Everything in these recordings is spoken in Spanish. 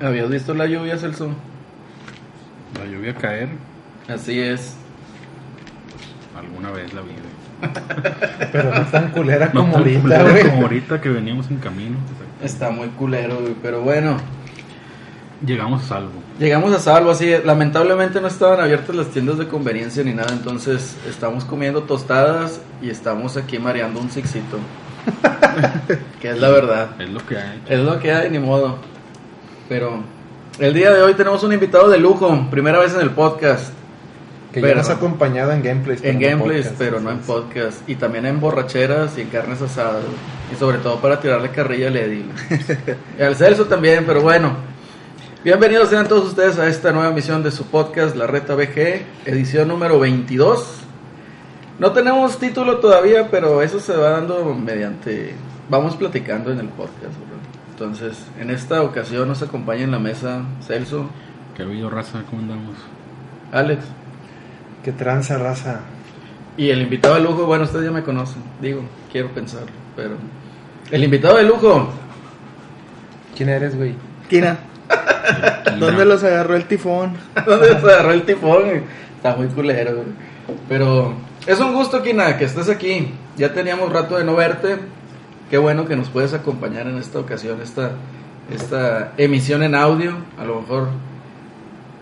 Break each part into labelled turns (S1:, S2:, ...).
S1: ¿Habías visto la lluvia, Celso?
S2: La lluvia caer,
S1: Así es.
S2: alguna vez la vi. güey.
S3: Pero no es tan culera
S2: No
S3: como
S2: tan
S3: ahorita,
S2: culera
S3: güey.
S2: como ahorita que veníamos en camino.
S1: Está muy culero, güey, pero bueno.
S2: Llegamos a salvo.
S1: Llegamos a salvo, así. es. Lamentablemente no estaban abiertas las tiendas de conveniencia ni nada, entonces estamos comiendo tostadas y estamos aquí mareando un sixito. que es la verdad.
S2: Es lo que hay.
S1: Es lo que hay, ni modo. Pero el día de hoy tenemos un invitado de lujo, primera vez en el podcast,
S3: Que
S1: Pero-
S3: ya nos ha acompañado en gameplays.
S1: en
S3: no
S1: gameplays,
S3: podcast,
S1: pero no en
S3: entonces.
S1: podcast, y también en borracheras y en carnes asadas, güey. y sobre todo para tirarle carrilla al Eddie. güey. y al Celso también, pero bueno. Bienvenidos sean todos ustedes a esta nueva emisión de su podcast, La Reta BG, edición número 22. No tenemos título todavía, pero eso se va dando mediante... Vamos platicando en el podcast, bro. Entonces, en esta ocasión nos acompaña en la mesa Celso,
S2: Que ha habido raza, ¿cómo andamos?
S1: Alex
S3: Qué tranza raza.
S1: y el invitado de lujo. Bueno, ustedes ya me conocen, digo, quiero pensarlo, pero... El invitado de lujo.
S3: ¿Quién eres, güey?
S4: Tina,
S2: Aquí,
S4: ¿dónde
S2: mira,
S4: los agarró el tifón?
S1: ¿Dónde se agarró el tifón? güey? Está muy culero, güey. Pero es un gusto, Kina, que estés aquí. Ya teníamos rato de no verte. Qué bueno que nos puedes acompañar en esta ocasión, esta, esta emisión en audio. A lo mejor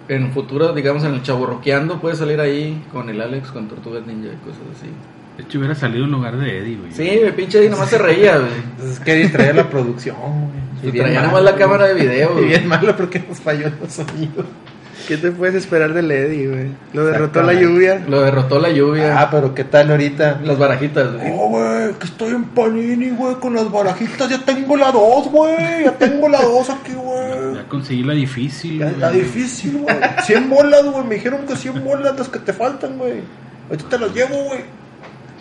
S1: en futuro, digamos, en el chaburroqueando, puedes salir ahí con el Alex, con Tortugas Ninja y cosas así.
S2: De hecho, hubiera salido en lugar de Eddie, güey.
S1: Sí, mi pinche ahí nomás se reía, güey.
S3: Entonces es que distraer la producción, güey.
S1: Y
S3: bien
S1: traía
S3: mal,
S1: nomás la
S3: güey.
S1: cámara de video,
S3: Y
S1: güey.
S3: bien malo porque nos falló los sonidos.
S4: ¿Qué te puedes esperar de Lady, güey? Lo derrotó la
S3: Exactamente.
S4: lluvia.
S1: Lo derrotó la lluvia,
S3: Ah, pero ¿qué tal ahorita?
S1: las barajitas, güey.
S3: Oh, güey, que estoy en Panini, güey, con las barajitas. Ya tengo la 2, güey. Ya tengo la 2 aquí, güey.
S2: Ya conseguí la difícil.
S3: Ya
S2: güey.
S3: Está difícil, güey. 100 bolas, güey. Me dijeron que 100 bolas las que te faltan, güey. Ahorita te las llevo, güey.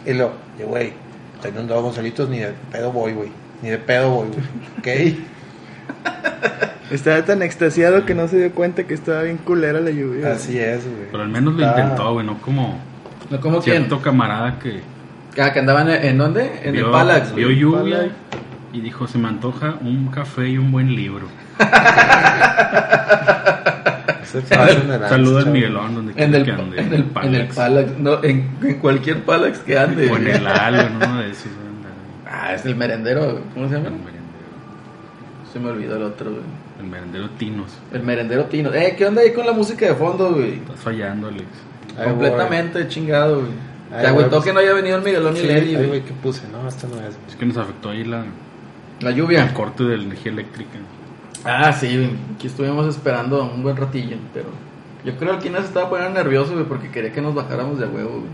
S3: Y lo, de, güey, estoy inundado Gonzalitos, ni de pedo voy, güey. Ni de pedo voy, güey. ¿Ok?
S4: Estaba tan extasiado que no se dio cuenta que estaba bien culera la lluvia.
S3: Así es, güey.
S2: Pero al menos lo
S3: Está-
S2: intentó, güey, no como
S1: ¿No como quién?
S2: cierto camarada que
S1: Ah, que andaban en, ¿en dónde? En
S2: vio,
S1: el Palax,
S2: vio
S1: güey.
S2: lluvia
S4: Palax.
S2: y dijo, se me antoja un café y un buen libro.
S3: Se pasan de lanza,
S2: Saluda al
S3: chavo.
S2: Miguelón, donde
S1: En
S2: quiera
S1: el,
S2: que ande.
S1: en el, en el Palax, no, en, en cualquier Palax que ande.
S2: O en
S1: güey.
S2: el Lalo, en uno de esos. güey, anda, güey.
S1: Ah, es el merendero, güey. ¿cómo se
S2: El
S1: llama?
S2: merendero.
S1: Se me olvidó el otro, güey.
S2: El merendero Tinos.
S1: El merendero Tino. Eh, ¿qué onda ahí con la música de fondo, güey?
S2: Estás fallando, Alex.
S3: Ay,
S1: Completamente chingado, güey.
S3: Ay,
S1: Te agüitó
S3: güey, pues-
S1: que no haya venido el Miguelón
S3: Sí,
S1: y Lady,
S3: ay,
S1: güey.
S3: güey, ¿qué puse? No, esta no es.
S2: Es que nos afectó ahí la,
S1: La
S2: el
S1: lluvia.
S2: corte de la energía eléctrica.
S1: Ah, sí, güey. Aquí estuvimos esperando un buen ratillo, pero... Yo creo que Inés se estaba poniendo nervioso, güey, porque quería que nos bajáramos de huevo, güey.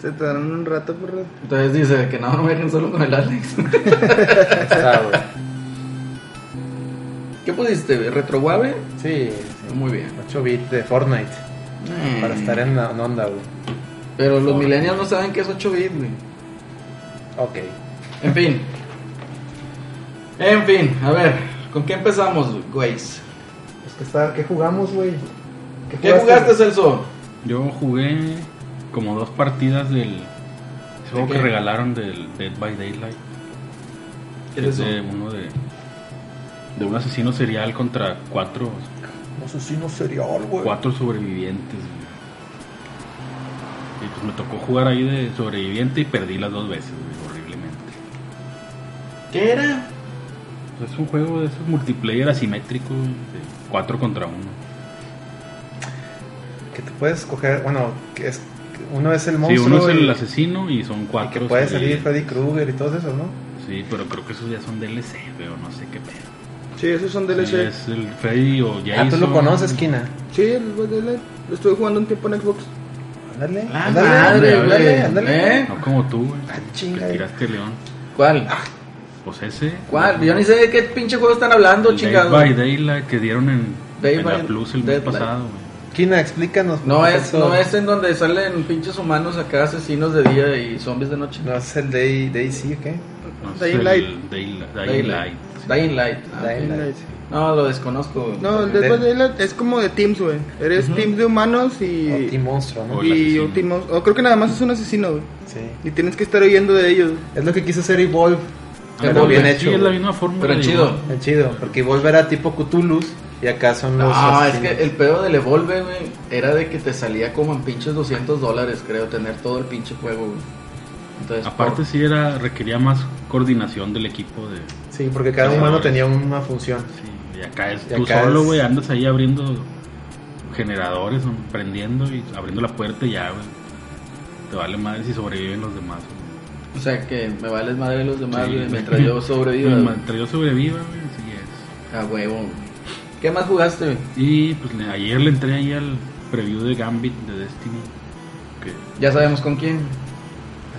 S4: Se tardaron un rato por rato.
S1: Entonces dice que no, no me dejen solo con el Alex.
S3: Ahí está, güey.
S1: ¿Qué pusiste, güey? ¿Retroguave?
S3: Sí,
S1: Muy bien.
S3: 8 bits de Fortnite. Para
S2: Mm.
S3: estar en la onda, güey.
S1: Eh, Pero los millennials no saben qué es 8 bits, güey.
S3: Ok.
S1: En fin. En fin, a ver, ¿con qué empezamos, güeyes?
S3: Es que está, ¿qué jugamos, güey?
S1: ¿Qué jugaste, Celso?
S2: Yo jugué como dos partidas del ese juego
S1: qué?
S2: que regalaron del Dead by Daylight.
S1: ¿Qué es
S2: Es
S1: eso?
S2: de uno de de un asesino serial contra cuatro
S3: Asesino serial, güey.
S2: cuatro sobrevivientes. güey. Y pues me tocó jugar ahí de sobreviviente y perdí las dos veces, güey, horriblemente.
S1: ¿Qué era?
S2: Pues es un juego de esos multiplayer asimétrico, güey, de cuatro contra uno.
S3: Que te puedes escoger, bueno, que es, que uno es el
S2: Sí,
S3: monstruo.
S2: uno es el
S3: y-
S2: asesino y son
S3: y que
S2: cuatro.
S3: puede salir pues.
S2: sobrevivientes.
S3: Freddy Krueger y todos esos, ¿no?
S2: Sí, pero creo que esos ya son DLC, pero no sé qué pedo.
S4: Sí, esos son DLC.
S2: Sí,
S4: Sí,
S2: es el Freddy o Jason.
S3: Ah, tú lo conoces, Kina.
S4: el Red Dead Light. Lo estuve jugando un tiempo en Xbox.
S3: Ándale,
S1: Ah,
S3: ándale,
S1: madre, güey.
S3: ándale, ándale.
S1: ¿Eh?
S2: No como tú, güey.
S3: Ah,
S2: que
S3: chinga.
S2: tiraste león.
S1: ¿Cuál?
S2: Pues ese.
S1: ¿Cuál? Yo ni sé de qué pinche juego están hablando,
S2: El Dead
S1: chingado.
S2: by Daylight que dieron en,
S1: Day
S2: en la
S1: by
S2: Plus el mes
S1: Deadlight.
S2: pasado, güey.
S3: Kina, explícanos. por
S1: No
S3: qué
S1: es,
S3: eso-
S1: no es en donde salen pinches humanos acá, asesinos de día y zombies de noche.
S3: No es el Day, Day sí, ¿o qué?
S2: No, es
S4: Daylight.
S2: el Daylight.
S1: Daylight.
S2: Daylight.
S1: Dying Light. Ah,
S3: Dying
S1: ok.
S3: Light.
S1: No, lo desconozco. güey.
S4: No, el
S3: Dead-
S4: Dead by Daylight es como de teams, güey. Eres teams de humanos y.
S3: O Team Monstruo, ¿no?
S2: O el
S4: y
S2: asesino.
S4: un team. O creo que nada más es un asesino, güey.
S3: Sí.
S4: Y tienes que estar huyendo de ellos.
S3: Es lo que quiso hacer Evolve.
S2: Ah,
S3: Pero bien
S2: sí,
S3: hecho.
S2: es la
S3: güey.
S2: misma fórmula.
S1: Pero
S2: de
S1: chido.
S2: igual.
S3: Es chido, porque Evolve era tipo Cthulhu. Y acá son los.
S1: No, Ah, es
S3: así.
S1: que el pedo del Evolve, güey, era de que te salía como en pinches 200 dólares, creo, tener todo el pinche juego, güey. Entonces,
S2: eh, Aparte
S1: por-
S2: sí era, requería más coordinación del equipo de...
S3: Sí, porque cada humano tenía una función.
S2: sí, y acá es
S3: Y
S2: tú
S3: acá
S2: solo,
S3: es-
S2: güey, andas ahí abriendo generadores, o prendiendo y abriendo la puerta y ya, güey. Te vale madre si sobreviven los demás. güey.
S1: o sea, que me vales madre los demás,
S2: Sí.
S1: güey, mientras yo sobreviva. güey.
S2: Mientras yo sobreviva, güey, así es.
S1: A huevo. güey. ¿Qué más jugaste, güey?
S2: Y pues le- ayer le entré ahí al preview de Gambit de Destiny. Que
S1: Ya sabemos con quién.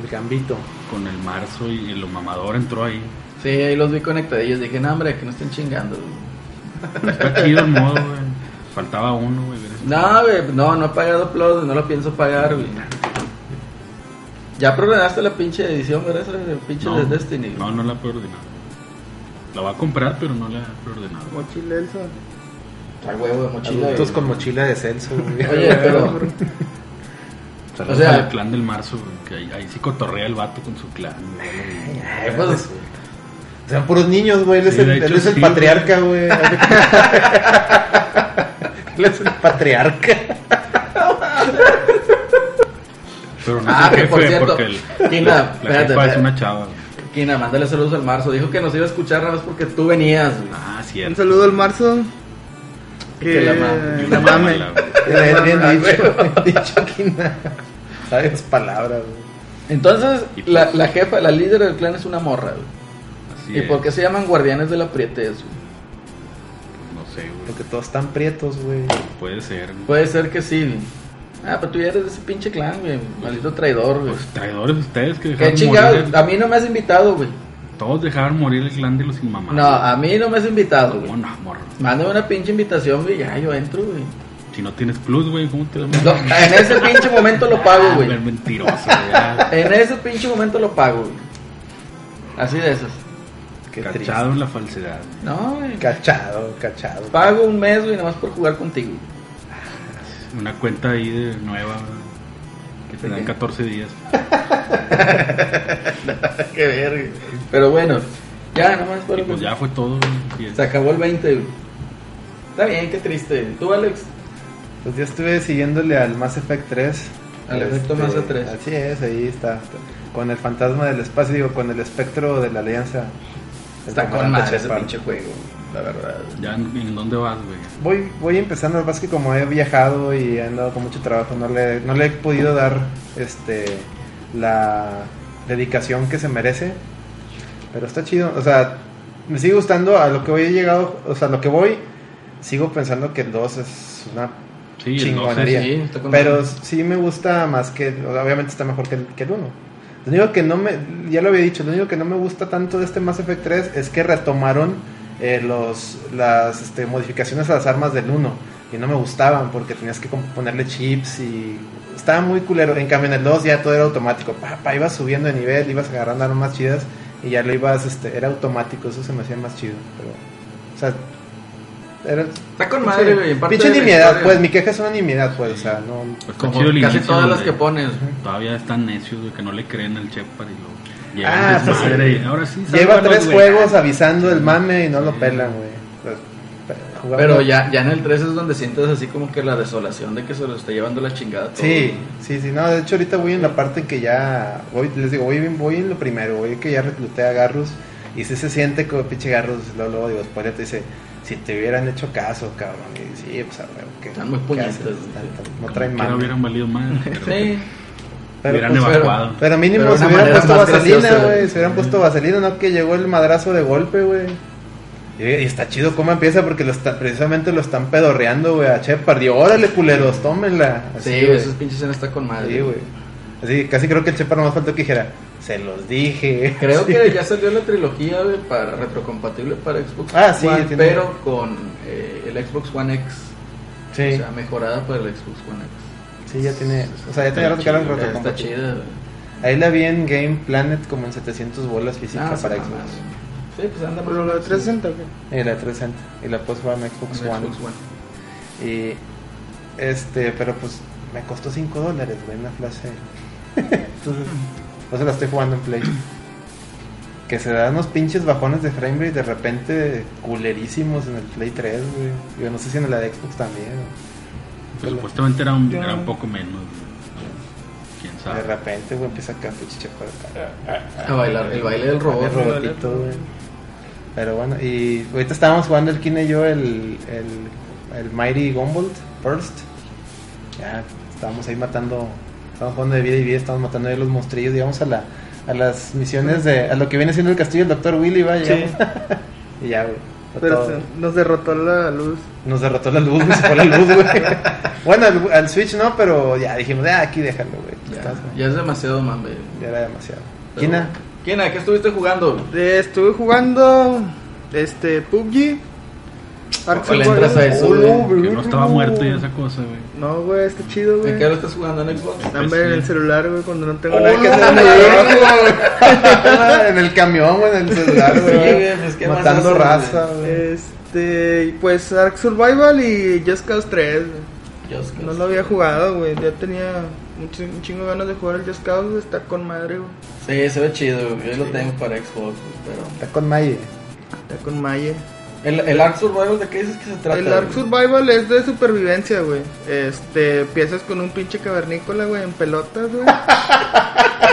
S3: El gambito.
S2: con el marzo y lo mamador entró ahí.
S1: Sí, ahí los vi conectadillos. Dije, no, hombre, que no estén chingando, güey.
S2: Está chido el modo, güey. Faltaba uno, güey. ver eso.
S1: No, güey, no, no he pagado upload, no lo pienso pagar, güey. Ya programaste la pinche edición, ¿verdad? Esa de pinche de Destiny.
S2: No, no la he preordenado. La va a comprar, pero no la he preordenado.
S4: Mochila Elsa.
S1: A huevo de mochila.
S3: Adultos
S1: güey.
S3: con mochila de censo, güey.
S1: Oye, pero.
S2: Saludos
S1: sea-
S2: al clan del marzo, güey. Que ahí, ahí sí cotorrea el vato con su clan. güey.
S3: Ay,
S1: pues-
S3: pues, Sean puros niños, güey. Él es
S2: Sí,
S3: el,
S2: de
S3: él
S2: hecho,
S3: es el
S2: sí,
S3: patriarca, güey. él es el patriarca.
S2: Pero no
S1: Ah,
S2: es
S1: que
S2: el
S1: por
S2: jefe,
S1: cierto.
S2: porque el,
S1: Kina,
S2: la,
S1: espérate,
S2: jefa es
S1: espérate.
S2: una chava. güey.
S1: Kina, mándale saludos al marzo. Dijo que nos iba a escuchar nada más porque tú venías, güey.
S2: Ah,
S4: Un
S2: cierto.
S4: saludo al marzo. Que,
S1: Que la
S4: la,
S1: mame.
S4: mame.
S2: Mala, güey.
S3: Le habían
S1: Ay,
S3: dicho, habían dicho que nada. Sabias palabras, güey.
S1: Entonces, la, la jefa, la líder del clan es una morra, güey.
S2: Así
S1: ¿Y
S2: es.
S1: por qué se llaman guardianes de la prietez, güey?
S2: No sé, güey.
S3: Porque todos están prietos, güey.
S2: Puede ser. güey.
S1: Puede ser que sí, güey. Ah, pero tú ya eres de ese pinche clan, güey. Maldito traidor, güey.
S2: Pues traidores ustedes que
S1: Qué
S2: dejaron morir.
S1: chingado.
S2: el-
S1: A mí no me has invitado, güey.
S2: Todos dejaron morir el clan de los inmamables.
S1: No, a mí no me has invitado,
S2: ¿Cómo
S1: güey.
S2: no, morro?
S1: Mándame una pinche invitación, güey. Ya, yo entro, güey.
S2: Si no tienes plus, güey, ¿cómo te lo
S1: Lo- en ese pinche momento lo pago,
S2: Ah,
S1: güey.
S2: Mentiroso, güey.
S1: En ese pinche momento lo pago, güey. Así de esas.
S3: Qué
S2: Cachado en la falsedad.
S1: No, güey.
S3: triste. Cachado, cachado.
S1: Pago un mes, güey, nada más por jugar contigo.
S2: Una cuenta ahí de nueva que te dan 14 días.
S1: Qué verga. Pero bueno, ya, nada más por
S2: Y pues ya fue todo. güey.
S1: Se acabó el 20, güey. Está bien, qué triste. ¿Tú, Alex?
S3: Pues yo estuve siguiéndole al Mass Effect 3.
S1: Al efecto Mass Effect 3.
S3: Así es, ahí está, está. Con el fantasma del espacio, digo, con el espectro de la alianza. El
S1: Está con
S3: comandante
S1: madre ese
S3: Shepard.
S1: pinche juego, la verdad.
S2: Ya, ¿en, en dónde vas, güey?
S3: Voy, voy empezando, lo que pasa es que como he viajado y he andado con mucho trabajo, no le, no le he podido dar este la dedicación que se merece. Pero está chido, o sea, me sigue gustando a lo que voy he llegado, o sea, a lo que voy, sigo pensando que el 2 es una
S2: Sí, el
S3: Chingonería.
S2: 12.
S3: Sí,
S1: está con
S3: Pero sí me gusta más que. o sea, Obviamente está mejor que el, que el 1. Lo único que no me. Ya lo había dicho, lo único que no me gusta tanto de este Mass Effect 3 es que retomaron eh, los, las este, modificaciones a las armas del 1. Y no me gustaban porque tenías que como ponerle chips y. Estaba muy culero. En cambio, en el 2 ya todo era automático. Pa, pa, ibas subiendo de nivel, ibas agarrando armas chidas y ya lo ibas. Este, era automático, eso se me hacía más chido. Pero, o sea. Era,
S1: Está con madre, güey. en parte
S3: pinche
S1: de la
S3: nimiedad,
S1: historia.
S3: pues. Mi queja es una nimiedad, pues. O sea, no.
S2: Pues está
S1: Como
S2: chido el
S1: casi
S2: inicio,
S1: todas las
S2: donde
S1: que pones. güey.
S2: Todavía están necios, güey, que no le creen al Shepard y lo llevan
S3: Ah,
S2: desmadre
S3: pues,
S2: y Ahora sí,
S3: Lleva
S2: sálvanos,
S3: tres
S2: güey. Ah,
S3: juegos avisando el mame y no lo
S2: Sí.
S3: pelan, güey. Pues, pero jugando-
S1: Pero ya, ya en el 3 es donde sientes así como que la desolación de que se lo está llevando la chingada todo.
S3: Sí, sí, sí. No, de hecho ahorita voy en la parte en que ya... Voy, les digo, voy, bien- voy en lo primero, voy que ya recluté a Garrus. Y sí se siente como pinche Garrus, luego, luego digo, spoiler, te dice... Si te hubieran hecho caso, cabrón. Y sí, pues a ver, que...
S1: Están muy
S3: ¿qué
S1: puñetas,
S3: haces?
S1: güey.
S3: Están- están- No
S2: Como
S3: traen
S2: quiera
S3: mame.
S2: hubieran valido más. Pero,
S1: Sí.
S3: Pero,
S2: hubieran
S3: pues,
S2: evacuado.
S3: pero mínimo
S1: Pero de
S3: se
S1: una
S3: hubieran
S1: manera
S3: puesto
S1: más
S3: vaselina,
S1: graciosa.
S3: güey. Se hubieran puesto vaselina, no que llegó el madrazo de golpe, güey. Y, y está chido cómo empieza porque lo está, precisamente lo están pedorreando, güey, a Shepard. Y órale, culeros, tómenla. Así,
S1: Sí,
S3: güey.
S1: esos pinches escena está con madre.
S3: Sí, güey. Así que casi creo que el Shepard más faltó que dijera, se los dije.
S1: Creo
S3: Sí.
S1: que ya salió la trilogía güey, para retrocompatible para Xbox
S3: Ah, sí,
S1: One,
S3: tiene-
S1: pero con eh, el Xbox One X.
S3: Sí,
S1: O sea, mejorada para el Xbox One X.
S3: sí, ya tiene. O sea, ya
S2: Está
S3: tenía rato que era un
S2: chido,
S3: rato
S1: Está,
S3: compa.
S1: chida, güey.
S3: Ahí la vi en Game Planet como en 700 bolas físicas
S1: Ah,
S3: para
S1: sí,
S3: Xbox.
S1: Sí, pues anda
S4: Pero la de 360, ¿o qué?
S3: Y la 360. Y la post fue en Xbox One.
S1: Xbox One.
S3: Y este, pero pues me costó 5 dólares, güey, en la flash sale. Entonces, pues la estoy jugando en Play. Que se dan unos pinches bajones de frame rate de repente culerísimos en el Play 3, güey. Yo no sé si en la de Xbox también.
S2: Pero Pues, supuestamente era un,
S4: Ya.
S2: era un poco menos. güey. Quién
S3: o De
S2: sabe.
S3: repente, güey, empieza acá pinche chaco
S1: A bailar, el baile del
S3: El
S1: robot.
S3: robotito, güey. Pero bueno, y ahorita estábamos jugando el Kine y yo el, el, el Mighty Gumball Burst. Ya, estábamos ahí matando, estábamos jugando de vida y vida, estábamos matando ahí los monstrillos, digamos, a, la, a las misiones de, a lo que viene siendo el castillo del Dr. Willy, va, llegamos. y ya, güey. fue
S4: Pero
S3: todo.
S4: se- nos derrotó la luz.
S3: Nos derrotó la luz, nos fue la luz, güey. bueno, al, al Switch no, pero ya dijimos, ah, aquí déjalo, güey. aquí
S1: Ya,
S3: estás, güey".
S1: ya es demasiado mambe.
S3: Ya era demasiado.
S1: Pero-
S3: Kina,
S1: Kina, ¿qué estuviste jugando?
S4: Eh, estuve jugando este PUBG. Ark
S1: Ojalá entras a eso,
S4: Survival.
S1: güey.
S2: Que no estaba muerto y esa cosa, güey.
S4: No, güey, está chido,
S1: ¿En
S4: güey.
S1: qué lo estás jugando en Xbox?
S4: Dame en el celular, güey, cuando no tengo
S3: Oh,
S4: nada que
S3: no,
S4: hacer.
S3: no,
S4: güey.
S3: no, no, en el camión, güey, en el celular, güey.
S1: Sí, güey, pues, ¿qué más
S3: Matando
S1: haces,
S3: raza, güey.
S4: Este, y pues Ark Survival y Just Cause 3. güey.
S1: Dios,
S4: No
S1: Dios.
S4: lo había jugado, güey. Ya tenía un, chi- un chingo de ganas de jugar el Just Cause, güey, está con madre, güey.
S1: Sí, se ve chido, güey. yo lo tengo para Xbox, güey, pero...
S3: Está con Maye.
S4: Está con Maye.
S1: ¿El, el Ark Survival de qué dices que se trata?
S4: El Ark
S1: güey?
S4: Survival es de supervivencia, güey. Este, empiezas con un pinche cavernícola, güey, en pelotas, güey.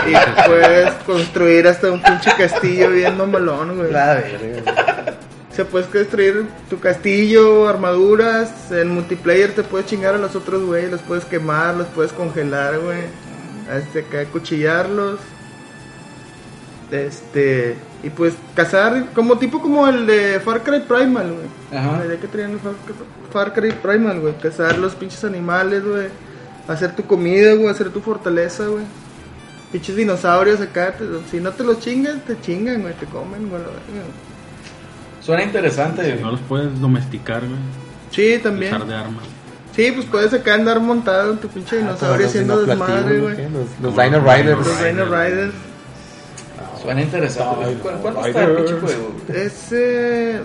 S4: y puedes construir hasta un pinche castillo bien mamalón, güey.
S3: La verga,
S4: O sea, puedes destruir tu castillo, armaduras. En multiplayer te puedes chingar a los otros, güey. Los puedes quemar, los puedes congelar, güey. Este, acá cuchillarlos. Este. Y pues cazar, como tipo como el de Far Cry Primal, güey.
S1: Ajá.
S4: La idea que traían en Far, Far Cry Primal, güey. Cazar los pinches animales, güey. Hacer tu comida, güey. Hacer tu fortaleza, güey. Pinches dinosaurios acá. te- si no te los chingas, te chingan, güey. Te comen, güey. la verga, güey.
S1: Suena interesante,
S2: No
S1: güey.
S2: los puedes domesticar, güey.
S4: Sí, también.
S2: Usar de armas.
S4: Sí, pues puedes acá andar montado en tu pinche dinosaurio Ah, haciendo desmadre, güey.
S3: Los,
S2: Como
S3: Dino
S2: los
S3: Riders.
S4: Los
S2: Rider.
S4: Dino Riders.
S1: Suena interesante. güey. ¿Cu- ¿Cuánto está el pinche juego? güey?
S4: Ese.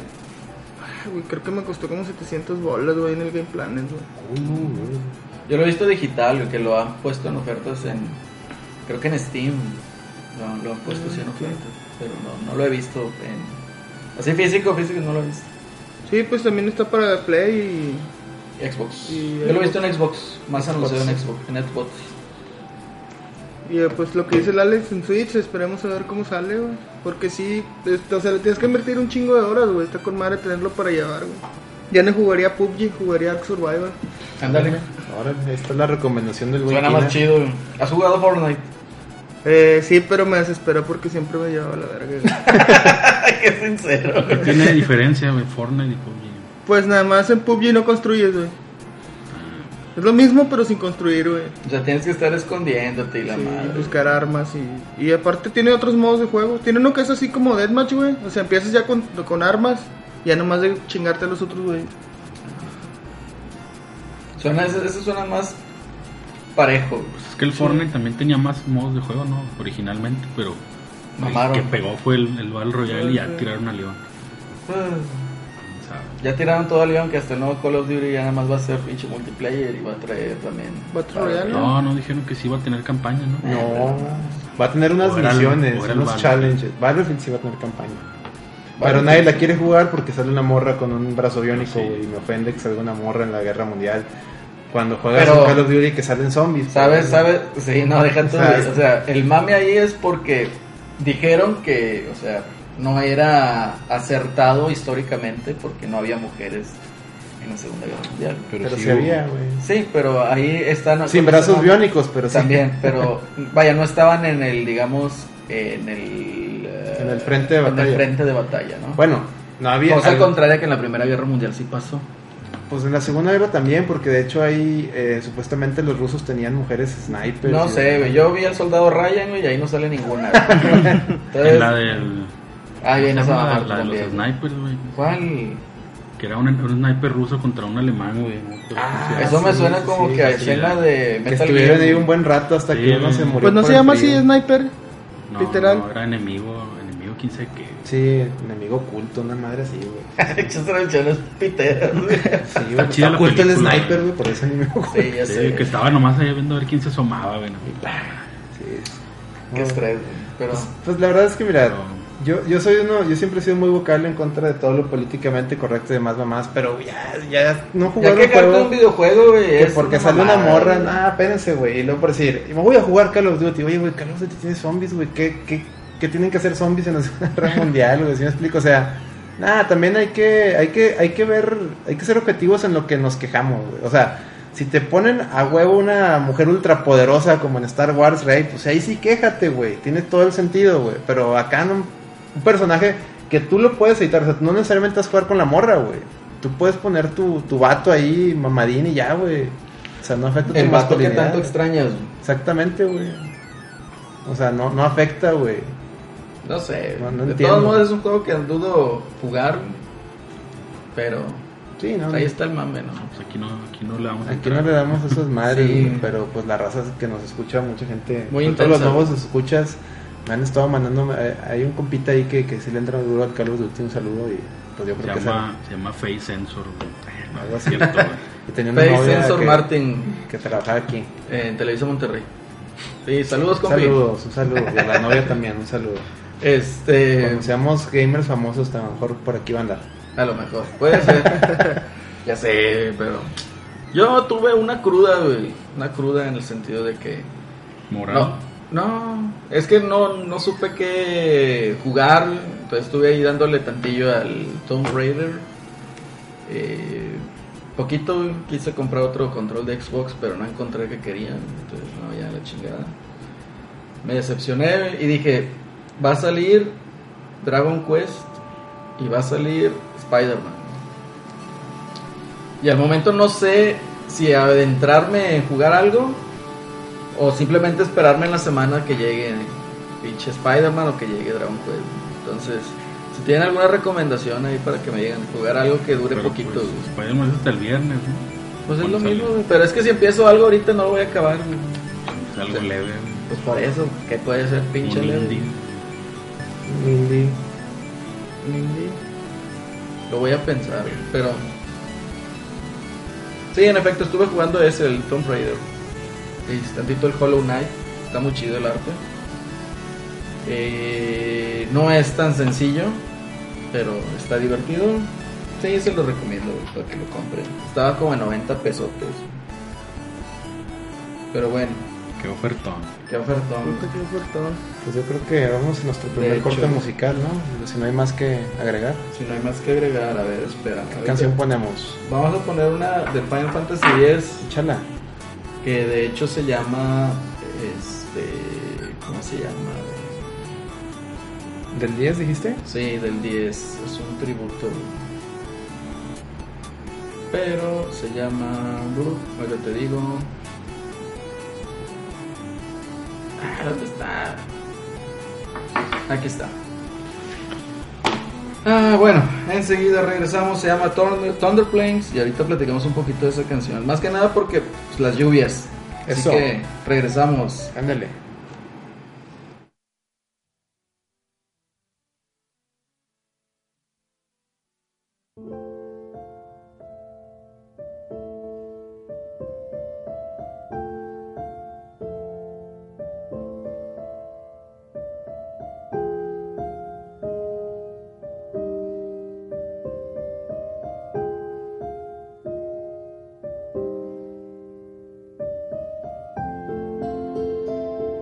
S4: Ay, güey, creo que me costó como 700 bolas, güey, en el Game Planet, güey.
S1: Yo lo he visto digital, güey, que lo han puesto en ofertas en... Creo que en Steam. No, lo han puesto sí en ofertas. Pero no, no lo he visto en... Así físico, físico no lo he visto.
S4: Sí, pues también está para Play
S1: Xbox.
S4: Y
S1: Yo lo he
S4: Xbox.
S1: visto en Xbox. Más anunciado en Xbox. En Xbox.
S4: y. Y eh, pues lo que dice el Alex en Switch, esperemos a ver cómo sale, güey. Porque sí, este, o sea, le tienes que invertir un chingo de horas, güey. Está con madre tenerlo para llevar, güey. Ya no jugaría PUBG, jugaría Ark Survival.
S1: Ándale.
S3: Ahora, esta es la recomendación del güey.
S1: Suena
S3: Kina.
S1: más chido, güey. ¿Has jugado Fortnite?
S4: Eh, sí, pero me desespera porque siempre me llevaba la verga, güey.
S1: Ay, qué sincero.
S2: ¿Qué tiene diferencia, güey? Fortnite y PUBG.
S4: Pues nada más en PUBG no construyes, güey. Es lo mismo, pero sin construir, güey.
S1: O sea, tienes que estar escondiéndote y la
S4: Sí, pues,
S1: madre.
S4: buscar armas y... Y aparte tiene otros modos de juego. Tiene uno que es así como Deathmatch, güey. O sea, empiezas ya con, con armas. Ya nomás de chingarte a los otros, güey.
S1: Suena, ese, ese suena más parejo. güey.
S2: Pues es que el Fortnite también tenía más modos de juego, ¿no? Originalmente, pero
S1: Mamaron.
S2: el que pegó fue el, el Battle Royale y ya
S4: Sí.
S2: tiraron a León.
S1: Pues,
S2: Quién sabe.
S1: Ya tiraron todo el león que hasta el nuevo Call of Duty ya nada más va a ser pinche multiplayer y va a traer también.
S4: Battle Royale.
S2: No, no dijeron que sí iba a tener campaña, ¿no?
S3: No, va a tener unas
S2: O era el-
S3: misiones,
S2: o era el
S3: unos
S2: Battlefield.
S3: challenges. Battlefield sí va a tener campaña. Pero nadie la quiere jugar porque sale una morra con un brazo
S2: Sí.
S3: biónico, güey. Y me ofende que salga una morra en la guerra mundial. Cuando juegas
S1: Pero-
S3: un Call of Duty que salen zombies.
S1: ¿Sabes?
S3: güey.
S1: ¿Sabes? Sí, no, deja todo.
S3: ¿Sabes?
S1: O sea, el mame ahí es porque dijeron que, o sea, no era acertado históricamente porque no había mujeres en la Segunda Guerra Mundial.
S3: Pero,
S2: sí
S3: sí,
S2: hubo-
S3: había, güey.
S1: Sí, pero ahí están.
S3: Sin brazos biónicos, pero sí.
S1: También, pero vaya, no estaban en el, digamos, en el. eh,
S3: En el frente de
S1: En el
S3: batalla.
S1: frente de batalla, ¿no?
S3: Bueno, no había.
S1: Cosa
S3: al-
S1: contraria que en la Primera Guerra Mundial sí pasó.
S3: Pues en la Segunda Guerra también, porque de hecho ahí eh, supuestamente los rusos tenían mujeres snipers.
S1: no
S3: y-
S1: sé, güey. Yo vi al soldado Ryan, güey, y ahí no sale ninguna. güey. Entonces,
S2: En la del.
S1: ah, bien, esa
S2: la,
S1: mamá
S2: la de los
S1: también.
S2: snipers, güey.
S1: ¿Cuál?
S2: Que era un, un sniper ruso contra un alemán, güey. ¿no? Pero-
S3: Ah,
S2: sí,
S1: Eso me
S3: sí,
S1: suena
S3: sí,
S1: como
S3: sí,
S1: que a
S3: sí,
S1: escena
S2: ya.
S1: de
S3: Que
S1: Metal
S3: estuvieron ahí
S1: Gear.
S3: un buen rato hasta
S2: Sí,
S3: que uno se
S2: güey.
S3: murió.
S4: Pues no
S3: por
S4: se
S3: el
S4: llama
S3: frío.
S4: así Sniper.
S2: no,
S4: literal.
S2: no, era enemigo, enemigo, quién sabe qué.
S3: Sí, enemigo oculto, una madre así, güey.
S1: Hechos tradicionales piteras, güey.
S3: Sí, güey, está
S2: chida la
S3: oculto el
S2: película,
S3: sniper,
S2: güey.
S3: güey, por eso ni me acuerdo.
S1: Sí, ya
S2: Sí,
S1: sé.
S2: que estaba nomás ahí viendo a ver quién se asomaba, güey. ¿no?
S3: Sí.
S1: Qué
S3: Bueno,
S1: estrés, güey. Pero.
S3: Pues, pues la verdad es que, mira,
S2: Pero-
S3: Yo, yo soy uno, yo siempre he sido muy vocal en contra de todo lo políticamente correcto y demás mamás, pero ya, ya no
S1: Ya
S3: jugar
S1: que
S3: un
S1: carta
S3: juego
S1: un videojuego, güey.
S3: que
S1: es
S3: porque
S1: una
S3: sale una
S1: mamada,
S3: morra,
S1: güey.
S3: nada, Ah, espérense, güey, y luego por decir, y me voy a jugar Call of Duty, oye, güey, Call of Duty tiene zombies, güey, ¿qué, qué, qué tienen que hacer zombies en la Segunda Guerra Mundial, güey? Si me explico, o sea, nada, también hay que, hay que, hay que ver, hay que ser objetivos en lo que nos quejamos, güey, o sea, si te ponen a huevo una mujer ultrapoderosa como en Star Wars, Rey, pues ahí sí quéjate, güey. Tiene todo el sentido, güey. Pero acá no, un personaje que tú lo puedes editar. O sea, no necesariamente vas a jugar con la morra, güey. Tú puedes poner tu, tu vato ahí, mamadín y ya, güey. O sea, no afecta
S1: El
S3: tu
S1: vato que
S3: masculinidad.
S1: tanto extrañas, güey.
S3: Exactamente, güey. O sea, no, no afecta, güey.
S1: No sé.
S3: No, no
S1: de
S3: entiendo.
S1: todos modos es un juego que dudo jugar. Pero
S3: Sí, no.
S1: ahí está el mame, ¿no?
S2: Pues aquí no, aquí no le vamos a
S3: Aquí
S2: entrar.
S3: no le damos esas madres,
S1: Sí.
S3: güey, pero pues la raza que nos escucha, mucha gente,
S1: Muy
S3: sobre todo los
S1: intensa,
S3: nuevos escuchas, me han estado mandando, eh, hay un compita ahí que, que sí le entra duro al Carlos Duty, un saludo y pues yo
S2: Se
S3: creo que
S2: llama, se llama Face Sensor, güey.
S3: Algo
S2: Algo
S3: así.
S2: cierto, güey.
S3: sabe. Y tenía una
S1: Face
S3: novia
S1: Sensor
S3: que,
S1: Martin
S3: que trabajaba aquí.
S1: eh, en Televisa Monterrey. Sí, saludos,
S3: Un
S1: compi.
S3: Saludos, un saludo. Y a la novia también, un saludo.
S1: Este,
S3: Cuando seamos gamers famosos, a lo mejor por aquí va a andar.
S1: a lo mejor, puede ser. ya sé, pero. Yo tuve una cruda, güey. Una cruda en el sentido de que.
S2: Moral.
S1: No, no, es que no, no supe qué jugar, entonces estuve ahí dándole tantillo al Tomb Raider. Eh, poquito quise comprar otro control de Xbox, pero no encontré que querían, entonces no, ya la chingada. Me decepcioné y dije, va a salir Dragon Quest y va a salir Spider-Man. Y al momento no sé si adentrarme en jugar algo o simplemente esperarme en la semana que llegue pinche Spider-Man o que llegue Dragon Quest. Entonces, si tienen alguna recomendación ahí para que me lleguen a jugar algo que dure
S2: Pero,
S1: poquito.
S2: Pues,
S1: güey.
S2: Spider-Man es hasta el viernes, ¿no?
S1: Pues es
S2: ¿Cuándo
S1: lo
S2: sale?
S1: mismo, güey, pero es que si empiezo algo ahorita no lo voy a acabar. güey.
S2: Es algo
S1: Sí.
S2: leve, güey.
S1: Pues por eso, que puede ser pinche
S2: Un
S1: leve?
S2: indie.
S3: Lindy.
S1: Un indie. Lo voy a pensar, güey, pero... Sí, en efecto, estuve jugando ese, el Tomb Raider. Y tantito el Hollow Knight. Está muy chido el arte. Eh, no es tan sencillo, pero está divertido. Sí, se lo recomiendo güey, para que lo compren. Estaba como a 90 pesotes. Pero bueno,
S2: Qué ofertón.
S1: qué ofertón.
S4: Puta, qué ofertón.
S3: Pues yo creo que vamos a nuestro primer
S1: hecho.
S3: corte musical, ¿no? Si no hay más que agregar.
S1: Si no hay más que agregar, a ver, espera.
S3: ¿Qué
S1: ahorita-
S3: canción ponemos?
S1: Vamos a poner una de Final Fantasy X
S3: Échala.
S1: que de hecho se llama. Este. ¿Cómo se llama?
S3: ¿Del 10 dijiste?
S1: Sí, del 10. Es un tributo. Pero se llama. uh, Ahora te digo. Ah, ¿dónde está? Aquí está. Ah, bueno, enseguida regresamos. Se llama Thunder, Thunder Plains. Y ahorita platicamos un poquito de esa canción. Más que nada porque pues, las lluvias.
S3: Eso.
S1: Así que regresamos.
S3: Ándale.
S5: Thank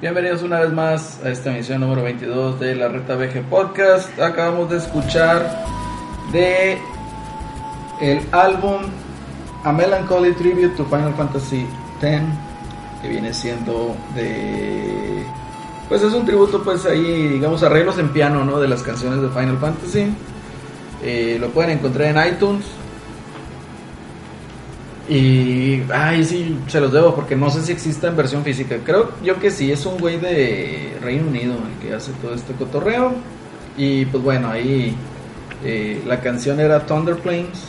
S1: Bienvenidos una vez más a esta emisión número 22 de la Reta BG Podcast. Acabamos de escuchar de el álbum A Melancholy Tribute to Final Fantasy X, que viene siendo de... Pues es un tributo, pues ahí, digamos, arreglos en piano, ¿no? De las canciones de Final Fantasy. Eh, lo pueden encontrar en iTunes. Y, ay, sí, se los debo porque no sé si exista en versión física. Creo yo que sí, es un güey de Reino Unido el que hace todo este cotorreo. Y pues bueno, ahí eh, la canción era Thunder Plains,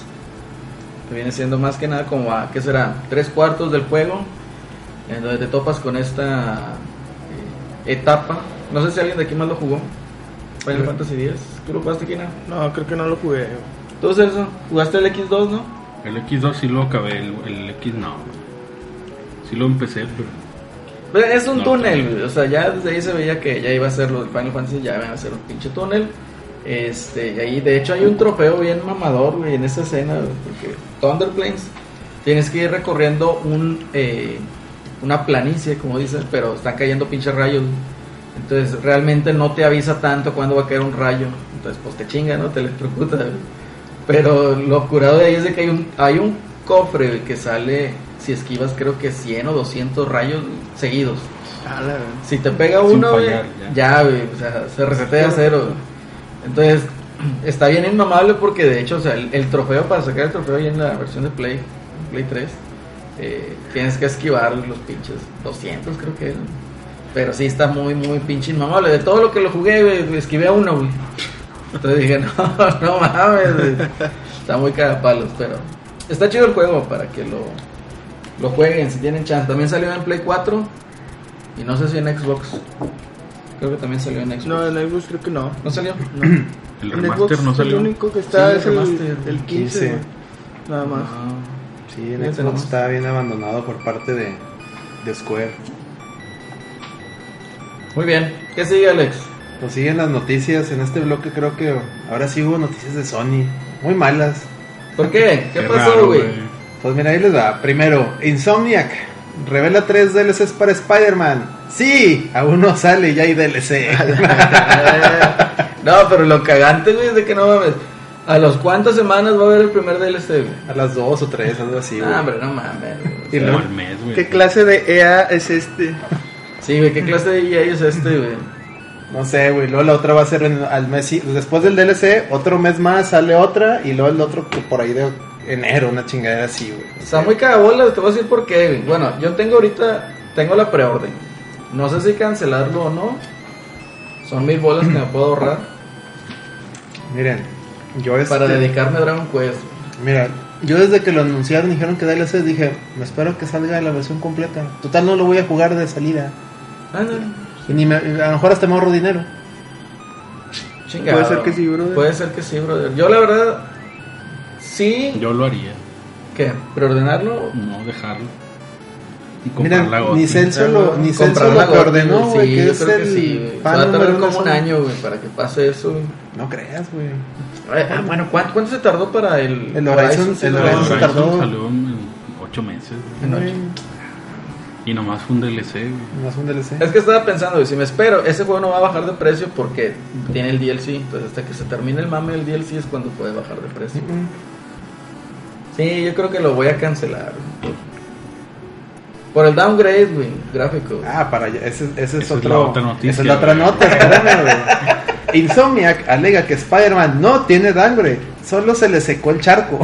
S1: que viene siendo más que nada como a, ¿qué será? Tres cuartos del juego, en donde te topas con esta eh, etapa. No sé si alguien de aquí más lo jugó. Final
S4: Sí.
S1: Fantasy X. ¿Tú lo jugaste, Kina?
S4: No, creo que no lo jugué. güey.
S1: ¿Tú, Celso? ¿Jugaste el X2, no?
S2: El X2 sí lo acabé, el, el X no. Sí lo empecé, pero.
S1: Pero Es un
S2: No,
S1: túnel,
S2: también.
S1: güey, o sea, ya desde ahí se veía que ya iba a ser lo del Final Fantasy, ya iban a ser un pinche túnel. Este, y ahí, de hecho, hay un trofeo bien mamador, güey, en esa escena, güey, porque Thunder Plains tienes que ir recorriendo un, eh, una planicie, como dicen, pero están cayendo pinches rayos. güey. Entonces, realmente no te avisa tanto cuando va a caer un rayo. Entonces, pues te chinga, ¿no? Te electrocuta. güey. Pero lo curado de ahí es de que hay un, hay un cofre güey, que sale, si esquivas, creo que 100 o 200 rayos seguidos.
S4: Ah, la verdad.
S1: Si te pega
S2: Sin
S1: uno, güey,
S2: fallar,
S1: ya,
S2: ya.
S1: güey, o sea, se resetea a cero. güey. Entonces, está bien inmamable porque de hecho, o sea, el, el trofeo, para sacar el trofeo ahí en la versión de Play, Play 3, eh, tienes que esquivar los pinches 200, creo que es. güey. Pero sí está muy, muy pinche inmamable. De todo lo que lo jugué, güey, esquivé a uno, güey. Entonces dije, no, no mames, güey. Está muy cagapalos, pero está chido el juego para que lo, lo jueguen si tienen chance. También salió en Play 4 y no sé si en Xbox. Creo que también salió en Xbox.
S4: No,
S1: No,
S4: en Xbox creo que no.
S1: salió.
S2: El
S4: En
S2: remaster
S4: Xbox
S2: no salió.
S4: El único que está
S3: Sí,
S4: es el,
S3: remaster.
S4: el 15,
S3: 15.
S4: güey. Nada más.
S1: Ah,
S3: Sí,
S1: Ya
S3: el Xbox
S1: tenemos.
S3: estaba bien abandonado por parte de, de Square.
S1: Muy bien. ¿Qué sigue, Alex?
S3: Pues siguen las noticias. En este bloque creo que ahora sí hubo noticias de Sony. Muy malas.
S1: ¿Por qué? ¿Qué pasó,
S2: raro,
S1: güey?
S3: Pues mira, ahí les va. Primero, Insomniac revela tres DLCs para Spider-Man. Sí, aún no sale y ya hay DLC.
S1: no, pero lo cagante, güey, es de que no mames. ¿A los cuántas semanas va a haber el primer DLC, güey?
S3: A las dos o tres, algo así. güey.
S1: Ah, hombre, no mames. güey.
S3: Y
S2: Como
S3: luego-
S2: al mes, güey.
S4: ¿Qué clase de EA es este?
S1: Sí, güey, ¿qué clase de EA es este, güey?
S3: No sé, güey. Luego la otra va a ser en- al mes. sí- Después del DLC, otro mes más sale otra. Y luego el otro que por ahí de enero, una chingadera así, güey. O
S1: Está
S3: sea,
S1: muy cagabola, te voy a decir por qué. güey. Bueno, yo tengo ahorita, tengo la preorden. No sé si cancelarlo o no. Son mil bolas que me puedo ahorrar
S3: Miren, yo este,
S1: para dedicarme a Dragon Quest.
S3: Mira, yo desde que lo anunciaron y dijeron que DLC, dije, me espero que salga la versión completa. Total, no lo voy a jugar de salida.
S1: Ándale,
S3: Y ni me- a lo mejor hasta me ahorro dinero.
S1: chingado.
S4: Puede ser que sí, brother.
S1: Puede ser que sí, brother. Yo la verdad, sí.
S2: Yo lo haría,
S1: ¿Qué? ¿Preordenarlo?
S2: no dejarlo. Y comprar
S3: Mira,
S2: la
S3: ni
S2: Gotti.
S3: Celso lo, ni Celso
S1: Comprar
S3: lo
S1: la
S3: que
S1: Gotti,
S3: ordenó,
S1: güey,
S3: güey,
S1: sí,
S3: que
S1: yo
S3: es
S1: creo que
S3: el
S1: sí, güey. Se
S3: pan
S1: Va a tardar
S3: número
S1: como un
S3: uno.
S1: año, güey, para que pase eso, güey.
S3: No creas, güey.
S1: Eh, ah, bueno, ¿cuánto, ¿cuánto se tardó para el,
S3: El Horizon, el
S1: Horizon?
S2: El
S3: Horizon
S2: Horizon
S3: tardó-
S2: salió en 8 meses. güey.
S1: En ocho.
S2: Y nomás fue un DLC, güey.
S3: No es un DLC.
S1: Es que estaba pensando, y si me espero, ese juego no va a bajar de precio porque tiene el DLC. Entonces, hasta que se termine el mame del DLC es cuando puede bajar de precio.
S3: Mm,
S1: Sí, yo creo que lo voy a cancelar. güey. Por el downgrade, güey, gráfico. güey.
S3: Ah, para allá. Ese, ese es
S2: Esa es
S3: otro.
S2: la otra noticia,
S3: Esa es la otra
S2: güey.
S3: nota, espérame, güey. Insomniac alega que Spider-Man no tiene sangre, solo se le secó el charco.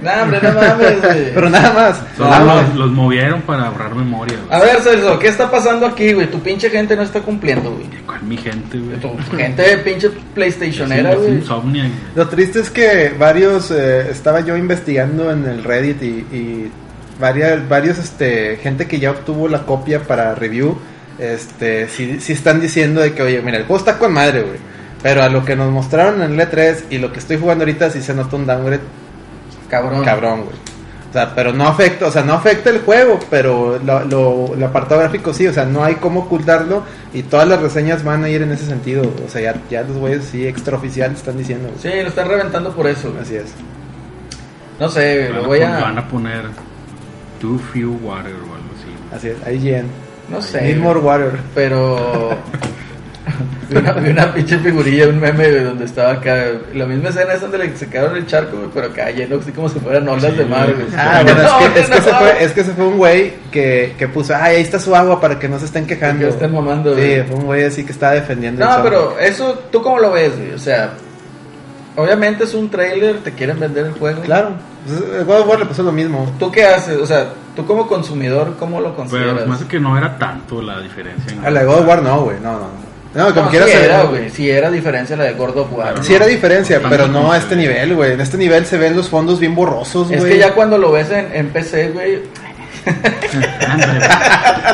S1: No, hombre, no mames, güey.
S3: Pero nada más. Ah,
S2: Solo
S3: Nada más.
S2: los, los movieron para ahorrar memoria, güey.
S1: A ver, Celso, ¿qué está pasando aquí, güey? Tu pinche gente no está cumpliendo, güey.
S2: ¿Cuál mi gente, güey?
S1: Tu gente de pinche PlayStationera,
S2: Es un- es
S1: güey.
S2: Insomnia, güey.
S3: Lo triste es que varios, eh, estaba yo investigando en el Reddit y, y varias, varios, este, gente que ya obtuvo la copia para review, este, sí, sí están diciendo de que, oye, mira, el juego está con madre, güey. Pero a lo que nos mostraron en el E3 y lo que estoy jugando ahorita sí se nota un downgrade
S1: Cabrón.
S3: cabrón, güey. O sea, pero no afecta, o sea, no afecta el juego, pero lo, lo- el apartado gráfico sí, o sea, no hay cómo ocultarlo y todas las reseñas van a ir en ese sentido. O sea, ya, ya los güeyes sí extraoficial están diciendo, güey.
S1: Sí, lo están reventando por eso, güey.
S3: Así es.
S1: No sé, güey,
S2: Van
S1: lo
S2: a
S1: voy
S2: pon- Van
S1: a...
S2: a poner Too Few Water o algo así. güey.
S3: Así es, ahí llegan.
S1: No sé.
S3: Need more water.
S1: Pero vi una, vi una pinche figurilla, un meme güey, donde estaba acá. La misma escena es donde le sacaron el charco, güey, pero acá lleno, así como si fueran olas
S2: Sí,
S1: de mar.
S2: güey.
S1: güey.
S3: Ah, bueno,
S1: No,
S3: es que, es que
S1: no,
S3: se
S1: no.
S3: fue, es que se fue un güey que, que puso, ay, ahí está su agua para que no se estén
S1: Que
S3: quejando.
S1: estén mamando, güey.
S3: Sí, fue un güey así que estaba defendiendo el
S1: No,
S3: show.
S1: pero eso, ¿tú cómo lo ves, güey? O sea, obviamente es un trailer, te quieren vender el juego.
S3: Claro, Pues, el God of War le pasó lo mismo.
S1: ¿Tú qué haces? O sea, tú como consumidor, ¿cómo lo
S2: Pero
S1: consideras?
S2: además es que no era tanto la diferencia. ¿no?
S3: A la de God of War no, güey, no, no. No, como
S1: No,
S3: quieras
S1: sí
S3: se-
S1: era, güey. Sí era diferencia la de God of War.
S2: Claro.
S3: Sí era diferencia,
S2: Tanto
S3: pero no
S2: como
S3: a
S2: se
S3: este
S2: ve.
S3: nivel, güey. En este nivel se ven los fondos bien borrosos, güey.
S1: Es que ya cuando lo ves en, en PC, güey,
S2: Ándale,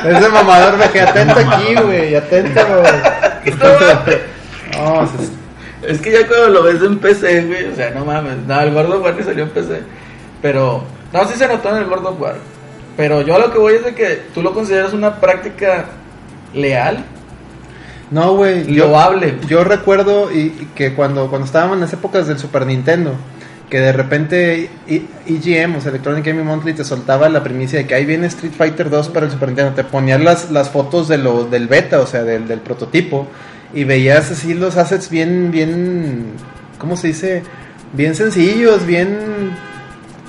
S2: güey.
S3: Ese mamador me quedé atento aquí, güey. Atento, güey. No, se-
S1: Es que ya cuando lo ves en PC, güey, o sea, no mames, nada, el Gordo War ni salió en PC. Pero, no, sí se notó en el Gordo War. Pero yo a lo que voy es de que tú lo consideras una práctica leal,
S3: no, güey. yo-
S1: loable.
S3: Yo recuerdo y, y que cuando, cuando estábamos en las épocas del Super Nintendo, que de repente E- EGM, o sea, Electronic Gaming Monthly, te soltaba la primicia de que ahí viene Street Fighter 2 para el Super Nintendo. Te ponían las, las fotos de lo, del beta, o sea, del, del prototipo, y veías así los assets bien, bien, ¿cómo se dice? Bien sencillos, bien,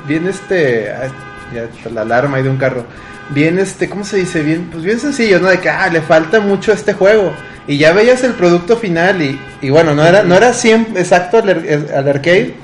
S3: bien este, ah, ya está la alarma ahí de un carro. Bien, este, ¿cómo se dice? Bien, pues bien sencillo, ¿no? De que, ah, le falta mucho a este juego. Y ya veías el producto final y, y bueno, no era, no era 100 exacto al, ar- es- al arcade,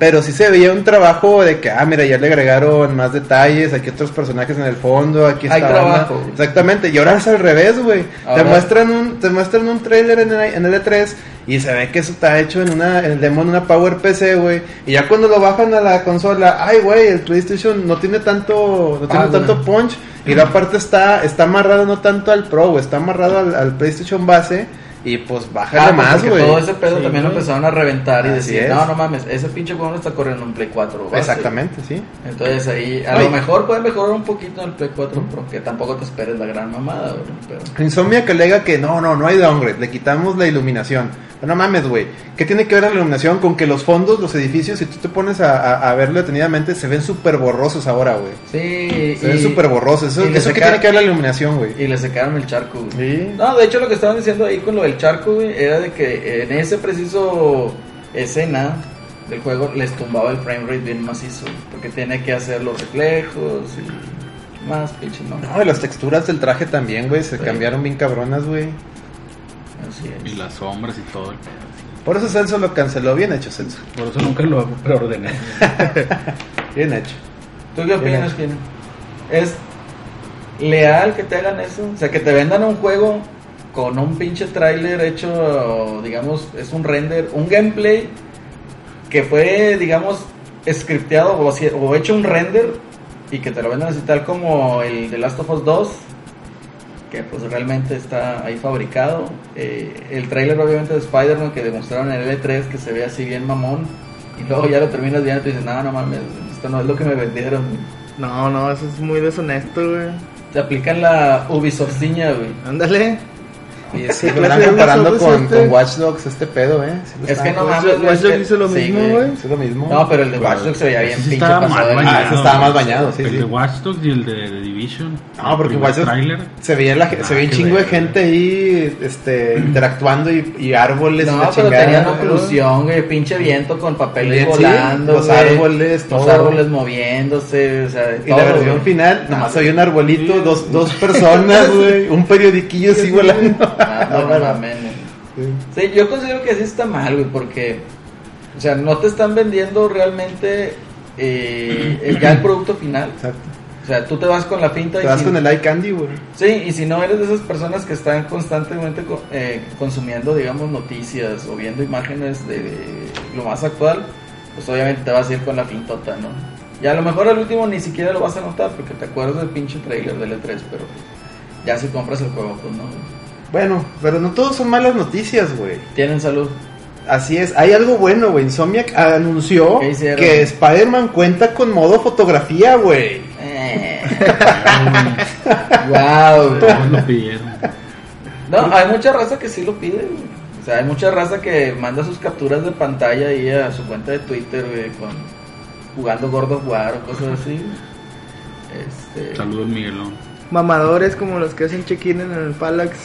S3: pero sí se veía un trabajo de que, ah, mira, ya le agregaron más detalles, aquí otros personajes en el fondo, aquí
S1: Hay
S3: está... banda.
S1: trabajo, güey.
S3: Exactamente, y ahora es al revés, güey. Te
S1: Ahora-
S3: muestran un, te muestran un trailer en el, en el E3 y se ve que eso está hecho en una, en el demo en una Power PC, güey. Y ya cuando lo bajan a la consola, ay, güey, el PlayStation no tiene tanto, no tiene
S1: Ah,
S3: tanto
S1: güey.
S3: punch. Y la parte está, está amarrado no tanto al Pro, güey, está amarrado al, al PlayStation base. Y pues bájale
S1: Ah, pues,
S3: más,
S1: porque
S3: güey.
S1: Todo ese pedo
S3: Sí,
S1: también lo
S3: güey.
S1: empezaron a reventar y
S3: Así
S1: decir,
S3: es.
S1: no, no mames, ese pinche juego no está corriendo en Play 4. base".
S3: Exactamente, sí.
S1: Entonces ahí, a
S3: Ay.
S1: lo mejor puede mejorar un poquito en el Play 4 Pro, que tampoco te esperes la gran mamada, güey. Pero...
S3: Insomnia que alega que no, no, no hay downgrade, le quitamos la iluminación. No mames, güey. ¿Qué tiene que ver la iluminación con que los fondos, los edificios, si tú te pones a, a- a verlo detenidamente, se ven súper borrosos ahora, güey?
S1: Sí,
S3: Se ven súper borrosos. ¿Eso,
S1: y le
S3: eso qué
S1: saca-
S3: tiene que ver la iluminación, güey?
S1: Y le secaron el charco, güey.
S3: Sí.
S1: No, de hecho lo que estaban diciendo ahí con lo del charco, güey, era de que en ese preciso escena del juego les tumbaba el frame rate bien macizo, güey, porque tiene que hacer los reflejos y más pinche no.
S3: No, y las texturas del traje también, güey, se
S1: Sí.
S3: cambiaron bien cabronas, güey.
S1: Así
S2: Y
S1: es.
S2: las sombras y todo.
S3: Por eso Celso lo canceló. Bien hecho, Celso.
S2: Por eso nunca lo preordené.
S3: Bien hecho.
S1: ¿Tú qué opinas, Kino? ¿Es leal que te hagan eso? O sea, que te vendan un juego con un pinche tráiler hecho, digamos, es un render, un gameplay que fue, digamos, scripteado o, haci- o hecho un render y que te lo vendan así tal como el de Last of Us 2, que pues realmente está ahí fabricado. Eh, el tráiler obviamente de Spider-Man que demostraron en el E3 que se ve así bien mamón y luego ya lo terminas viendo y te dices, no, no mames, esto no es lo que me vendieron.
S4: No, no, eso es muy deshonesto, güey.
S1: Te aplican la Ubisoftiña, güey.
S4: Ándale.
S1: Y sí,
S3: Sí, lo están
S4: clase de
S3: comparando
S4: unos
S3: con,
S4: ojos,
S3: con
S4: este.
S3: Watch Dogs, este pedo, ¿eh? Sí lo
S1: Es
S3: están-
S1: que no
S4: Watch
S1: mames.
S4: Dogs
S1: es que-
S4: hizo lo mismo, güey.
S3: Es lo mismo.
S1: No, pero el de Watch Dogs se veía bien
S2: Ese
S1: pinche
S2: estaba
S1: pasado.
S2: mal
S1: de
S2: bañado.
S3: Ah, ese estaba más bañado, sí,
S2: el
S3: sí.
S2: de Watch Dogs y el de, The Division.
S3: No, porque
S2: El
S3: Watch Dogs-
S2: trailer.
S3: Se veía, la, ge-
S2: Ah,
S3: se veía un
S2: qué
S3: chingo de
S2: verga.
S3: gente ahí este, interactuando y, y árboles. y
S1: No,
S3: la
S1: pero
S3: chingada,
S1: tenían
S3: ¿no?
S1: oclusión, güey, pinche viento con papeles
S3: Bien, sí,
S1: volando,
S3: los
S1: güey,
S3: árboles,
S1: los
S3: todo.
S1: árboles moviéndose, o sea,
S3: Y la versión final, nomás había un arbolito,
S1: Sí.
S3: dos, dos personas, güey, un periodiquillo así volando.
S1: Ah, No, no,
S3: No,
S1: mames, güey. Sí, yo considero que así está mal, güey, porque, o sea, no te están vendiendo realmente eh, el- ya el producto final.
S3: Exacto.
S1: O sea, tú te vas con la pinta
S3: Te
S1: y
S3: vas
S1: si-
S3: con el eye candy, güey.
S1: Sí, y si no eres de esas personas que están constantemente co- eh, consumiendo, digamos, noticias o viendo imágenes de lo más actual, pues obviamente te vas a ir con la fintota, ¿no? Y a lo mejor al último ni siquiera lo vas a notar porque te acuerdas del pinche trailer del E3, pero ya si compras el juego, pues no.
S3: Bueno, pero no todos son malas noticias, güey.
S1: Tienen salud.
S3: Así es, hay algo bueno, güey. Insomniac anunció
S1: ¿Qué hicieron?
S3: que Spider-Man cuenta con modo fotografía, güey.
S1: Eh. wow, güey.
S2: Todos lo pidieron.
S1: No, hay mucha raza que sí lo pide, güey. O sea, hay mucha raza que manda sus capturas de pantalla ahí a su cuenta de Twitter, güey, con, jugando Gordo War o cosas así. Este.
S2: Saludos, Miguelón.
S4: mamadores como los que hacen check-in en el Palax.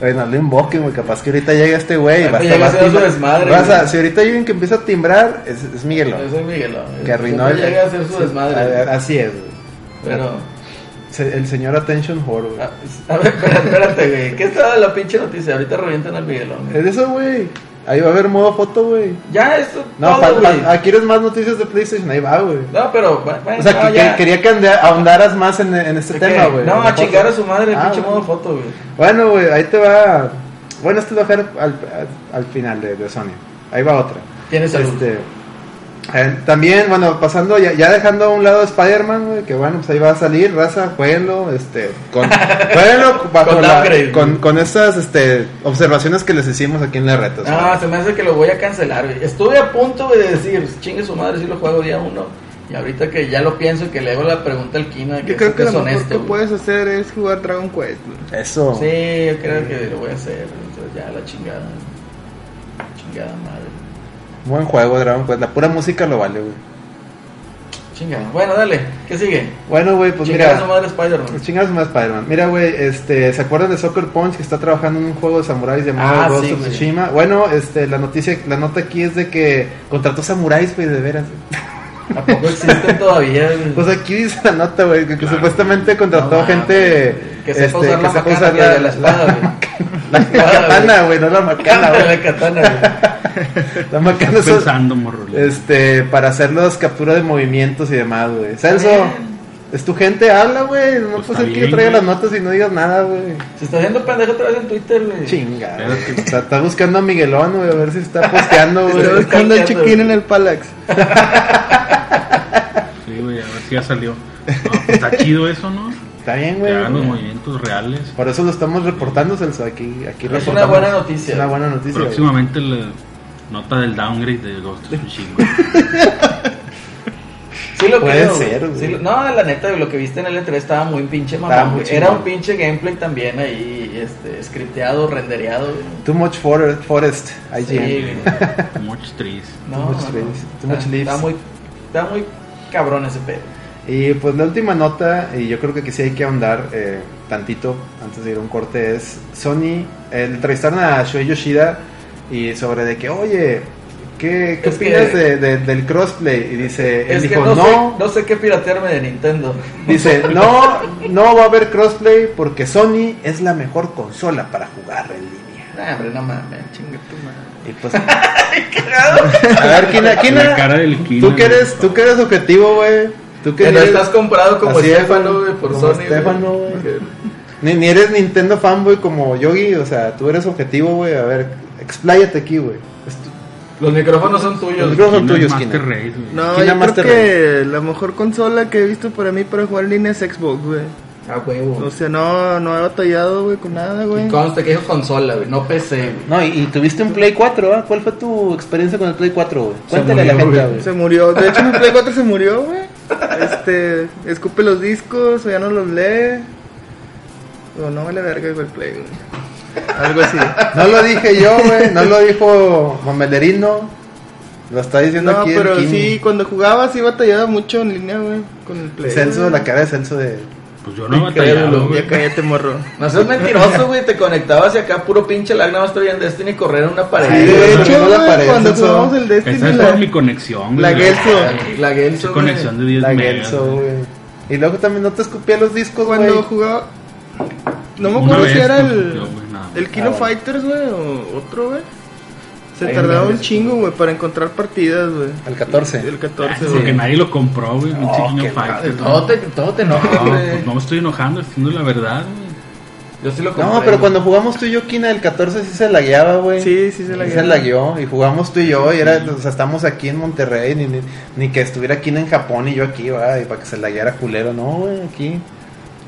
S3: Güey, no lo invoquen, güey. Capaz que ahorita llega este güey. y va a
S1: Llega
S3: estar
S1: haciendo su
S3: timbra-
S1: desmadre,
S3: Raza,
S1: güey.
S3: si ahorita hay alguien que empieza a timbrar, es, es
S1: Yo
S3: Miguelón.
S1: soy Miguelón.
S3: Que arruinó el-
S1: Siempre llega a hacer su
S3: sí,
S1: desmadre.
S3: a- a- Así es, güey.
S1: Pero, ah,
S3: Se- el señor Attention Whore, güey.
S1: a, a ver, espérate, espérate, güey. ¿Qué estaba la pinche noticia? Ahorita revientan al Miguelón. güey.
S3: Es eso, güey. Ahí va a haber modo foto, güey.
S1: Ya, esto.
S3: No,
S1: todo,
S3: pa- pa-
S1: güey.
S3: aquí eres más noticias de PlayStation. Ahí va, güey.
S1: No, pero. bu- Bueno,
S3: O sea,
S1: no,
S3: que- que-
S1: Ah, ya.
S3: quería que ande- ahondaras más en, en este
S1: ¿De
S3: tema,
S1: qué?
S3: güey.
S1: No,
S3: de la
S1: a
S3: foto.
S1: chingar a su madre, el
S3: Ah,
S1: pinche
S3: bueno.
S1: modo foto, güey.
S3: Bueno, güey, ahí te va. Bueno, este lo voy a dejar al, al final de, de Sony. Ahí va otra.
S1: Tienes salud.
S3: Este, eh, también, bueno, pasando, ya, ya dejando a un lado Spider-Man, güey, que bueno, pues ahí va a salir, raza, jueguenlo, este, con, jueguenlo bajo
S1: Con
S3: la-
S1: upgrade.
S3: con, con estas, este, observaciones que les hicimos aquí en la reta. o sea.
S1: Ah, se me hace que lo voy a cancelar, güey. Estuve a punto güey, de decir, chingue su madre si lo juego día uno. Y ahorita que ya lo pienso, que le hago la pregunta al Kino de que
S4: Yo creo
S1: es
S4: que lo mejor que
S1: deshonesto. güey.
S4: puedes hacer es jugar Dragon Quest. güey.
S3: Eso.
S1: Sí, yo creo que lo voy a hacer. güey. Entonces ya la chingada. Chingada madre.
S3: Buen juego, Dragon Quest. La pura música lo vale, güey.
S1: Chingada. Bueno, dale. ¿Qué sigue?
S3: Bueno, güey, pues
S1: chingada
S3: mira.
S1: su madre Spider-Man.
S3: Chingas más Spider-Man. Mira, güey, este, ¿se acuerdan de Soccer Punch que está trabajando en un juego de samuráis llamado
S1: Ah,
S3: Ghost
S1: sí,
S3: of
S1: güey.
S3: Tsushima? Bueno, este, la noticia, la nota aquí es de que contrató samuráis, güey, de veras.
S1: ¿A poco existen todavía? güey?
S3: Pues aquí dice la nota, güey, que, que supuestamente contrató
S1: No mames,
S3: gente
S1: que sepa
S3: este,
S1: usar la
S3: que sepa
S1: macana
S3: usar
S1: que
S3: la,
S1: de la espada, güey.
S3: la- la katana, güey, no la macana,
S1: Cántale
S3: güey.
S1: la katana, güey.
S3: La macana
S2: Estás
S3: es
S2: pensando, morro.
S3: este, para hacer las capturas de movimientos y demás, güey. Celso,
S1: Bien.
S3: es tu gente, habla, güey. No
S2: Pues
S3: puedes
S2: está
S3: ser que yo
S2: bien,
S3: traiga las
S2: güey.
S3: notas y no digas nada, güey.
S1: Se está haciendo pendejo otra vez en Twitter, güey.
S3: Chinga, güey.
S2: Espérate.
S3: Está, está buscando a Miguelón, güey, a ver si está posteando, güey.
S4: Estoy buscando
S1: cambiando,
S4: el check-in en
S1: güey.
S4: el Palax.
S2: Sí, güey, a ver si ya salió. No, pues está chido eso, ¿no?
S3: Está bien,
S2: Que
S3: güey.
S2: hagan los movimientos reales.
S3: Por eso lo estamos reportando, Celso. Aquí, aquí
S1: Es
S3: reportamos.
S1: una buena noticia.
S3: Es una buena noticia. güey.
S2: Próximamente la nota del downgrade de Ghost of Tsushima.
S1: Sí lo
S3: Puede
S1: creo,
S3: ser,
S1: güey. Sí
S3: güey.
S1: lo- no, la neta, lo que viste en el E3 estaba muy pinche
S3: Estaba
S1: mamón,
S3: muy
S1: güey. Era
S3: chingón.
S1: un pinche gameplay también ahí, este, scripteado, rendereado, güey.
S3: Too much forest, forest IGN.
S1: Sí, güey.
S2: Much trees.
S1: No,
S3: Too much
S1: no, no.
S3: leaves. Too
S1: Está-
S3: much leaves.
S1: Está muy, está muy cabrón ese pedo.
S3: Y pues la última nota, y yo creo que aquí sí hay que ahondar eh, tantito antes de ir a un corte, es Sony, eh, le entrevistaron a Shuei Yoshida y sobre de que, oye, ¿qué, qué
S1: Es
S3: opinas
S1: que-
S3: de, de- del crossplay? Y dice, él
S1: es
S3: dijo,
S1: que no,
S3: no,
S1: Sé, no sé qué piratearme de Nintendo.
S3: dice, no, no va a haber crossplay porque Sony es la mejor consola para jugar en línea.
S1: Nah, hombre, no mames, chinga.
S4: Chinga tu madre.
S3: Y pues... a ver, Kina, Kina,
S2: La cara del Kina,
S3: tú que eres,
S2: güey.
S3: tú que eres objetivo, güey. Tú que
S1: Que no
S3: eres-
S1: estás comprado como
S3: Así es,
S1: Estefano, güey, por
S3: como
S1: Sony. güey.
S3: Estefano, güey.
S1: Porque-
S3: Ni, ni eres Nintendo fanboy como Yogi, o sea, tú eres objetivo, güey. A ver, expláyate aquí, güey. Es tu-
S1: Los micrófonos son tuyos.
S3: Los micrófonos son
S2: Kina
S3: tuyos,
S2: Master
S3: Kina.
S2: Race, güey.
S4: No,
S3: ¿Quién
S4: yo
S3: la
S4: creo
S3: Master
S4: que la mejor consola que he visto para mí para jugar en línea es Xbox, güey.
S1: A huevo.
S4: O sea, no, no he batallado, güey, con nada, güey.
S1: Y consta que dijo consola, güey, no PC, güey.
S3: No, y, y tuviste un Play 4, ¿ah? ¿Cuál fue tu experiencia con el Play 4, güey? Cuéntale a la
S1: murió,
S3: gente, güey.
S4: Se murió. De hecho, mi Play 4 se murió, güey. Este, escupe los discos, o ya no los lee. O no vale verga güey, el Play, güey. Algo así.
S3: No lo dije yo, güey. No lo dijo Mamelerino. Lo está diciendo
S4: No,
S3: aquí el
S4: pero
S3: Kini.
S4: sí, cuando jugaba sí batallaba mucho en línea, güey, con el Play.
S3: Celso, la cara de Celso de...
S2: Pues yo no he
S1: Incrédulo,
S2: batallado,
S4: Ya
S2: güey.
S4: cállate, morro.
S1: No seas mentiroso, güey. Te conectabas y acá puro pinche lag, nada más te veían Destiny correr en una pared.
S3: Sí,
S1: güey.
S3: güey.
S4: de
S3: no
S4: hecho,
S3: la
S4: güey,
S3: pared,
S4: cuando
S3: Celso.
S4: jugamos el
S2: Esa
S4: Destiny,
S2: es
S4: la,
S2: por mi conexión,
S4: la
S2: güey.
S4: Gelso.
S1: La Gelso, güey.
S2: Conexión de 10
S3: La
S2: megas.
S3: Gelso, güey. Y luego también no te escupía los discos, güey.
S4: Cuando jugaba... No me
S2: Una
S4: acuerdo
S2: vez
S4: si era
S2: no
S4: el,
S2: cumplió, güey, nada.
S4: el Kino
S3: Ah, bueno.
S4: Fighters, güey, o otro, güey. Se
S3: Ahí
S4: tardaba
S3: no,
S4: un chingo, güey, para encontrar partidas, güey.
S3: El 14.
S4: El
S2: Ah,
S4: 14,
S2: Porque
S4: güey.
S2: nadie lo compró, güey. pinche
S3: Oh,
S2: Kino
S3: qué
S2: Fighter,
S1: De
S2: ¿no?
S1: Todo te, todo te enoja,
S2: No,
S1: güey.
S2: pues no me estoy enojando, estoy diciendo la verdad, güey.
S1: Yo sí lo compré.
S3: No, pero
S1: güey.
S3: cuando jugamos tú y yo, Kina, el 14 sí se lagueaba, güey.
S4: Sí, sí se la
S3: Se
S4: ganó.
S3: lagueó y jugamos tú y yo, y era, o sea, estamos aquí en Monterrey, ni, ni, ni que estuviera aquí en Japón y yo aquí, va, y para que se lagueara culero, no, güey, aquí,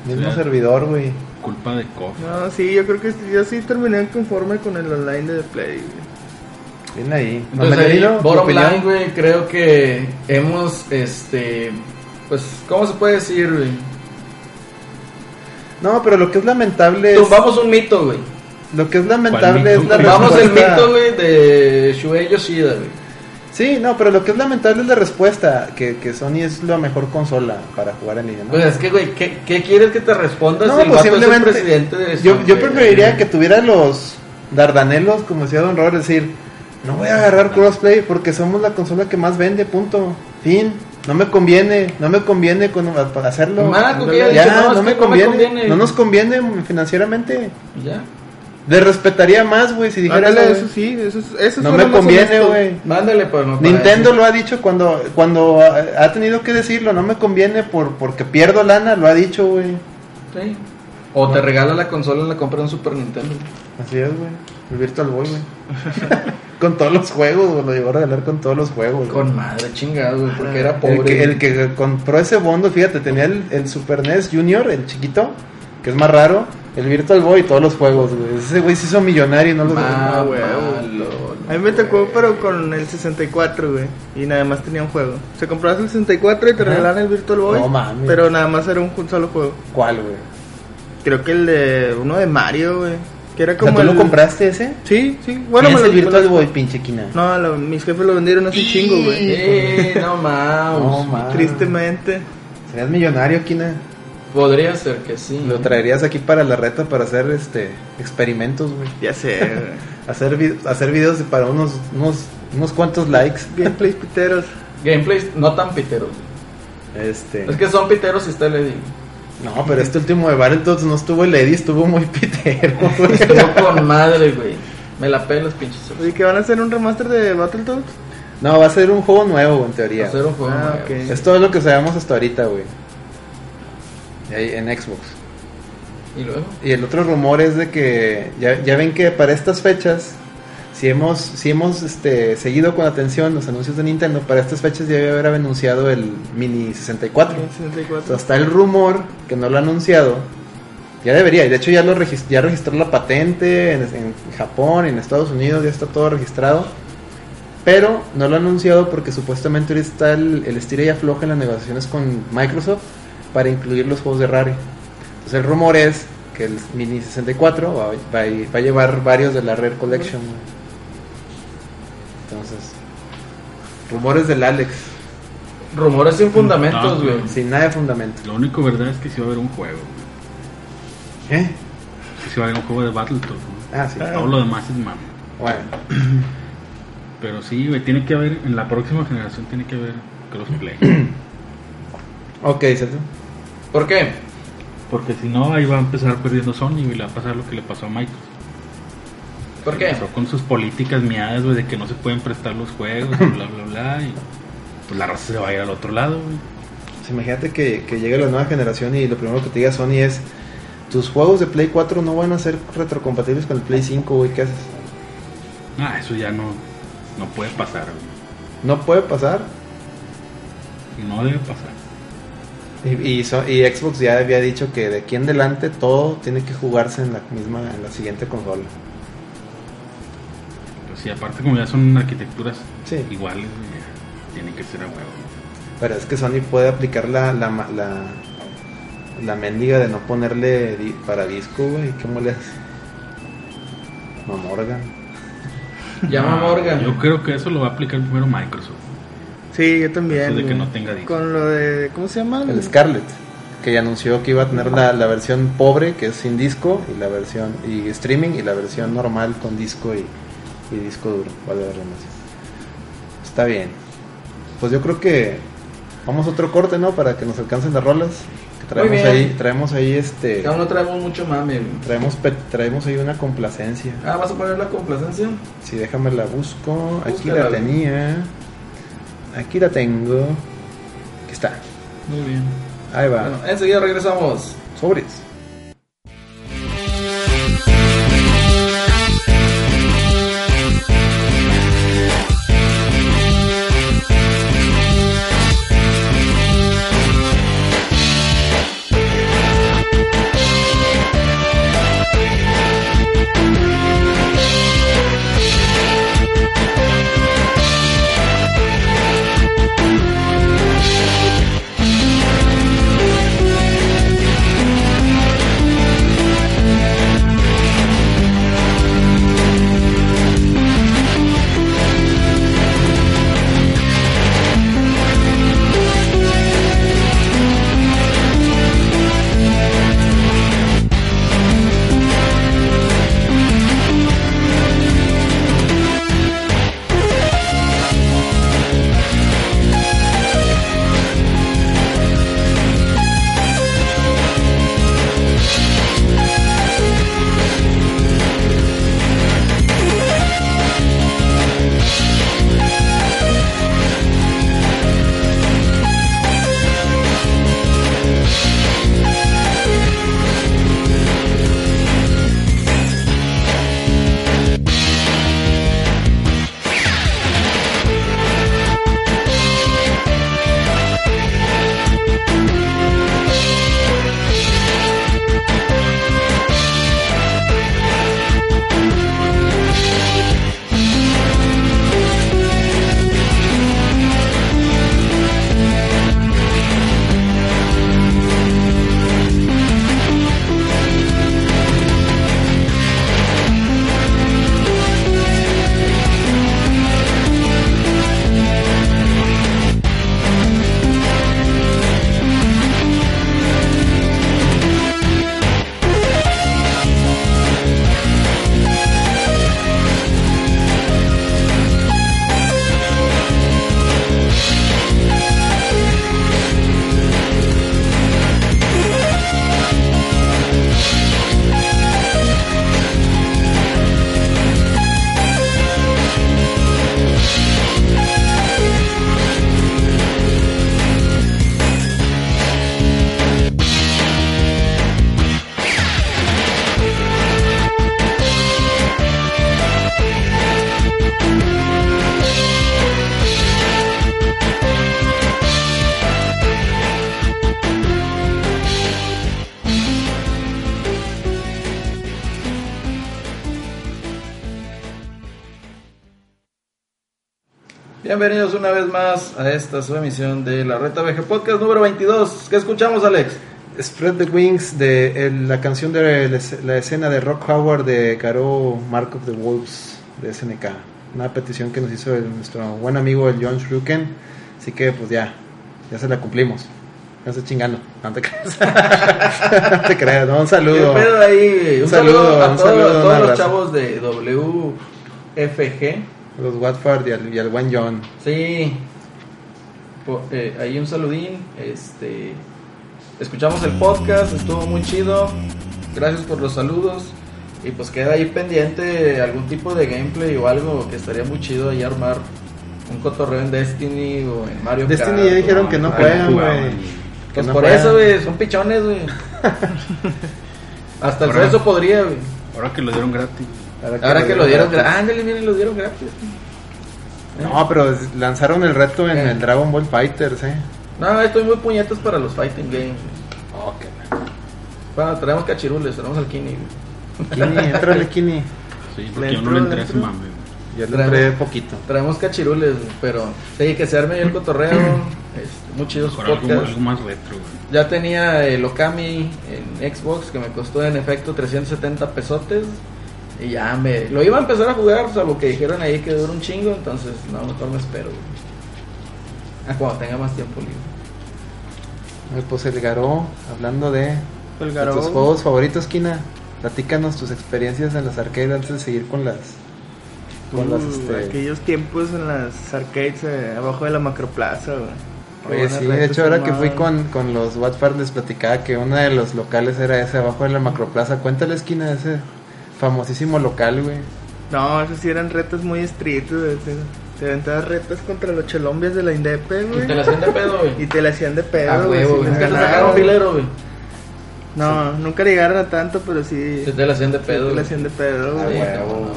S3: mismo
S2: Sí.
S3: servidor, güey.
S2: Culpa de Kof.
S4: No, sí, yo creo que sí- yo sí terminé conforme con el online de Play, güey.
S3: Viene ahí.
S1: Entonces, ahí,
S3: Mamelino, tu
S1: bottom
S3: opinión.
S1: line, güey, creo que hemos, este... Pues, ¿cómo se puede decir, güey?
S3: No, pero lo que es lamentable es,
S1: Tumbamos un mito, güey.
S3: lo que es lamentable
S2: ¿Cuál
S3: es
S2: mito?
S3: la
S2: Tumbamos
S1: Tumbamos el
S3: respuesta-
S1: mito, güey, de Shuei Yoshida, güey.
S3: Sí, no, pero lo que es lamentable es la respuesta, que, que Sony es la mejor consola para jugar en línea. ¿no?
S1: Pues es que, güey, ¿qué, qué quieres que te respondas
S3: No,
S1: si el
S3: pues
S1: vato es el
S3: simplemente-
S1: presidente de
S3: yo, yo
S1: Sony,
S3: preferiría
S1: güey?
S3: que tuviera los dardanelos, como decía Don Robert, decir, no voy a agarrar crossplay porque somos la consola que más vende, punto, fin. No me conviene, no me conviene con, a- para hacerlo.
S1: Más, porque ya
S3: Ya,
S1: dice, no,
S3: no,
S1: es que no
S3: me
S1: me
S3: conviene,
S1: conviene.
S3: no nos conviene financieramente.
S1: Ya.
S3: Le respetaría más, güey, si dijera
S4: Ándale,
S3: eso,
S4: eso
S3: güey.
S4: sí, eso, es- eso
S3: No
S4: suena
S3: me
S4: más
S3: conviene,
S4: honesto.
S3: güey.
S1: Mándale, pues. no, para
S3: Nintendo
S1: eso.
S3: lo ha dicho cuando cuando ha ha tenido que decirlo, no me conviene por porque pierdo lana, lo ha dicho, güey.
S1: Sí. O te regala la consola y la compra de un Super Nintendo.
S3: Así es, güey. El Virtual Boy, güey. con todos los juegos, güey. Lo llegó a regalar con todos los juegos. güey.
S1: Con madre, chingado, güey, porque era
S3: el
S1: pobre.
S3: que, el que compró ese bondo, fíjate, tenía el, el Super NES Junior, el chiquito, que es más raro, el Virtual Boy y todos los juegos, güey. Ese güey se hizo millonario y no lo
S1: Ma-
S4: Ah, güey.
S1: malo,
S4: A mí me tocó, pero con el 64, güey. Y nada más tenía un juego. Se comprabas el 64 y te
S3: Ajá.
S4: regalaban el Virtual Boy.
S3: No mames.
S4: Pero nada más era un ju- solo juego.
S3: ¿Cuál, güey?
S4: Creo que el de uno de Mario, güey. Que era
S3: O sea,
S4: como
S3: ¿tú lo
S4: el-
S3: compraste ese?
S4: Sí, sí.
S3: Bueno,
S4: Bueno,
S3: es
S4: me lo
S3: el Virtual Boy, pinche quina.
S4: No, lo- mis jefes lo vendieron hace un chingo, güey.
S1: Eh, no mames.
S3: mames.
S4: Tristemente.
S3: Serías millonario, quina.
S1: Podría ser que sí.
S3: Lo traerías aquí para la reta para hacer este experimentos, güey.
S4: Ya sé, güey.
S3: Hacer, vi- hacer videos para unos, unos, unos cuantos likes.
S4: Gameplays piteros.
S1: Gameplays no tan piteros.
S3: Este.
S1: Es que son piteros si está Lady.
S3: No, pero este último de Battletoads no estuvo el Eddie, estuvo muy pitero. güey.
S1: Yo con madre, güey. Me la pelas, pinches.
S4: Oye, que van a hacer un remaster de Battletoads.
S3: No, va a ser un juego nuevo, en teoría.
S1: Hacer un juego
S4: Ah,
S1: nuevo.
S4: ok.
S3: Es todo lo que sabemos hasta ahorita, güey. Y ahí En Xbox.
S1: Y luego.
S3: Y el otro rumor es de que ya, ya ven que para estas fechas, si hemos, si hemos este, seguido con atención los anuncios de Nintendo, para estas fechas ya debe haber anunciado el Mini 64.
S4: El 64.
S3: Entonces, está el rumor que no lo ha anunciado. Ya debería, y de hecho ya lo regis- ya registró la patente en, en Japón, en Estados Unidos, ya está todo registrado. Pero no lo ha anunciado porque supuestamente ahorita está el, el estira y afloja en las negociaciones con Microsoft para incluir los juegos de Rare. Entonces el rumor es que el Mini 64 va, va- va a llevar varios de la Rare Collection. güey. Entonces, rumores del Alex,
S1: Rumores sin fundamentos,
S2: No,
S1: güey.
S2: güey.
S3: sin nada de fundamento.
S2: Lo único verdad es que sí va a haber un juego. güey.
S3: ¿Eh?
S2: Que sí va a haber un juego de Battletoads. güey.
S3: Ah, sí.
S2: Todo lo demás es mami.
S3: Bueno.
S2: Pero sí, güey, tiene que haber, en la próxima generación tiene que haber crossplay.
S3: Ok, Celso.
S1: ¿Por qué?
S2: Porque si no, ahí va a empezar perdiendo Sony y le va a pasar lo que le pasó a Microsoft.
S1: ¿Por qué?
S2: Empezó con sus políticas miadas, güey, de que no se pueden prestar los juegos, y bla, bla, bla. Y pues la raza se va a ir al otro lado, güey.
S3: Pues imagínate que, que llegue la nueva generación y lo primero que te diga Sony es: Tus juegos de Play 4 no van a ser retrocompatibles con el Play 5, güey. ¿Qué haces?
S2: Ah, eso ya no, no puede pasar, güey.
S3: No puede pasar.
S2: No debe pasar.
S3: Y, y, so- y Xbox ya había dicho que de aquí en adelante todo tiene que jugarse en la misma, en la siguiente consola.
S2: Pero sí, aparte como ya son arquitecturas
S3: Sí.
S2: iguales, güey, ya tiene que ser a huevo. güey.
S3: Pero es que Sony puede aplicar la, la, ma- la, la mendiga de no ponerle di- para disco, güey. ¿Qué molestas? No, Morgan.
S1: Llama a
S2: Ah,
S1: Morgan.
S2: Yo creo que eso lo va a aplicar primero Microsoft.
S4: Sí, yo también.
S2: Eso de que
S4: güey.
S2: no tenga disco.
S4: Con lo de. ¿Cómo se llama?
S3: El Scarlet, que ya anunció que iba a tener la, la versión pobre, que es sin disco, y la versión y streaming, y la versión normal con disco y, y disco duro. Vale la redundancia. Está bien. Pues yo creo que vamos a otro corte, ¿no? Para que nos alcancen las rolas. Que
S1: Muy
S3: traemos
S1: bien.
S3: ahí, traemos ahí este,
S1: Aún no traemos mucho mame, güey.
S3: traemos pe- traemos ahí una complacencia.
S1: Ah, ¿vas a poner la complacencia?
S3: Si déjame la busco, aquí
S1: Búscala,
S3: la
S1: güey.
S3: tenía. Aquí la tengo. Aquí está.
S1: Muy bien.
S3: Ahí va.
S1: Bueno, enseguida regresamos.
S3: Sobres.
S5: Thank
S1: Bienvenidos una vez más a esta su emisión de la Reta VG Podcast número 22. ¿Qué escuchamos, Alex?
S3: Spread the Wings de el- la canción de la, es- la escena de Rock Howard de Caro Mark of the Wolves de SNK. Una petición que nos hizo el- nuestro buen amigo el John Shruken. Así que pues ya, ya se la cumplimos. No estoy chingando, no te creas. no te creas, no, un saludo.
S1: ¿Qué pedo ahí? Un
S3: Un
S1: saludo,
S3: saludo,
S1: a
S3: un
S1: todos,
S3: saludo,
S1: a
S3: un
S1: todos los
S3: abrazo.
S1: chavos de WFG.
S3: Los Watford y al, y al buen John.
S1: Sí. Po- eh, ahí un saludín. Este, escuchamos el podcast, estuvo muy chido. Gracias por los saludos. Y pues queda ahí pendiente algún tipo de gameplay o algo que estaría muy chido ahí armar un cotorreo en Destiny o en Mario
S3: Destiny
S1: Kart,
S3: ya dijeron
S1: o-
S3: que no
S1: Ay,
S3: juegan,
S2: jugaban.
S3: güey. que
S1: Pues
S3: no
S1: por
S3: juegan.
S1: eso, güey, son pichones, güey. Hasta el
S2: Ahora-
S1: eso podría, güey.
S2: Ahora que lo dieron gratis.
S1: Ahora que lo dieron
S3: gratis.
S1: gratis. Ándale, miren, lo dieron gratis.
S3: No, pero es- lanzaron el reto en
S1: Eh.
S3: el Dragon Ball Fighters, eh.
S1: No, estoy muy puñetas para los fighting games. güey. Bueno, traemos cachirules, traemos al Kini, güey.
S3: Kini, entrale Kini.
S2: Sí, porque
S1: Le
S2: yo no le
S1: entró,
S2: entré
S1: le
S2: a ese
S1: entró.
S2: mame. güey.
S3: Yo le
S1: Traemos-
S3: entré poquito.
S1: Traemos cachirules, güey, pero sí, que se arme el cotorreo. este, muy chido su
S2: Mejor algo,
S1: podcast.
S2: algo más retro, güey.
S1: Ya tenía el Okami en Xbox que me costó en efecto 370 pesotes. Y ya me. Lo iba a empezar a jugar, salvo que dijeron ahí que dura un chingo. Entonces, no, mejor me espero. güey. A cuando tenga más tiempo libre.
S3: Eh, Pues el Garó, hablando de,
S4: El
S3: de tus
S4: Garou.
S3: juegos favoritos, Kina. Platícanos tus experiencias en las arcades antes de seguir con las. Con las
S4: Uh,
S3: este...
S4: Aquellos tiempos en las arcades eh, abajo de la macroplaza, güey.
S3: Oye,
S4: Buenas
S3: sí, de
S4: retas
S3: hecho, ahora que fui
S4: armadas.
S3: con, con los Watford les platicaba que uno de los locales era ese abajo de la macroplaza. Cuéntale, Kina, ese famosísimo local, güey.
S4: No, esos sí eran retas muy estrictos, güey. Te, te aventabas retas contra los cholombias de la Indepe,
S1: Y
S4: güey.
S1: te la hacían de pedo, güey.
S4: Y te la hacían de pedo,
S1: A
S4: güey,
S1: huevo,
S4: si
S1: güey.
S4: les
S1: Nunca te
S4: ganaban,
S1: sacaron
S4: güey.
S1: filero, güey.
S4: No, nunca llegaron a tanto, pero sí.
S1: Sí, Te la hacían de pedo.
S4: sí te la
S1: güey.
S4: hacían de pedo,
S1: Ah,
S4: güey.
S1: huevo.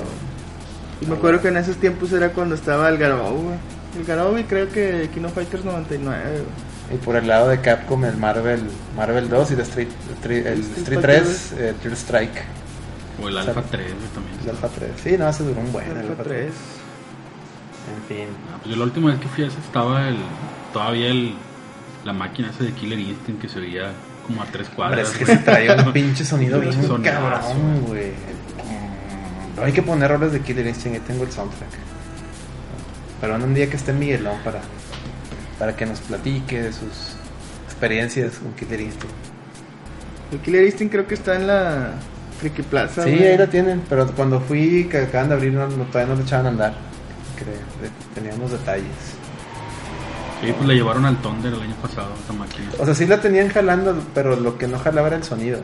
S4: Y me acuerdo que en esos tiempos era cuando estaba el Garou, güey. El Garou, güey, creo que Kino Fighters 99, güey.
S3: Y por el lado de Capcom, el Marvel Marvel 2 y el Street, Street- el
S4: Street
S3: Street
S4: Fighter
S3: 3, eh, Third Strike.
S2: O el
S3: Sal-
S2: Alpha 3, güey, también.
S3: El Alpha 3. Sí, no, se duró un buen. el
S4: Alpha
S3: Alpha
S4: 3.
S3: En fin.
S2: Ah, pues yo la última vez que fui a ese estaba el, todavía el, la máquina esa de Killer Instinct que se veía como a tres
S3: Hombre,
S2: cuadras.
S3: es que
S2: güey.
S3: se traía un pinche sonido
S2: Un pinche
S3: bien
S2: sonazo,
S3: cabrón, güey. No hay que poner roles de Killer Instinct, ahí tengo el soundtrack. Pero en un día que esté Miguelón para, para que nos platique de sus experiencias con Killer Instinct.
S4: El Killer Instinct creo que está en la Friki Plaza,
S3: Sí,
S4: güey.
S3: ahí la tienen, pero cuando fui, que acaban de abrir, no, no- todavía no le echaban a andar. Creo, de- tenía unos detalles.
S2: Sí, pues la llevaron al Thunder el año pasado, esa máquina.
S3: O sea, sí la tenían jalando, pero lo que no jalaba era el sonido.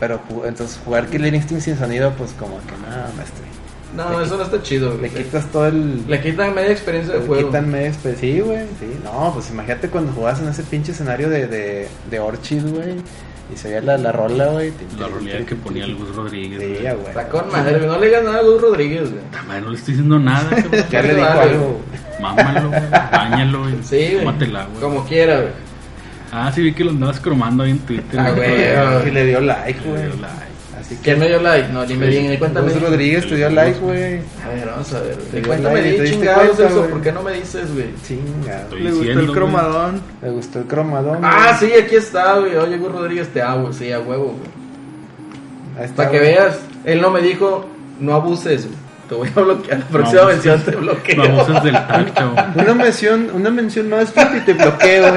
S3: Pero ju- entonces jugar Killer Instinct sin sonido, pues como que nada, maestro.
S1: No, eso no está chido,
S3: Le
S1: güey.
S3: quitas todo el.
S1: Le quitan media experiencia de
S3: le
S1: juego.
S3: quitan medio espe- Pues, Sí, güey. Sí. No, pues imagínate cuando jugabas en ese pinche escenario de, de, de Orchid, güey. Y se veía la, la rola, güey. Tin,
S2: La
S3: tin,
S2: roleada
S3: tin,
S2: que
S3: tin,
S2: ponía
S3: tin.
S2: el Gus Rodríguez.
S3: Sí,
S2: güey.
S3: ya, güey.
S1: Está con madre, güey. No le digas nada a Gus Rodríguez, güey.
S2: Puta madre, no le estoy diciendo nada, cabrón.
S3: Ya le dijo
S1: Vale.
S3: algo.
S2: Mámalo, güey, bañalo, y
S1: Sí, güey.
S2: tómatela, güey.
S1: Como quiera, güey.
S2: Ah, sí vi que lo andabas cromando ahí en Twitter.
S1: Ah, güey.
S3: Y le dio like,
S2: Le
S3: güey.
S2: dio like.
S3: Así que.
S1: ¿Quién me dio like? No, dime bien, eh, cuéntame.
S3: Gus Rodríguez te dio like, güey.
S1: A ver, vamos a ver. güey.
S3: Te dio
S1: Cuéntame,
S3: like y
S1: di
S3: te diste
S1: chingados
S3: cuenta,
S1: eso,
S3: güey.
S1: ¿por qué no me dices, güey?
S3: Chinga.
S2: Estoy
S4: Le gustó
S2: diciendo,
S4: el
S2: güey.
S4: cromadón.
S3: Me gustó el cromadón.
S1: Ah,
S3: güey.
S1: sí, aquí está, güey. Oye, Gus Rodríguez, te amo, sí, a huevo, güey.
S3: Ahí está,
S1: Para que
S3: güey.
S1: veas, él no me dijo, no abuses, güey. Te voy a bloquear. La próxima
S2: abuses.
S1: mención te bloqueo.
S2: No abusas del tag, chavo.
S3: Una mención, una mención no es y te bloqueo,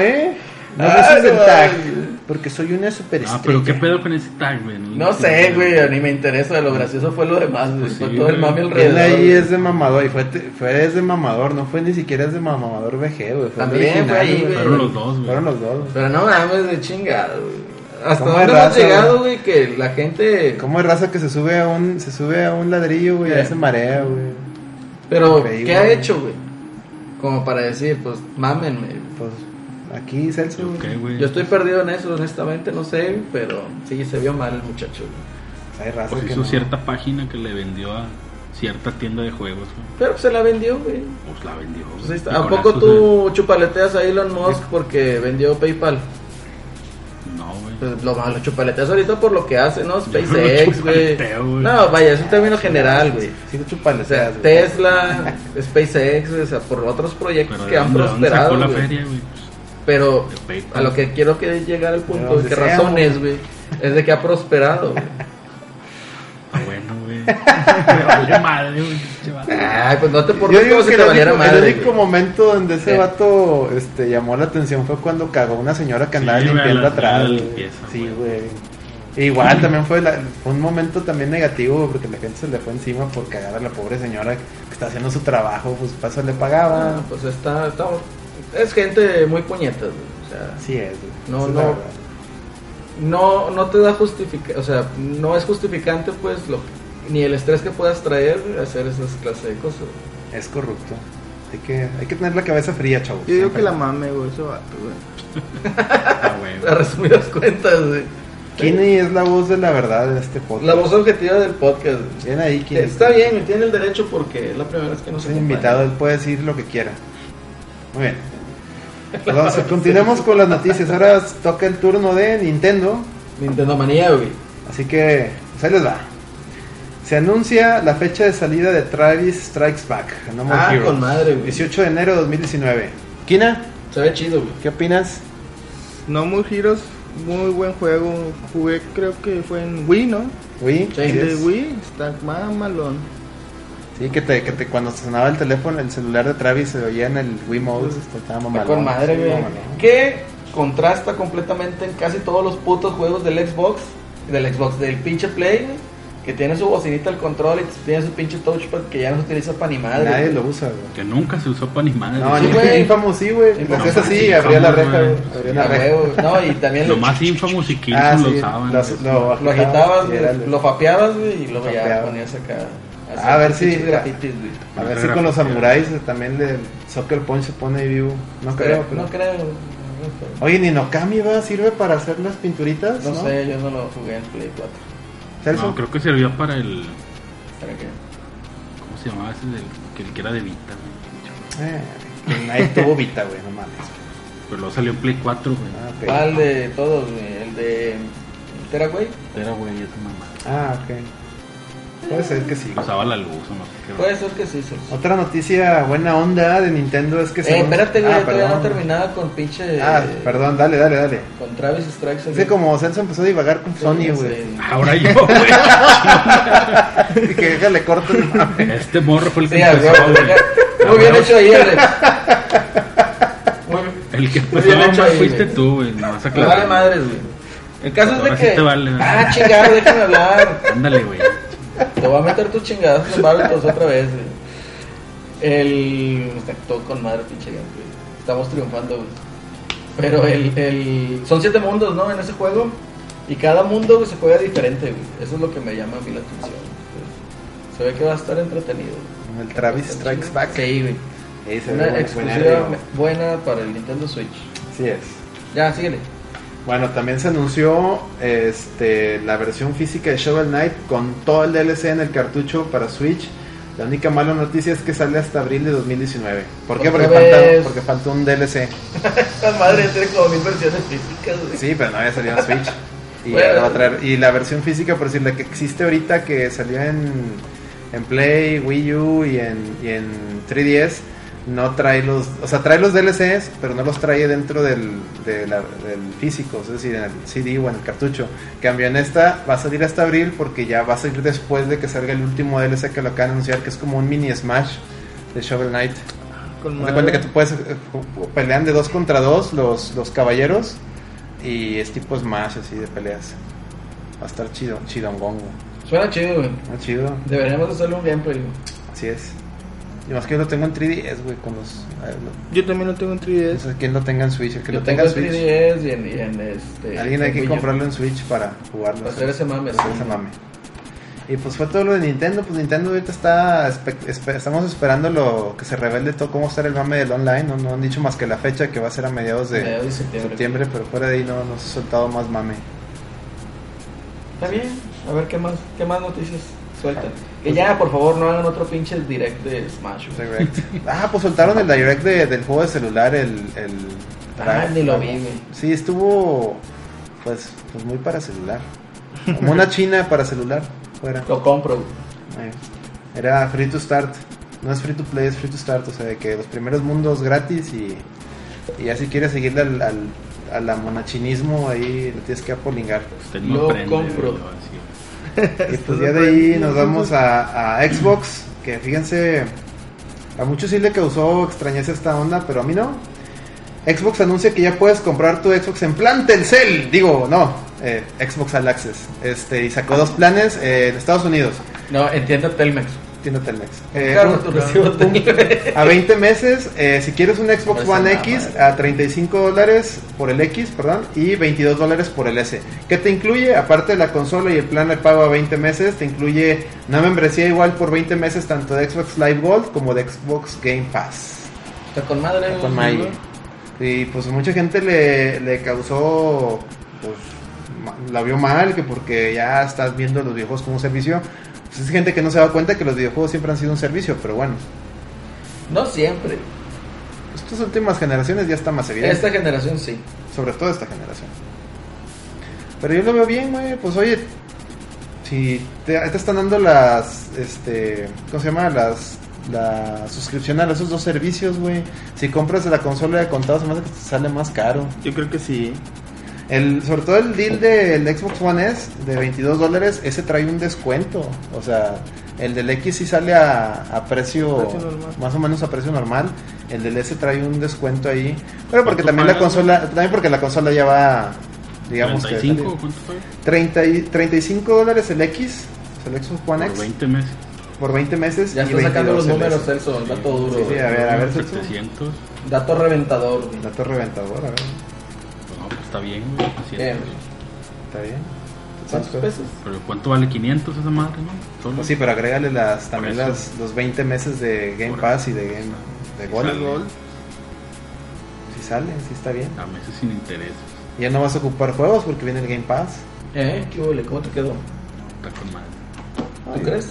S3: ¿eh? No
S1: Ay,
S3: me el
S1: Ah, no
S3: tag.
S1: mames.
S3: Porque soy una superestrella.
S2: Ah, pero qué pedo con ese tag, güey.
S1: No sé, güey, ni me interesa. Lo gracioso fue lo demás, güey.
S2: Pues
S1: fue
S2: sí,
S1: todo el
S2: güey.
S1: mame alrededor.
S3: Él ahí
S1: güey.
S3: es de mamador y fue, fue es de mamador, no fue ni siquiera es de mamador VG, güey. Fue el
S1: También
S3: original,
S1: fue ahí, güey.
S2: Fueron los dos, güey.
S3: Fueron los dos, güey.
S1: Pero no mames, de chingado, güey. ¿Hasta
S3: ¿Cómo
S1: dónde
S3: de
S1: hemos
S3: raza,
S1: llegado, güey? Que la gente.
S3: ¿Cómo es raza que se sube a un, se sube a un ladrillo, güey? Ya se marea, güey.
S1: Pero,
S3: Increíble,
S1: ¿qué ha
S3: güey.
S1: hecho, güey? Como para decir, pues, mámenme. güey.
S3: Pues aquí, Celso.
S2: ¿Yo qué, güey?
S1: Yo estoy perdido en eso, honestamente, no sé, güey, pero sí, se vio mal el muchacho. güey.
S3: Hay raza
S2: Pues
S3: que
S2: hizo
S3: no.
S2: cierta página que le vendió a cierta tienda de juegos, güey.
S1: Pero se la vendió, güey.
S2: Pues la vendió. güey.
S1: Pues ahí está.
S2: Y
S1: ¿A
S2: con
S1: poco
S2: eso
S1: tú chupaleteas a Elon Musk porque vendió PayPal?
S2: No, güey.
S1: Pues lo malo, chupaleteas ahorita por lo que hace, ¿no? SpaceX, güey.
S2: chupaleteo, güey.
S1: No, vaya, es un término general, güey.
S6: Sí, te
S1: O sea,
S6: chupaleteas, güey.
S1: Tesla, SpaceX, güey, o sea, por otros proyectos
S2: Pero
S1: que
S2: ¿de
S1: han
S2: dónde- de dónde sacó
S1: prosperado,
S2: la
S1: güey.
S2: feria, güey? Pues,
S1: Pero
S2: De PayPal.
S1: a lo que quiero que llegar al punto,
S6: donde
S1: de que
S6: sea,
S1: razones, güey, es de que ha prosperado, güey.
S2: Ah, bueno, güey. Me valió madre, güey. pinche vato.
S1: Ay, pues no te
S3: Yo
S1: portes
S3: digo
S1: como si
S3: que
S1: te
S3: el
S1: valiera
S3: único, el
S1: madre,
S3: único
S1: güey.
S3: momento donde ese
S1: Eh.
S3: vato este, llamó la atención fue cuando cagó una señora que andaba
S2: Sí, güey,
S3: limpiando
S2: la-
S3: atrás.
S2: la
S3: güey.
S2: limpieza,
S3: sí, güey. Igual también fue la- fue un momento también negativo güey, porque la gente se le fue encima por cagar a la pobre señora que está haciendo su trabajo, pues paso le pagaba.
S1: Ah, pues está, está... Es gente muy puñetas, güey. O sea,
S3: Así es, güey.
S1: No,
S3: Esa es la
S1: no.
S3: verdad.
S1: no, no te da justifica, o sea, no es justificante, pues, lo ni el estrés que puedas traer güey, a hacer esas clases de cosas. güey.
S3: Es corrupto. Hay que, hay que tener la cabeza fría, chavos.
S4: Yo digo
S3: Siempre.
S4: que la mame, güey, ese vato, güey.
S2: Ah,
S1: A
S2: güey.
S1: resumidas cuentas, güey.
S3: Kini es la voz de la verdad en este podcast.
S1: La voz objetiva del podcast. güey.
S3: Bien ahí, Kini.
S1: Está bien, y tiene el derecho porque es la primera vez que nos
S3: Es
S1: acompaña.
S3: invitado, él puede decir lo que quiera. Muy bien. Entonces, continuemos con las noticias. Ahora toca el turno de Nintendo.
S1: Nintendo Manía, güey.
S3: Así que, pues ahí les va. Se anuncia la fecha de salida de Travis Strikes Back. No More
S1: Ah,
S3: Heroes.
S1: con madre, güey.
S3: 18 de enero de 2019. Kina,
S1: Se ve chido, güey.
S3: ¿qué opinas?
S4: No muy giros, muy buen juego. Jugué, creo que fue en Wii, ¿no?
S3: Wii.
S1: Sí,
S3: así
S4: El de
S3: es.
S4: Wii, está mamalón.
S3: Sí, que, te, que te- cuando sonaba el teléfono, el celular de Travis se oía en el Wii Mode. esto Estaba
S1: Pues, Está
S3: mamalón.
S1: con madre,
S3: Sí,
S1: güey.
S3: mamalón.
S1: Que contrasta completamente en casi todos los putos juegos del Xbox, del Xbox, del pinche Play, güey, que tiene su bocinita al control y tiene su pinche touchpad que ya no se utiliza para ni madre.
S3: Nadie
S1: güey.
S3: lo usa, güey.
S2: Que nunca se usó para ni madre.
S3: No,
S1: Sí,
S3: ni
S1: güey.
S3: Infamous sí, güey. Lo
S1: Infamous,
S3: hacías así,
S2: sí,
S3: abría la
S2: Infamous,
S3: reja,
S2: güey.
S3: güey. Abría la
S1: A
S3: reja.
S1: huevo, No, y también
S2: Lo
S1: lo,
S2: más infamous y Kills
S3: Ah,
S2: lo
S3: sí,
S2: usaban.
S3: lo-
S2: güey.
S3: lo-
S1: lo agitabas,
S3: y era
S1: güey,
S3: el-
S1: lo papeabas, güey, y luego ya
S3: Papeaba.
S1: ponías acá.
S3: A ver si-
S1: pinches grafitis, güey.
S3: A ver si con los samuráis eh, también le- el Soccer Punch se pone vivo. No creo, pero.
S1: No creo. güey.
S3: Oye, Ninokami va, sirve para hacer las pinturitas.
S1: No,
S3: No,
S1: sé, yo no lo jugué en Play 4.
S3: Celso,
S2: No, creo que servía para el.
S1: ¿Para qué?
S2: ¿Cómo se llamaba ese? Del, que, el que era de Vita, güey.
S3: Eh, que nadie tuvo Vita, güey, no mames.
S2: Pero luego salió en Play 4, güey.
S3: Ah, ok.
S1: ¿Cuál de todos, güey? El de Teragüey.
S2: Era, güey, esa mamá.
S3: Ah, ok. Puede ser que sí. güey.
S2: Usaba la luz o no sé qué.
S1: Puede ser que sí, sí.
S3: Otra noticia buena onda de Nintendo es que
S1: Eh, espérate, güey,
S3: Ah,
S1: todavía no
S3: perdón.
S1: terminaba con pinche.
S3: Ah, perdón, dale, dale, dale.
S1: Con Travis Strikes.
S3: Es que como Celso empezó a divagar con Sony, güey.
S1: Sí,
S2: Ahora yo, güey.
S3: Y que déjale corto el mame.
S2: Este morro fue el que
S1: Sí, a
S2: empezó,
S1: huevo,
S2: güey.
S1: güey. Muy bien
S2: Ah,
S1: hecho ahí, Alex. Muy bien.
S2: El que
S1: Muy
S2: empezó
S1: bien hecho
S2: güey,
S1: ahí,
S2: fuiste
S1: güey.
S2: tú, güey. No vas a
S1: Me vale
S2: aclarar.
S1: madres, güey. El caso es
S2: Ahora
S1: de
S2: sí
S1: que.
S2: te vale, güey.
S1: ah, chingado, déjame hablar.
S2: Ándale, güey.
S1: Te voy a meter tus chingadas en Barbatos otra vez, güey. El. Está todo con madre, pinche gato, güey. Estamos triunfando, güey. Pero el, el. Son siete mundos, ¿no? En ese juego. Y cada mundo güey, se juega diferente, güey. Eso es lo que me llama a mí la atención. Entonces, se ve que va a estar entretenido. güey.
S3: El Travis Strikes Back.
S1: Sí, güey.
S3: Ey, se ve
S1: Una
S3: buen-
S1: exclusiva
S3: buenario.
S1: buena para el Nintendo Switch.
S3: Así es.
S1: Ya, síguele.
S3: Bueno, también se anunció este, la versión física de Shovel Knight con todo el DLC en el cartucho para Switch. La única mala noticia es que sale hasta abril de 2019. ¿Por qué?
S1: Otra
S3: Porque, falta,
S1: vez.
S3: porque faltó un DLC.
S1: Esta madre tiene como mil versiones físicas, güey.
S3: Sí, pero no había salido en Switch. Y,
S1: Bueno.
S3: ahora va a traer- y la versión física, por decir, la que existe ahorita, que salió en, en Play, Wii U y en, y en 3DS, no trae los... O sea, trae los DLCs, pero no los trae dentro del, de la- del físico, es decir, en el CD o en el cartucho. Cambio en esta, va a salir hasta abril porque ya va a salir después de que salga el último DLC que lo acaban de anunciar, que es como un mini Smash de Shovel Knight.
S4: Con
S3: Haz de cuenta que
S4: madre.
S3: tú puedes eh, eh, pelean de dos contra dos los, los caballeros y es tipo smash así de peleas. Va a estar chido, chidongón, güey.
S1: Suena chido, güey.
S3: Ah, chido,
S1: Deberíamos hacerle un gameplay, güey.
S3: así es. Y más que yo lo tengo en 3DS, güey, con los eh, lo-
S4: Yo también lo tengo en 3DS.
S3: no sé quien lo tenga en Switch, el que
S1: Yo
S3: lo tenga
S1: tengo
S3: en
S1: el
S3: Switch.
S1: 3DS y en, y en este.
S3: Alguien hay que
S1: en Wii U.
S3: comprarlo en Switch para jugarlo.
S1: Para hacer ese mame,
S3: Para hacer
S1: sí.
S3: ese mame. Y pues fue todo lo de Nintendo, pues Nintendo ahorita está espe- espe- estamos esperando lo que se revele todo cómo será el mame del online, no, no han dicho más que la fecha que va a ser a mediados de,
S1: Mediados de septiembre.
S3: septiembre, pero fuera de ahí no nos ha soltado más mame.
S1: Está bien. A ver qué más, qué más noticias sueltan.
S3: Ah, pues
S1: Que ya, por favor, no hagan otro pinche direct de Smash. güey.
S3: Direct. ah, pues soltaron el direct de- del juego de celular, el... el
S1: Ah, ni lo Ah, vi, güey.
S3: Sí, estuvo... Pues, pues muy para celular. Como una china para celular. Fuera.
S1: Lo compro, güey.
S3: Ahí. Era free to start. No es free to play, es free to start. O sea, de que los primeros mundos gratis y, y ya si quieres seguirle al, al, al amonachinismo ahí lo tienes que apolingar.
S2: Usted
S1: Lo
S2: no aprende.
S1: compro.
S2: güey, así, güey.
S3: Y pues ya de ahí nos vamos a, a Xbox, que fíjense, a muchos sí le causó extrañeza esta onda, pero a mí no. Xbox anuncia que ya puedes comprar tu Xbox en plan Telcel, digo, no, eh, Xbox All Access. Este, y sacó dos planes eh, en Estados Unidos,
S1: No, entiendo Telmex.
S3: tiene Telmex. Eh,
S1: claro,
S3: un-
S1: tu recibo Telmex.
S3: a 20 meses, eh, si quieres un Xbox
S1: No es
S3: One
S1: nada,
S3: X
S1: madre.
S3: a 35 dólares por el X, perdón, y 22 dólares por el S. ¿Qué te incluye? Aparte de la consola y el plan de pago a 20 meses, te incluye una membresía igual por 20 meses tanto de Xbox Live Gold como de Xbox Game Pass.
S1: Está con madre.
S3: Está con
S1: güey.
S3: madre. Y pues mucha gente le, le causó, pues ma- la vio mal, que porque ya estás viendo los videojuegos como un servicio. Pues es gente que no se da cuenta que los videojuegos siempre han sido un servicio, pero bueno,
S1: No siempre.
S3: estas últimas generaciones ya está más evidente.
S1: Esta generación sí.
S3: Sobre todo esta generación. Pero yo lo veo bien, güey. Pues oye, si te, te están dando las. Este, ¿Cómo se llama? Las. La suscripción a esos dos servicios, güey. Si compras la consola de contados, además que te sale más caro.
S4: Yo creo que sí.
S3: El, sobre todo el deal del Xbox One S de 22 dólares, ese trae un descuento. O sea, el del X sí sale a, a precio,
S4: Precio normal.
S3: más o menos a precio normal. El del S trae un descuento ahí. Pero porque también la
S2: pagas,
S3: consola, también porque la consola ya va, digamos que
S2: 35, ¿cuánto fue?
S3: 30 y- 35 dólares el X, o sea, el Xbox One
S2: Por
S3: X
S2: 20 meses.
S3: por 20 meses.
S1: Ya
S3: y
S1: está sacando
S3: 22
S1: los
S3: el
S1: números,
S3: S.
S1: Celso. El dato duro.
S3: Sí, sí, a
S1: güey.
S3: ver, a ver, Celso.
S2: 700.
S1: Dato reventador. güey.
S3: Dato reventador, a ver,
S2: Pues no, pues está bien, güey. 700.
S1: Bien.
S3: está bien.
S1: ¿Cuántos pesos?
S2: Pero ¿cuánto vale 500 esa madre, no? Solo.
S3: Pues sí, pero agrégale las, también
S2: eso.
S3: las, los 20 meses de Game
S2: Por
S3: Pass y de Game de Gold.
S2: sale.
S3: Gold. Si sale, si está bien.
S2: A meses sin interés.
S3: Ya no vas a ocupar juegos porque viene el Game Pass.
S1: ¿Eh? ¿Qué huele? ¿Cómo te quedó?
S2: Está con madre.
S1: ¿Tú
S3: Ay,
S1: crees?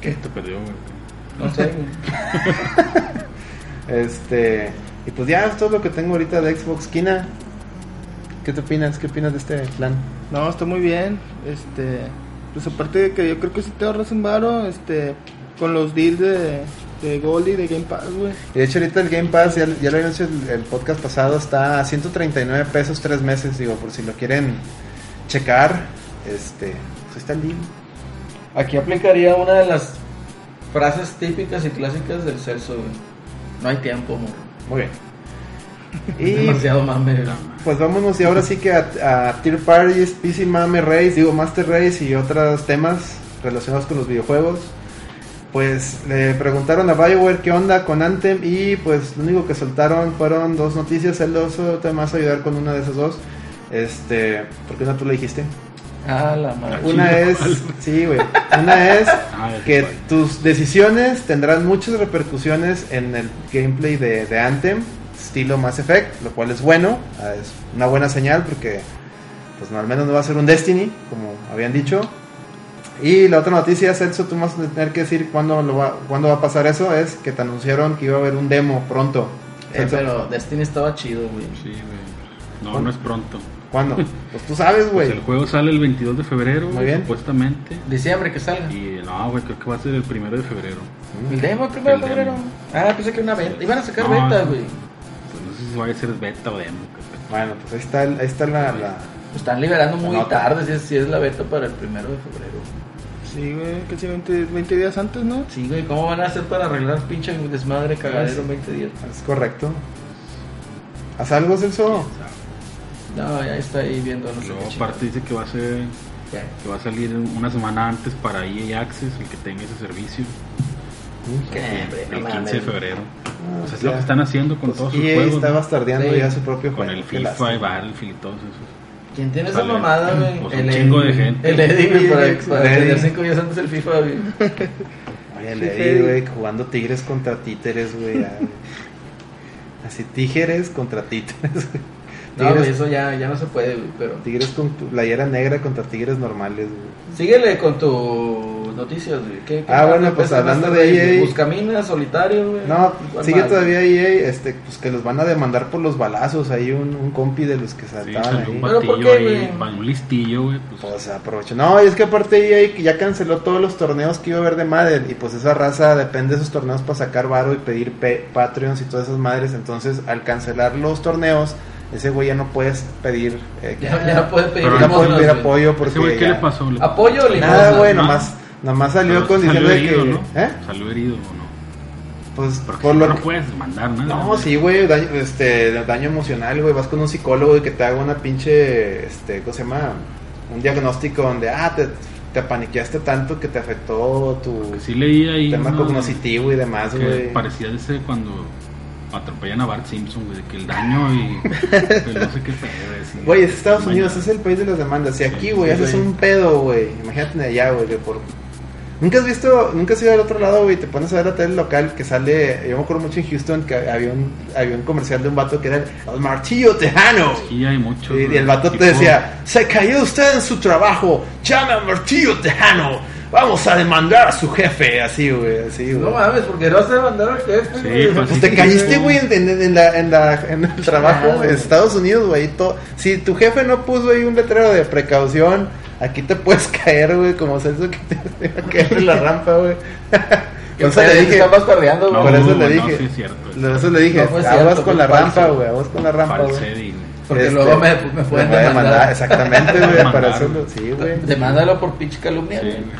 S2: ¿Qué te perdió, güey?
S1: No sé. güey.
S3: Este, y pues ya es todo lo que tengo ahorita de Xbox Kina. ¿Qué te opinas? ¿Qué opinas de este plan?
S4: No, está muy bien. Este, pues aparte de que yo creo que si te ahorras un varo, este, con los deals de, de Gold y de Game Pass, güey.
S3: Y de hecho ahorita el Game Pass, ya, ya lo había dicho el, el podcast pasado, está a 139 pesos tres meses, digo, por si lo quieren checar. Este, pues está el deal.
S1: Aquí aplicaría una de las frases típicas y clásicas del Celso. güey. No hay tiempo, amor.
S3: Muy bien. Y
S1: Demasiado mame. güey.
S3: Pues vámonos y ahora sí que a, a Tier Parties, PC Mame Race, digo Master Race y otros temas relacionados con los videojuegos. Pues le preguntaron a Bioware qué onda con Anthem y pues lo único que soltaron fueron dos noticias. El oso te vas a ayudar con una de esas dos. Este, porque una tú le dijiste.
S1: Ah, la madre.
S3: Una es, sí, güey. Una es
S2: Ah, ya
S3: que
S2: sé cuál.
S3: tus decisiones tendrán muchas repercusiones en el gameplay de, de Anthem, estilo Mass Effect, lo cual es bueno, ah, es una buena señal porque pues no, al menos no va a ser un Destiny, como habían dicho. Y la otra noticia, Celso, tú vas a tener que decir cuándo, lo va, cuándo va a pasar eso, es que te anunciaron que iba a haber un demo pronto.
S1: Eh,
S3: Celso,
S1: pero Destiny estaba chido, güey.
S2: Sí, güey. No, no es pronto.
S3: ¿Cuándo? Pues tú sabes,
S2: Pues
S3: güey.
S2: el juego sale el 22 de febrero,
S3: Muy
S2: güey,
S3: bien.
S2: supuestamente.
S1: Diciembre que salga.
S2: Y no, güey, creo que va a ser el primero de febrero.
S1: El demo, el primero de
S2: El
S1: febrero.
S2: demo.
S1: Ah, pensé que una venta. Iban a sacar
S2: No,
S1: ventas,
S2: no.
S1: güey.
S2: Pues no sé si vaya a ser beta o demo. qué pedo.
S3: Bueno, pues ahí está, el- ahí está la... la-
S1: Están liberando muy
S3: Anota.
S1: tarde, si es, si es la beta para el primero de febrero.
S4: Sí, güey, casi 20, 20 días antes, ¿no?
S1: Sí, güey, ¿cómo van a hacer para arreglar pinche desmadre cagadero en 20 días?
S3: ¿Es correcto? ¿Haz algo, Celso?
S1: No, ya Pues está ahí viendo, no sé
S2: Luego
S1: qué
S2: aparte dice que va a ser
S1: chingados. Ya.
S2: que va a salir una semana antes para EA Access, el que tenga ese servicio.
S1: Qué Eh, hombre, no
S2: el 15
S1: mames.
S2: de febrero.
S3: Ah,
S2: o sea, es
S3: ya.
S2: lo que están haciendo con
S3: Pues
S2: todos sus
S3: EA
S2: juegos.
S3: está
S2: ¿no?
S3: bastardeando
S1: Sí.
S3: ya su propio
S2: Con
S3: juego.
S2: el
S3: qué
S2: FIFA y
S3: lástima.
S2: Battlefield y todos esos.
S1: ¿Quién tiene esa
S2: Sale.
S1: mamada, güey?
S2: Pues un chingo de gente.
S1: El Eddie, güey, para,
S3: Sí,
S1: para
S3: Eddie.
S1: tener cinco días antes el FIFA, güey.
S3: Oye,
S4: Sí,
S3: leí,
S4: sí.
S3: güey, jugando tigres contra títeres, güey. ya, güey. Así, tígeres contra títeres, güey.
S1: No, güey,
S3: Tigres,
S1: eso ya, ya no se puede, güey, pero...
S3: tigres con tu playera negra contra tigres normales, güey.
S1: Síguele con tu noticias, güey. ¿Qué- qué
S3: Ah,
S1: más
S3: bueno,
S1: te
S3: pues,
S1: cuesta más
S3: hablando
S1: este
S3: de
S1: güey?
S3: EA.
S1: Buscaminas, solitario, güey.
S3: No,
S1: ¿Cuál
S3: sigue
S1: más?
S3: todavía EA, este, pues que los van a demandar por los balazos. Hay un, un compi de los que
S2: Sí,
S3: saltaban
S2: salió un
S3: ahí.
S1: ¿Pero por
S2: batillo
S1: qué,
S2: ahí,
S1: güey?
S2: va- un listillo, güey. Pues,
S3: Pues aprovecho. No, es que aparte EA que ya canceló todos los torneos que iba a haber de Madden. Y pues esa raza depende de esos torneos para sacar varo y pedir pe- Patreons y todas esas madres. Entonces, al cancelar los torneos, ese güey ya no puedes pedir. eh, que-
S1: Ya, ya puede pedir
S2: Pero
S3: ya
S2: no
S3: puedes
S1: limosnas,
S3: pedir
S1: güey.
S3: apoyo porque.
S2: ¿Ese güey qué
S3: ya-
S2: le pasó? ¿Le-
S1: Apoyo o limosna.
S3: Nada, güey,
S2: ¿no?
S3: nomás, nomás
S2: Pero
S3: salió con
S2: salió
S3: diciendo de que.
S2: herido, ¿no?
S3: ¿eh?
S2: Salió herido o no.
S3: Pues
S2: Porque
S3: por
S2: si
S3: lo
S2: no
S3: que-
S2: puedes mandar nada.
S3: No,
S2: güey.
S3: sí, güey, daño, este, daño emocional, güey. Vas con un psicólogo y que te haga una pinche, este, ¿cómo se llama? Un diagnóstico donde, ah, te, te paniqueaste tanto que te afectó tu
S2: Sí leí ahí.
S3: tema
S2: una-
S3: cognitivo y demás,
S2: Que
S3: güey.
S2: parecía ese cuando atropellan a Bart Simpson, güey, de que el daño y. que no sé qué pedo. así.
S3: Güey, es Estados
S2: Mañana.
S3: Unidos, es el país de las demandas. Y aquí,
S2: Sí,
S3: güey,
S1: sí,
S3: haces
S1: güey.
S3: un pedo, güey. Imagínate allá, güey, que por... Nunca has visto, nunca has ido al otro lado, güey, te pones a ver la tele local que sale, yo me acuerdo mucho en Houston que había un, había un comercial de un vato que era el, el martillo tejano.
S2: Aquí hay mucho.
S3: Y, y el
S2: güey,
S3: vato
S2: tipo-
S3: te decía, se cayó usted en su trabajo, llame a Martillo Tejano, vamos a demandar a su jefe, así, güey, así, güey.
S1: No mames, porque no se mandaron al jefe,
S2: Sí,
S1: güey.
S2: pues,
S3: pues te caíste, güey, en, en- en la, en, la- en el trabajo
S1: Claro.
S3: en Estados Unidos, güey. y to- Si tu jefe no puso ahí un letrero de precaución, aquí te puedes caer, güey, como Celso que te, te va a caer en la rampa, güey.
S1: Que
S3: Por eso le
S1: ustedes
S3: dije,
S1: están bastardeando,
S2: No,
S1: güey.
S3: por eso le
S2: güey, no,
S3: dije.
S2: sí es cierto.
S3: por eso le dije,
S1: No fue
S3: aguas
S1: cierto,
S3: con
S1: fue
S3: la
S1: falso.
S3: rampa, güey, aguas con la rampa, güey.
S2: Falsedín.
S1: Porque
S3: Este,
S1: luego me, me pueden
S3: me va a
S1: demandar.
S3: Exactamente, güey, para
S2: Demandar.
S3: eso, lo- sí, güey.
S1: Demándalo por pinche calumnia.
S2: Sí,
S1: güey.
S2: güey.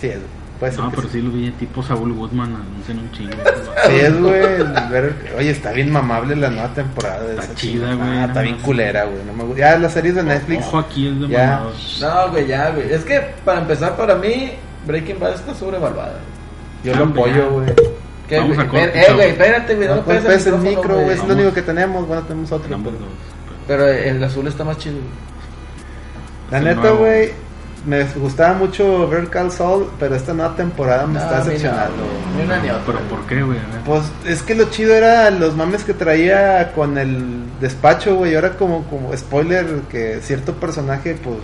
S3: Sí, es, pues, puede ser
S2: No,
S3: que
S2: pero
S3: sí.
S2: sí lo vi, tipo Saúl Goodman, anuncian un chingo.
S3: Sí es, güey. el ver- Oye, está bien mamable la nueva temporada. de
S2: Está
S3: esa
S2: chida,
S3: chingada.
S2: güey,
S3: Ah,
S2: no
S3: está bien
S2: mames.
S3: culera, güey. No me gusta. Ya las series de Netflix.
S2: Ojo aquí es de
S3: Ya.
S2: mamados.
S1: No, güey, ya, güey. Es que para empezar, para mí, Breaking Bad está sobrevaluada.
S3: Yo lo
S2: Hombre, ya.
S3: apoyo, güey.
S1: ¿Qué,
S2: Vamos
S1: güey?
S2: a corte,
S1: Espera- Eh,
S2: chavo.
S1: güey, espérate, güey. No,
S3: No
S1: pegues
S3: puedes el
S1: micrófono,
S3: micro, güey. Es
S2: Vamos.
S3: lo único que tenemos. Bueno, tenemos otro.
S2: Ambos
S3: pero-
S2: dos.
S1: Pero el azul está más chido. güey.
S3: La
S2: Es
S3: neta,
S2: nuevo.
S3: güey. Me gustaba mucho Ver Call Saul, pero esta nueva temporada me
S1: No, a
S3: está
S1: mí Ah, no,
S3: decepcionando. güey.
S1: Ni una ni
S2: Pero,
S1: otra.
S2: ¿por qué, güey? A ver.
S3: Pues es que lo chido era los mames que traía con el despacho, güey. Ahora como, como spoiler que cierto personaje, pues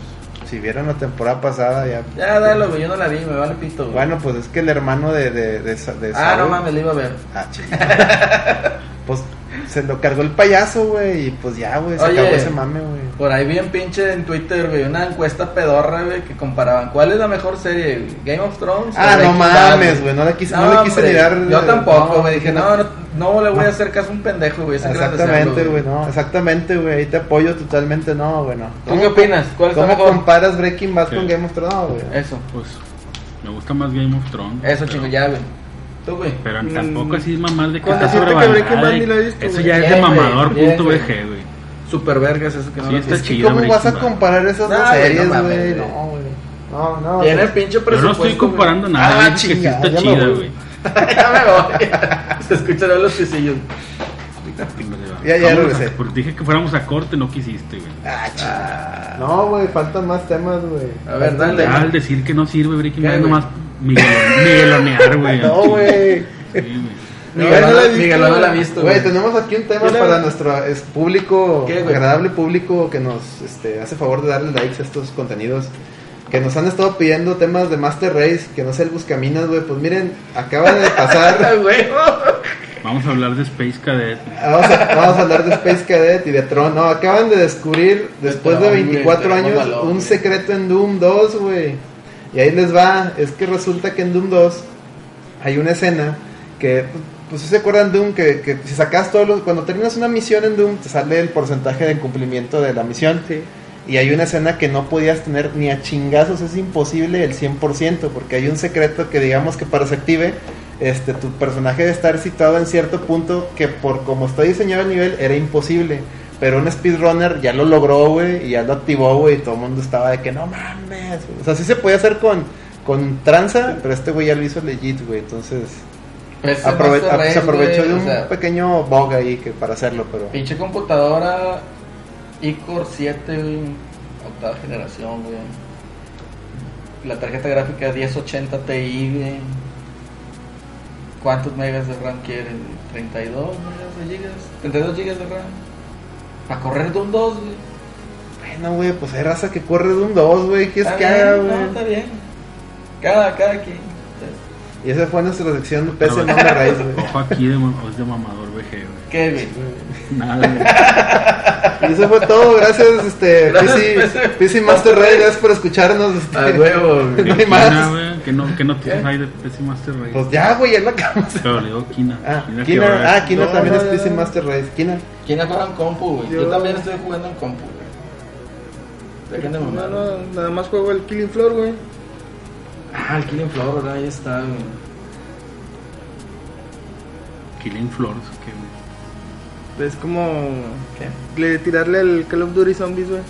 S3: si vieron la temporada pasada ya...
S1: Ya, dalo, güey. Yo no la vi, me vale pito, güey.
S3: Bueno, pues es que el hermano de... de, de, Sa- de
S1: ah,
S3: Saúl-
S1: no mames, le iba a ver.
S3: Ah, chingada. pues se lo cargó el payaso, güey. Y pues ya, güey. Se
S1: Oye. Pues,
S3: acabó ese mame, güey.
S1: Por ahí vi en pinche en Twitter, güey, una encuesta pedorra, güey, que comparaban cuál es la mejor serie, güey? Game of Thrones. o
S3: Ah, no
S1: Breaking Bad,
S3: mames, güey. No le quise, no, le quise
S1: hombre,
S3: mirar... eh,
S1: Yo tampoco, güey. Dije, no, pues, no, no le voy
S3: No.
S1: a hacer caso a un pendejo, güey. ese
S3: Exactamente,
S1: grandecero,
S3: güey, no, exactamente, güey, ahí te apoyo totalmente, no, bueno.
S1: ¿Tú qué opinas? ¿Cuál está
S3: ¿Cómo
S1: mejor? Eh,
S3: comparas Breaking Bad
S2: Sí.
S3: con Game of Thrones? No, güey.
S1: Eso,
S2: Pues me gusta más Game of Thrones.
S1: eso,
S2: pero-
S1: chingo, ya, güey. Tú, güey.
S2: Pero
S4: Mm.
S2: tampoco así es mamar de que
S4: Con
S2: está
S4: decirte que
S2: sobrevalorada
S4: Breaking Bad
S2: y-
S4: ni la he visto,
S2: Eso
S4: güey.
S2: ya es de
S1: Bien, güey,
S2: mamador.bg,
S1: bien,
S2: güey.
S1: Super vergas, eso que no
S2: Sí,
S1: lo
S2: está
S1: vi.
S3: Es que
S2: chido,
S3: ¿Cómo
S2: Breaking
S3: vas a
S2: Bad.
S3: comparar
S1: No,
S3: esas dos
S1: güey, no
S3: series,
S1: mames,
S3: güey?
S1: güey.
S3: No, güey. No, no.
S1: Tiene el pinche
S2: Yo
S1: presupuesto.
S2: no estoy
S1: güey.
S2: comparando
S3: Ah,
S2: nada, dices que sí
S3: chinga,
S2: está
S3: ya me
S2: chida,
S3: voy.
S2: güey.
S1: Ya me voy. Se escucharán los pisillos.
S3: Ya, ya
S2: Vámonos
S3: regresé.
S2: a- porque dije que fuéramos a corte, no quisiste, güey.
S3: Ah, chingada. No, güey, faltan más temas, güey.
S1: A ver,
S3: Faltan-
S1: dale.
S2: Ya al decir que no sirve Breaking
S1: ¿Qué,
S2: Bad,
S1: güey?
S2: nomás miguelo- miguelonear, güey.
S3: No, güey.
S2: Sí, güey.
S1: Miguel no la-
S3: he visto,
S1: Miguel no la ha
S3: güey.
S1: visto,
S3: Güey,
S1: güey.
S3: tenemos aquí un tema
S1: Yo la-
S3: para nuestro es, público,
S1: ¿Qué, güey?
S3: agradable público que nos este, hace favor de darle likes a estos contenidos. Que nos han estado pidiendo temas de Master Race, que no sea el Buscaminas, güey. Pues miren, acaba de pasar.
S1: Ah, güey.
S2: Vamos a hablar de Space Cadet.
S3: Vamos a, vamos a hablar de Space Cadet y de Tron. No, acaban de descubrir, después de
S1: Tron, güey,
S3: 24
S1: tenemos
S3: años,
S1: valor,
S3: un
S1: güey.
S3: secreto en Doom 2, güey. Y ahí les va. Es que resulta que en Doom 2 hay una escena que, pues si se acuerdan Doom, que, que si sacas todos los... Cuando terminas una misión en Doom, te sale el porcentaje de cumplimiento de la misión.
S4: Sí.
S3: Y hay una escena que no podías tener ni a chingazos, es imposible el 100%, porque hay un secreto que digamos que para se active, este, tu personaje debe estar situado en cierto punto que por como está diseñado el nivel era imposible. Pero un speedrunner ya lo logró, güey, y ya lo activó, güey, y todo el mundo estaba de que no mames. O sea, sí se podía hacer con, con tranza, pero este güey ya lo hizo legit, güey, entonces
S1: Ese
S3: aprove-
S1: Master Race,
S3: se aprovechó
S1: güey,
S3: de
S1: o
S3: un
S1: sea,
S3: pequeño bug ahí que para hacerlo, pero...
S1: Pinche computadora iCore 7, güey, octava generación, güey. La tarjeta gráfica 1080 Ti, güey. ¿Cuántos megas de RAM quieres? güey? ¿32 megas de gigas? ¿32 gigas de RAM? ¿Para correr Doom 2, güey?
S3: Bueno, güey, pues hay raza que corre de un 2, güey, ¿qué es
S1: Está
S3: que
S1: bien,
S3: haga,
S1: no,
S3: güey?
S1: está bien. Cada, cada quien.
S3: Y esa fue nuestra sección de PC
S2: Pero-
S3: Mama Raíz, güey.
S2: Ojo aquí de, mam- es de mamador VG, güey.
S1: ¿Qué, güey?
S2: Nada, güey.
S3: Y eso fue todo, gracias, este,
S1: Gracias,
S3: PC,
S1: PC.
S3: PC Master Raid, gracias por escucharnos. este.
S1: A huevo, Ah, güey.
S3: No hay
S2: Quina,
S3: más. ¿Eh?
S2: güey. ¿Qué, no, ¿Qué noticias hay de PC Master Race?
S3: Pues ya, güey, ya la acabamos.
S2: Pero le digo Kina.
S3: Ah,
S2: Kina, que va a ver.
S3: Kina, ah, Kina
S4: No,
S3: también
S4: no,
S3: es
S4: no,
S3: PC
S4: no.
S3: Master Raid. Kina,
S1: ¿Quiénes juegan compu, güey? Yo,
S4: Yo-
S1: también estoy jugando en compu, güey. Dejen de
S4: No,
S1: mamar.
S4: no, nada más juego el Killing Floor, güey.
S1: Ah, el Killing Floor, ¿verdad? ahí está, güey.
S2: Killing Floors, que güey.
S4: Es como
S1: ¿Qué?
S4: le- tirarle el Call of Duty Zombies, güey.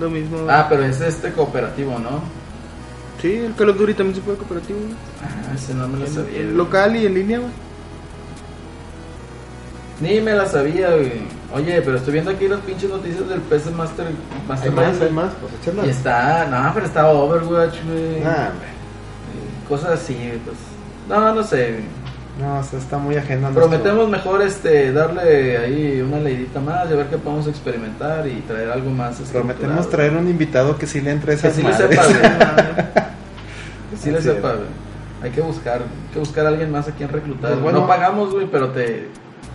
S4: Lo mismo. güey.
S1: Ah, pero es este cooperativo, ¿no?
S4: Sí, el Call of Duty también se puede cooperativo, güey.
S1: Ah, ese no me lo
S4: En-
S1: sabía.
S4: en local y en línea, güey.
S1: Ni me la sabía, güey. Oye, pero estoy viendo aquí las pinches noticias del PC Master,
S3: hay
S1: Master
S3: más,
S1: Race.
S3: hay más, pues échala.
S1: Y está, no, pero está Overwatch, güey.
S3: Ah, hombre,
S1: Cosas así, güey, pues. No, no sé. güey.
S3: no, o sea, está muy ajeno a nuestro-
S1: Prometemos mejor este darle ahí una leidita más y a ver qué podemos experimentar y traer algo más.
S3: Prometemos
S1: estructurado.
S3: traer un invitado que sí le entre a
S1: Que
S3: esas
S1: sí le
S3: madres.
S1: sepa, güey. Que sí le
S3: Así es.
S1: sepa, güey. Hay que buscar, hay que buscar a alguien más a quien reclutar.
S3: Pues bueno.
S1: no pagamos, güey, pero te,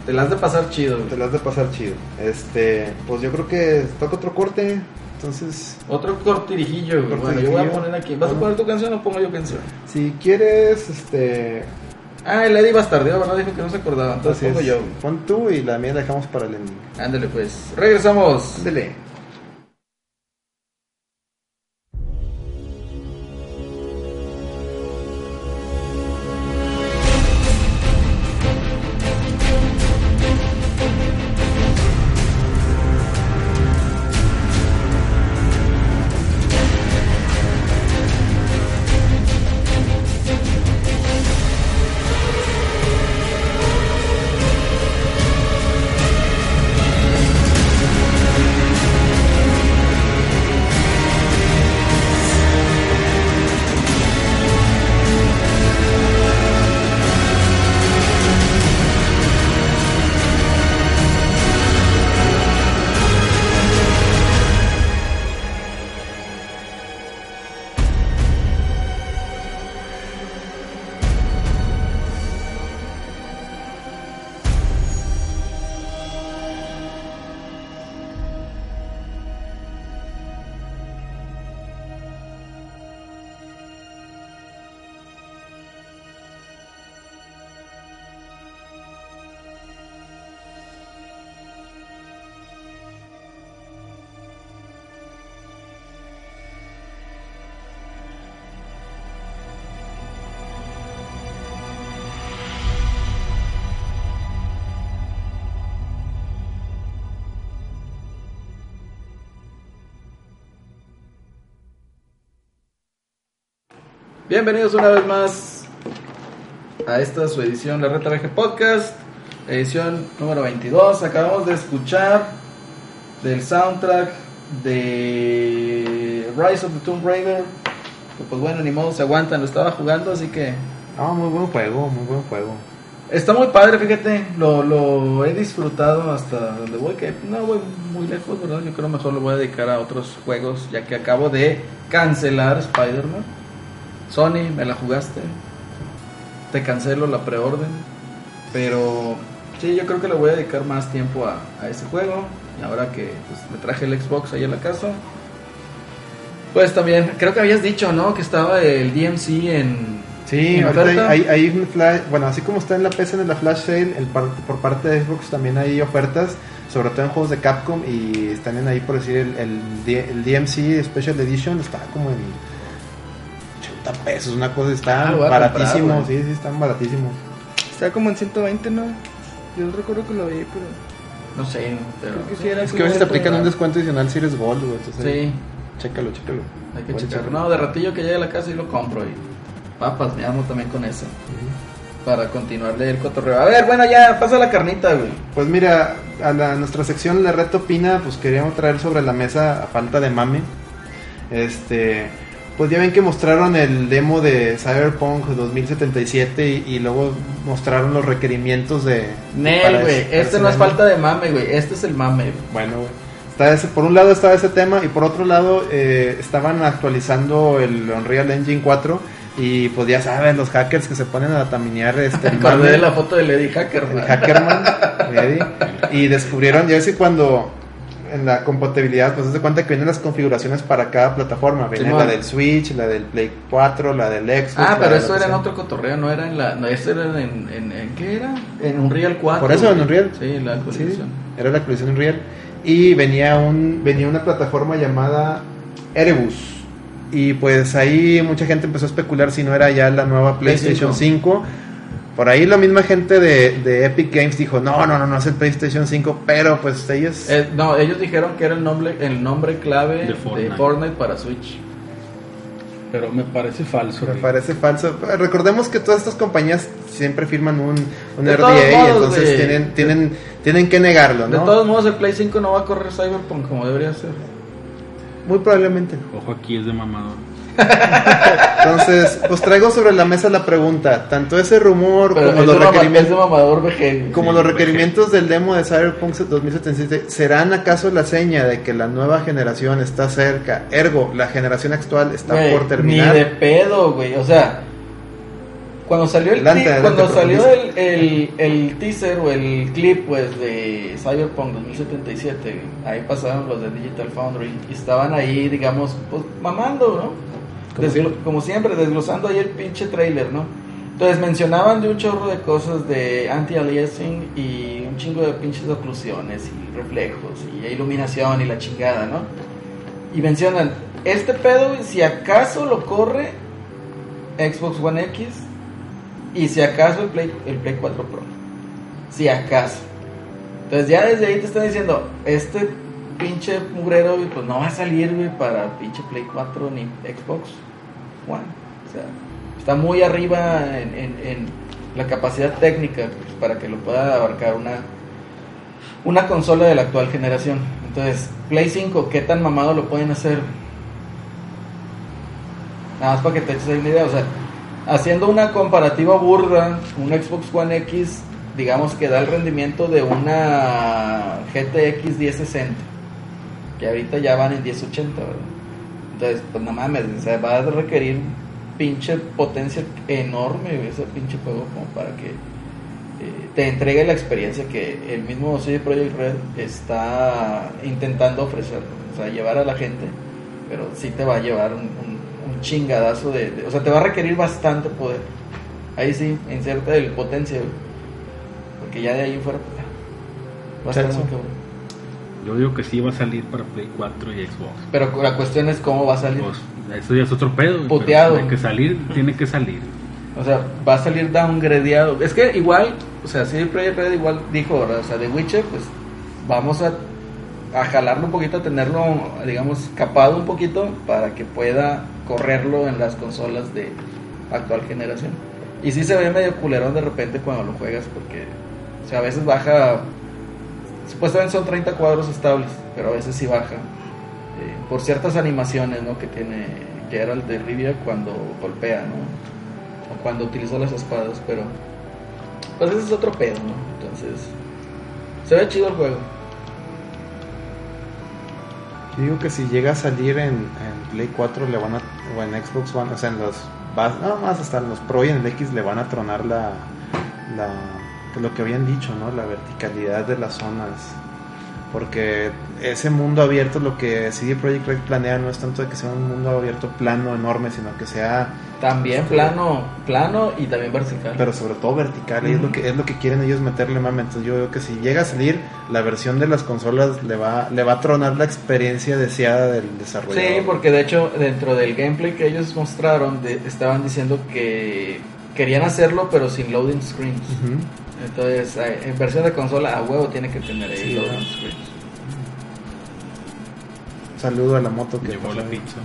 S1: te las de pasar chido,
S3: Te
S1: güey.
S3: las de pasar chido. Este, pues yo creo que toca otro corte. Entonces,
S1: Otro cortirijillo, güey. Bueno, yo voy a
S3: Cortirijillo. Ah,
S1: poner aquí. ¿Vas a
S3: Bueno.
S1: poner tu canción o pongo yo canción?
S3: si quieres, este.
S1: Ah, el Eddie bastardeó, ¿verdad? Dijo que no se acordaba. Entonces
S3: así
S1: pongo
S3: es.
S1: yo, güey.
S3: Pon tú y la mía la dejamos para el ending.
S1: Ándale, pues. Regresamos.
S3: Ándele.
S1: Bienvenidos una vez más a esta su edición, la Reta VG Podcast, edición número 22. Acabamos de escuchar del soundtrack de Rise of the Tomb Raider. que, Pues bueno, ni modo, se aguantan, lo estaba jugando, así que
S3: No, muy buen juego, muy buen juego.
S1: está muy padre, fíjate, lo, lo he disfrutado hasta donde voy, que no voy muy lejos, ¿verdad? Yo creo mejor lo voy a dedicar a otros juegos, ya que acabo de cancelar Spider-Man. Sony, me la jugaste. Te cancelo la preorden. Pero sí, yo creo que le voy a dedicar más tiempo a, a ese juego. Y ahora que pues, me traje el Xbox ahí a la casa. Pues también, creo que habías dicho, ¿no? Que estaba el DMC en...
S3: Sí,
S1: ¿En
S3: ahorita hay,
S1: oferta?
S3: hay- hay un flash, bueno, así como está en la PC en la flash sale, el par- por parte de Xbox también hay ofertas, sobre todo en juegos de Capcom y están en ahí por decir el, el, D- el DMC Special Edition está como en 80 pesos, una cosa está
S1: Ah, lo voy a
S3: baratísimo,
S1: comprar, güey.
S3: sí, sí, están baratísimos.
S4: Está como en 120, ¿no? Yo recuerdo que lo vi, pero
S1: No sé, pero...
S4: creo que sí era
S3: Es que a
S4: como
S3: veces te
S4: esto,
S3: aplican un
S4: ¿verdad?
S3: descuento adicional si eres Gold, güey, entonces
S1: Sí,
S3: chécalo, chécalo.
S1: hay que
S3: Voy a
S1: checar.
S3: checarlo.
S1: No, de ratillo que llegue a la casa y lo compro. Y papas, me amo también con eso. Para continuarle el cotorreo. A ver, bueno, ya, pasa la carnita, güey.
S3: Pues mira, a la- nuestra sección La Red Opina, pues queríamos traer sobre la mesa, a falta de mame, este, pues ya ven que mostraron el demo de Cyberpunk 2077 y, y luego mostraron los requerimientos de...
S1: Nel,
S3: para
S1: güey.
S3: ese-
S1: Este
S3: ese
S1: no es
S3: demo.
S1: falta de mame, güey. Este es el mame, güey.
S3: Bueno, güey. Está ese- por un lado estaba ese tema y por otro lado eh, estaban actualizando el Unreal Engine 4 y pues ya saben los hackers que se ponen a taminear este el
S1: Acordé de
S3: mame.
S1: la foto de Lady Hacker,
S3: El
S1: güey.
S3: Hackerman, Eddie, y descubrieron, ya ves que cuando en la compatibilidad, pues se cuenta que vienen las configuraciones para cada plataforma, viene
S1: Simón.
S3: la del Switch, la del Play 4, la del Xbox.
S1: Ah,
S3: la
S1: pero
S3: de lo
S1: eso
S3: que
S1: era en
S3: sea.
S1: otro cotorreo, no era en la. No, eso era en. en, en- ¿Qué era? En Unreal 4.
S3: Por eso en
S1: güey.
S3: Unreal.
S1: Sí, la
S3: Sí,
S1: actualización.
S3: era la colección Unreal y venía un venía una plataforma llamada Erebus. Y pues ahí mucha gente empezó a especular si no era ya la nueva
S1: Play
S3: PlayStation 5. Por ahí la misma gente de, de Epic Games dijo, no, no, no, no es el PlayStation 5, pero pues ellos...
S1: Eh, no, ellos dijeron que era el nombre, el nombre clave
S2: De
S1: de
S2: Fortnite.
S1: Fortnite, para Switch.
S2: Pero me parece falso.
S3: Me
S2: güey.
S3: parece falso. Recordemos que todas estas compañías siempre firman un, un
S1: De
S3: RDA,
S1: todos modos,
S3: entonces
S1: güey.
S3: tienen, tienen, tienen que negarlo,
S1: De
S3: ¿no?
S1: todos modos, el Play 5 no va a correr Cyberpunk como debería ser.
S3: Muy probablemente. no.
S2: Ojo aquí es de mamador.
S3: Entonces, pues traigo sobre la mesa la pregunta, tanto ese rumor
S1: Pero
S3: como
S1: es,
S3: los
S1: de mama- es
S3: requerimientos...
S1: de mamador VG.
S3: Como
S2: Sí,
S3: los
S2: me
S3: requerimientos del demo de Cyberpunk 2077 serán acaso la seña de que la nueva generación está cerca, ergo la generación actual está
S1: Güey,
S3: por terminar.
S1: Ni de pedo, güey. O sea, cuando salió el,
S3: Adelante,
S1: ti-
S3: adelante,
S1: cuando salió el, el, el teaser o el clip pues de Cyberpunk 2077, güey, ahí pasaron los de Digital Foundry y estaban ahí, digamos, pues mamando, ¿no? Desglo- como siempre, desglosando ahí el pinche trailer, ¿no? Entonces mencionaban de un chorro de cosas de anti-aliasing y un chingo de pinches oclusiones y reflejos y iluminación y la chingada, ¿no? Y mencionan, este pedo, güey, si acaso lo corre Xbox One X y si acaso el Play, el Play 4 Pro. Si acaso. Entonces ya desde ahí te están diciendo, este pinche mugrero, güey, pues no va a salir, güey, para pinche Play 4 ni Xbox One. O sea, está muy arriba en, en- en la capacidad técnica pues, para que lo pueda abarcar una, una consola de la actual generación. Entonces, Play 5, ¿qué tan mamado lo pueden hacer? Nada más para que te eches ahí una idea, o sea, haciendo una comparativa burda, un Xbox One X, digamos que da el rendimiento de una GTX 1060, que ahorita ya van en 1080, ¿verdad? Entonces, pues no mames, o sea, va a requerir pinche potencia enorme güey, ese pinche juego como para que eh, te entregue la experiencia que el mismo CD Projekt Red está intentando ofrecer, o sea, llevar a la gente, pero sí te va a llevar un, un- un chingadazo de, de- o sea, te va a requerir bastante poder. Ahí sí, inserta el potencia, güey, porque ya de ahí en fuera pues, ya, va a estar
S3: Chazo.
S1: muy cabrón.
S2: Yo digo que sí va a salir para Play 4 y Xbox.
S1: Pero la cuestión es cómo va a salir.
S2: Pues, eso ya es otro pedo. güey, pero
S1: Puteado.
S2: Tiene que salir, tiene que salir.
S1: O sea, va a salir downgradeado. Es que igual, o sea, sí, Project Red igual dijo, ¿verdad? O sea, de Witcher, pues vamos a, a jalarlo un poquito, a tenerlo, digamos, capado un poquito para que pueda correrlo en las consolas de actual generación. Y sí se ve medio culerón de repente cuando lo juegas porque, o sea, a veces baja, supuestamente son 30 cuadros estables, pero a veces sí baja. eh, por ciertas animaciones, ¿no? Que tiene Geralt de Rivia cuando golpea, ¿no? o cuando utilizó las espadas, pero pues ese es otro pedo, ¿no? Entonces, se ve chido el juego.
S3: Yo digo que si llega a salir en, en Play 4 le van a, o en Xbox One, o sea, en los bas- no más hasta en los Pro y en el X le van a tronar la, la que lo que habían dicho, ¿no? La verticalidad de las zonas. Porque ese mundo abierto, lo que CD Projekt Red planea no es tanto de que sea un mundo abierto plano enorme, sino que sea
S1: También plano, plano y también vertical.
S3: pero sobre todo vertical, y es lo que es lo que quieren ellos meterle mame. Entonces yo veo que si llega a salir la versión de las consolas le va le va a tronar la experiencia deseada del desarrollador.
S1: sí, porque de hecho dentro del gameplay que ellos mostraron de- estaban diciendo que querían hacerlo pero sin loading screens.
S3: Ujú.
S1: Entonces, eh, en versión de consola a huevo tiene que tener ahí
S3: Sí,
S1: loading
S3: ¿verdad?
S1: screens.
S3: Saludo a la moto que
S2: Llegó
S3: pasó
S2: la
S3: ahí.
S2: pizza.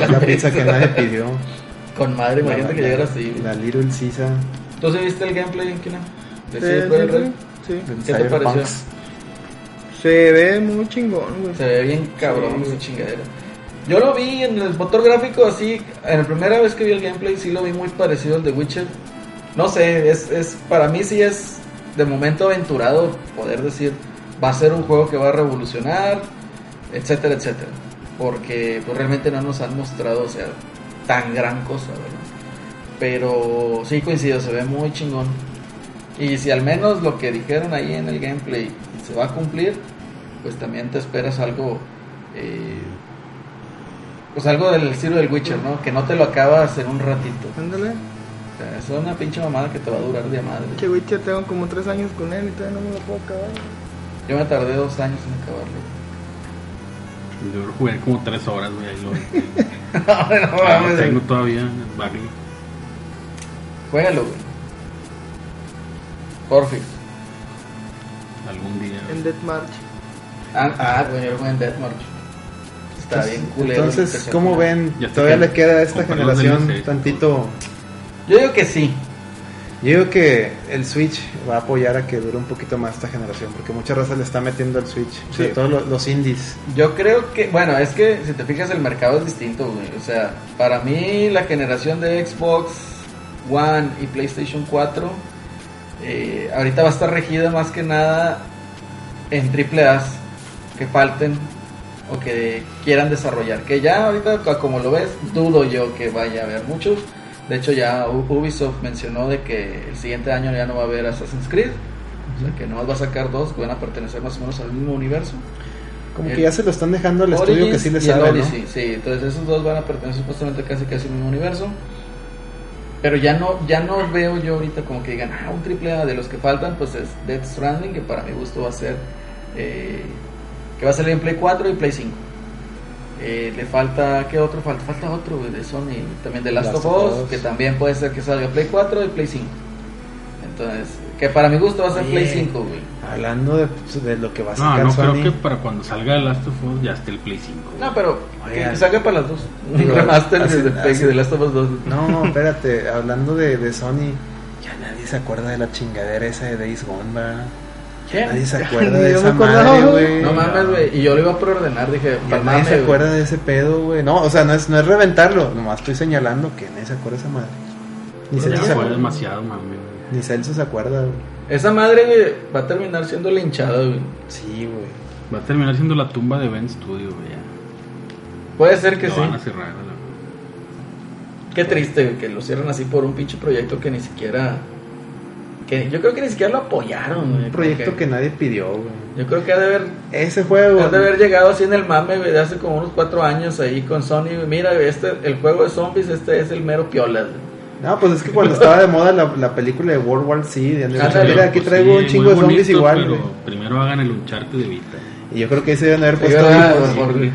S3: La pizza que nadie pidió.
S1: Con madre, imagínate que llegara así.
S3: La Little Sisa
S1: ¿Tú sí viste el gameplay, Kina? ¿De
S4: Sí,
S1: CD Projekt
S4: Eh, sí,
S1: Red?
S4: sí.
S3: del
S1: ¿Qué te
S3: Cyberpunk.
S1: pareció?
S4: Se ve muy chingón, güey.
S1: Se ve bien cabrón
S4: Sí.
S1: esa chingadera. Yo lo vi en el motor gráfico así, en la primera vez que vi el gameplay sí lo vi muy parecido al de Witcher. No sé, es, es para mí sí es de momento aventurado poder decir, va a ser un juego que va a revolucionar, etcétera, etcétera. Porque pues, realmente no nos han mostrado, o sea, tan gran cosa, ¿verdad? Pero sí coincido, se ve muy chingón. Y si al menos lo que dijeron ahí en el gameplay se va a cumplir, pues también te esperas algo, eh, pues algo del estilo del Witcher, ¿no? Que no te lo acabas en un ratito.
S4: Ándale.
S1: O sea, es una pinche mamada que te va a durar de madre.
S4: Che, güey, ya tengo como tres años con él y todavía no me lo puedo acabar.
S1: Yo me tardé dos años en acabarlo.
S2: Yo jugué como tres horas, güey. Ahí lo
S1: no
S3: Ah,
S2: ahí lo
S1: mames,
S2: tengo
S1: güey.
S2: todavía en el barrio.
S1: Juégalo, güey. Porfi.
S2: Algún día.
S4: En Death March.
S1: Ah, ah, güey, yo lo jugué en Deathmarch. Está bien culero.
S3: Entonces,
S1: el
S3: ¿cómo
S1: tercer
S3: ven?
S2: Ya está
S3: Todavía
S2: que-
S3: le queda a esta
S2: comprar los
S3: generación
S2: DLCs.
S3: tantito.
S1: final. Yo digo que sí.
S3: Yo digo que el Switch va a apoyar a que dure un poquito más esta generación, porque mucha raza le está metiendo al Switch, sobre
S1: Sí.
S3: todo lo- los indies.
S1: Yo creo que, bueno, es que si te fijas el mercado es distinto, güey. O sea, para mí la generación de Xbox One y PlayStation 4 eh, ahorita va a estar regida más que nada en triple A's que falten o que quieran desarrollar. Que ya ahorita, co- como lo ves, dudo yo que vaya a haber muchos. De hecho, ya U- Ubisoft mencionó de que el siguiente año ya no va a haber Assassin's Creed. O sea, que nomás va a sacar dos que van a pertenecer más o menos al mismo universo.
S3: Como
S1: El-
S3: que ya se lo están dejando al estudio que sí le
S1: y el
S3: sabe, ¿no?
S1: Odyssey, sí, entonces esos dos van a pertenecer supuestamente casi casi al mismo universo. Pero ya no, ya no veo yo ahorita como que digan, ah, un triple A de los que faltan, pues es Death Stranding, que para mi gusto va a ser, eh, que va a salir en Play 4 y Play 5. Eh, le falta, ¿qué otro falta? Falta otro güey, de Sony, también de Last, of Us, que también puede ser que salga Play 4 y Play 5. Entonces, que para mi gusto va a ser
S3: Oye.
S1: Play 5, güey.
S3: Hablando de, de lo que va a
S2: No,
S3: sacar
S2: no creo
S3: Sony.
S2: que para cuando salga el Last of Us ya esté el Play 5. güey.
S1: No, pero que,
S3: Oigan.
S1: que salga para las dos. Un
S3: Digo,
S1: remaster
S3: hace-
S1: de,
S3: hace-
S1: de Last of Us 2.
S3: No, espérate, hablando de, de Sony, ya nadie se acuerda de la chingadera esa de Days Gone, ¿verdad? Nadie se acuerda de
S4: Yo me
S3: esa
S4: acordaba,
S3: madre,
S4: güey.
S3: güey.
S1: No mames, güey. Y yo lo iba a preordenar, dije,
S3: Ya
S1: para
S3: nadie
S1: mames,
S3: se
S1: güey.
S3: acuerda de ese pedo, güey. No, o sea, no es, no es reventarlo. Nomás estoy señalando que nadie se acuerda de esa madre. Ni
S2: Ya
S3: Celso se,
S2: fue
S3: acuerda,
S2: demasiado, mami. güey.
S3: ni Celso se acuerda, güey.
S1: Esa madre, güey, va a terminar siendo linchada, güey.
S3: Sí, güey.
S2: Va a terminar siendo la tumba de Ben Studio, güey. ya.
S1: Puede ser que
S2: Lo
S1: sí.
S2: van a cerrar, a la-
S1: Qué triste, güey, que lo cierran así por un pinche proyecto que ni siquiera. que Yo creo que ni siquiera lo apoyaron, güey.
S3: Un proyecto
S1: Como
S3: que nadie pidió, güey.
S1: Yo creo que ha de haber.
S3: Ese juego.
S1: ha de haber llegado así en el mame, güey, de hace como unos cuatro años ahí con Sony. güey, Mira, güey, este, el juego de zombies, este es el mero piola, güey.
S3: No, pues es que cuando estaba de moda la, la película de World War C, de Andy
S1: Ándale,
S3: Mira, aquí
S2: Pues sí,
S3: traigo un chingo
S2: muy
S3: de zombies
S2: bonito,
S3: igual,
S2: pero
S3: güey.
S2: primero hagan el uncharte de Vita.
S3: Y yo creo que ahí pues, se deben haber
S1: Sí,
S3: puesto
S1: ¿verdad?
S3: videos,
S1: Por-
S3: güey.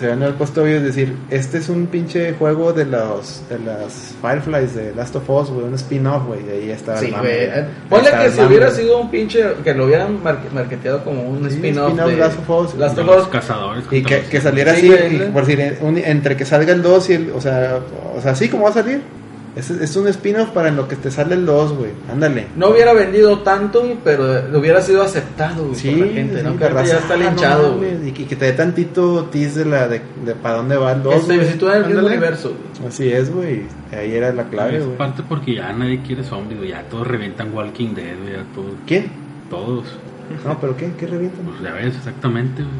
S3: Se deben haber puesto videos y decir, este es un pinche juego de los de las Fireflies de Last of Us, güey, un spin-off, güey. Y ahí estaba el
S1: Sí,
S3: mame,
S1: güey.
S3: güey. Ahí
S1: Ponle
S3: estaba
S1: que
S3: el
S1: si
S3: mame,
S1: hubiera
S3: güey.
S1: sido un pinche. que lo hubieran mar- marketeado como un
S3: Sí,
S1: spin-off.
S3: spin-off
S1: de
S3: Last of Us.
S1: Last of
S2: Los
S1: Us.
S2: cazadores.
S3: Y
S2: contra
S3: que,
S2: los-
S3: que saliera
S1: Sí,
S3: así,
S1: güey.
S3: y por decir, un- entre que salga el 2 y el. O sea, o sea así como va a salir. Es, es un spin-off para en lo que te sale el 2, güey. Ándale.
S1: No hubiera vendido tanto, pero hubiera sido aceptado güey, por pues, la gente, ¿no?
S3: sí,
S1: Que ahorita
S3: raza,
S1: ya está
S3: ah, no
S1: linchado, güey.
S3: mames, y, que- y que te dé tantito tease de, la, de, para dónde va el 2.
S1: Este,
S3: güey.
S1: si tú eres el mismo
S3: Ándale.
S1: universo, güey.
S3: Así es, güey. Ahí era la clave,
S2: es
S3: güey.
S2: parte porque ya nadie quiere zombies, güey, ya todos reventan Walking Dead, güey, ya todos,
S3: ¿Quién?
S2: todos,
S3: No, pero ¿qué? ¿Qué revientan?
S2: pues ya ves exactamente, güey.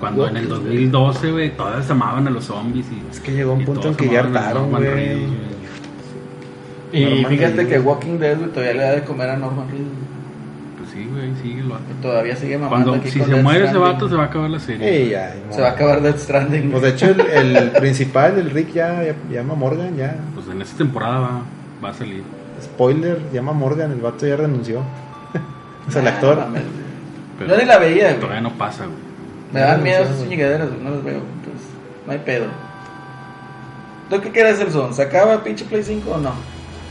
S2: Cuando en el
S1: Walking
S2: 2012, güey, todas amaban a los zombies y
S3: Es que llegó un
S2: y
S3: punto en
S2: todos
S3: que ya
S2: amaban a
S3: hartaron,
S2: Norman
S3: güey.
S2: Reedus,
S1: Y
S2: güey.
S3: Norman
S1: fíjate
S3: Reedus.
S1: que Walking Dead, güey, todavía le da de comer a Norman Reedus. güey.
S2: Pues sí, güey, sí, lo
S1: Que Todavía sigue mamando
S2: Cuando
S1: aquí
S2: si
S1: con
S2: se
S1: Death
S2: muere ese
S1: Stranding.
S2: vato se va a acabar la serie.
S3: Ey, ay,
S1: Se va a
S3: no.
S1: acabar Death Stranding.
S3: Pues de hecho, el, el principal, el Rick, ya, ya llama Morgan, ya.
S2: Pues en esta temporada va, va a salir.
S3: Spoiler, llama Morgan, el vato ya renunció. o sea, el
S1: Ah,
S3: actor.
S1: mames, güey.
S2: Pero
S1: Yo ni la veía, güey.
S2: Todavía no pasa, güey.
S1: Me dan miedo esas chingaderas, güey, no las veo, entonces no hay pedo. ¿Tú qué quieres el son? ¿Se acaba el pinche Play 5 o no?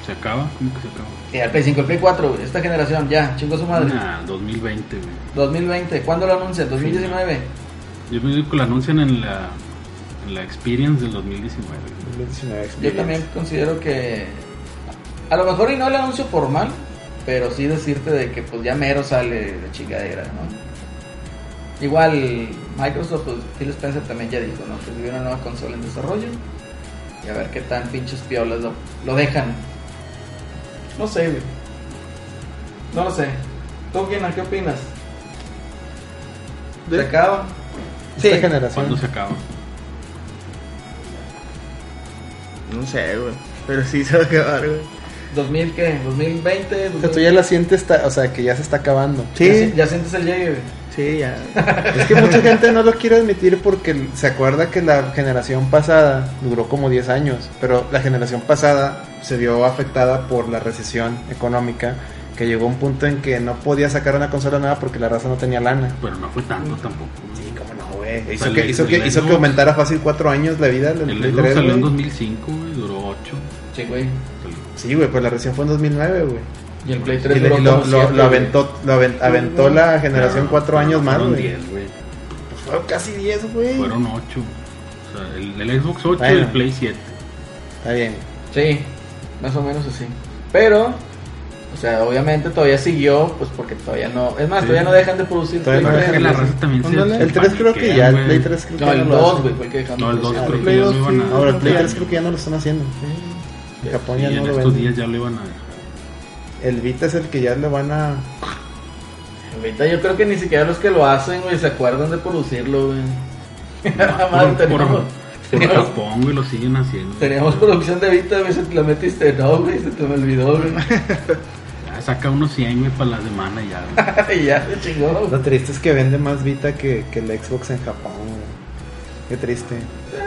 S2: ¿Se acaba? ¿Cómo que se acaba?
S1: Ya, el Play 5, el Play 4, güey, esta generación, ya, chingo su madre.
S2: Nah, 2020, güey.
S1: 2020, ¿cuándo lo anuncian? 2019.
S2: Yo me digo que lo anuncian en la, en la Experience del 2019. güey.
S3: 19
S1: Yo también considero que a lo mejor y no el anuncio formal, pero sí decirte de que pues ya mero sale la chingadera, ¿no? Igual Microsoft, pues Phil Spencer también ya dijo, ¿no? Que vive una nueva consola en desarrollo y a ver qué tan pinches piolas lo, lo dejan. No sé, güey. No lo sé. ¿Tú, Kina, qué opinas? Se acaba.
S4: Sí.
S3: Esta generación.
S2: ¿Cuándo se acaba?
S4: No sé, güey. Pero sí se va a acabar, güey.
S1: ¿2000 qué? ¿2020?
S3: O sea, tú ya la sientes, ta- o sea, que ya se está acabando.
S1: ¿Ya,
S4: Sí,
S1: ya sientes el llegue, güey.
S4: sí, ya.
S3: Es que mucha gente no lo quiere admitir porque se acuerda que la generación pasada duró como 10 años, pero la generación pasada se vio afectada por la recesión económica, que llegó a un punto en que no podía sacar una consola nueva porque la raza no tenía lana.
S2: Pero no fue tanto tampoco.
S3: Sí, cómo no, güey.
S2: O
S3: Hizo,
S2: sea,
S3: que,
S2: el-
S3: hizo,
S2: el
S3: que, hizo que
S2: Xbox-
S3: aumentara fácil 4 años la vida del
S2: El
S3: Play
S2: Xbox
S3: 3,
S2: salió en
S3: güey.
S2: 2005, güey, duró 8.
S1: Sí, güey.
S3: Sí, güey, pues la recesión fue en 2009, güey.
S1: Y el Play
S3: Y
S1: 3
S3: le-
S1: duró
S3: y lo,
S1: como
S3: lo-
S1: siete,
S3: lo
S1: güey.
S3: aventó, lo aven- aventó la generación 4 años más,
S2: Fueron
S3: güey.
S2: 10, güey.
S3: Pues fueron casi 10, güey.
S2: Fueron 8. O sea, el, el Xbox 8 y
S3: Bueno.
S2: el Play 7.
S3: Está bien.
S1: Sí, más o menos así. Pero, o sea, obviamente todavía siguió, pues porque todavía no. Es más,
S2: Sí.
S1: todavía no dejan de producir.
S3: Todavía
S1: Play
S2: Pero
S3: no
S2: es que
S1: tres.
S3: dejan
S2: la
S3: el-
S2: raza también se,
S4: ándale.
S2: se
S3: El 3 creo que ya, el
S2: paniquea,
S3: Play
S2: güey.
S3: 3 creo que
S1: No,
S3: ya
S1: el
S3: no lo
S1: 2,
S3: hacen.
S1: güey, fue el que dejaron de
S2: No, el
S1: producir.
S2: dos, creo
S3: Ah, el
S2: que
S3: Play
S2: ya
S3: dos,
S2: lo iban a.
S3: Ahora el Play 3 creo que ya no lo están haciendo. En Japón
S2: Y
S3: ya
S2: en
S3: no lo
S2: estos
S3: venden.
S2: días ya lo iban a dejar.
S3: El Vita es el que ya le van a.
S1: Ahorita yo creo que ni siquiera los que lo hacen, güey, se acuerdan de producirlo, güey. Nada más
S2: por, por-
S1: teníamos-
S2: por
S1: teníamos-
S2: Japón, güey, lo siguen haciendo.
S1: Teníamos producción de Vita, güey, se te la metiste, no, güey, se te me olvidó, güey.
S2: Ya saca unos 100, güey, para la semana ya. güey.
S1: y ya se chingó, güey.
S3: Lo triste es que vende más Vita que, que el Xbox en Japón. güey. Qué triste.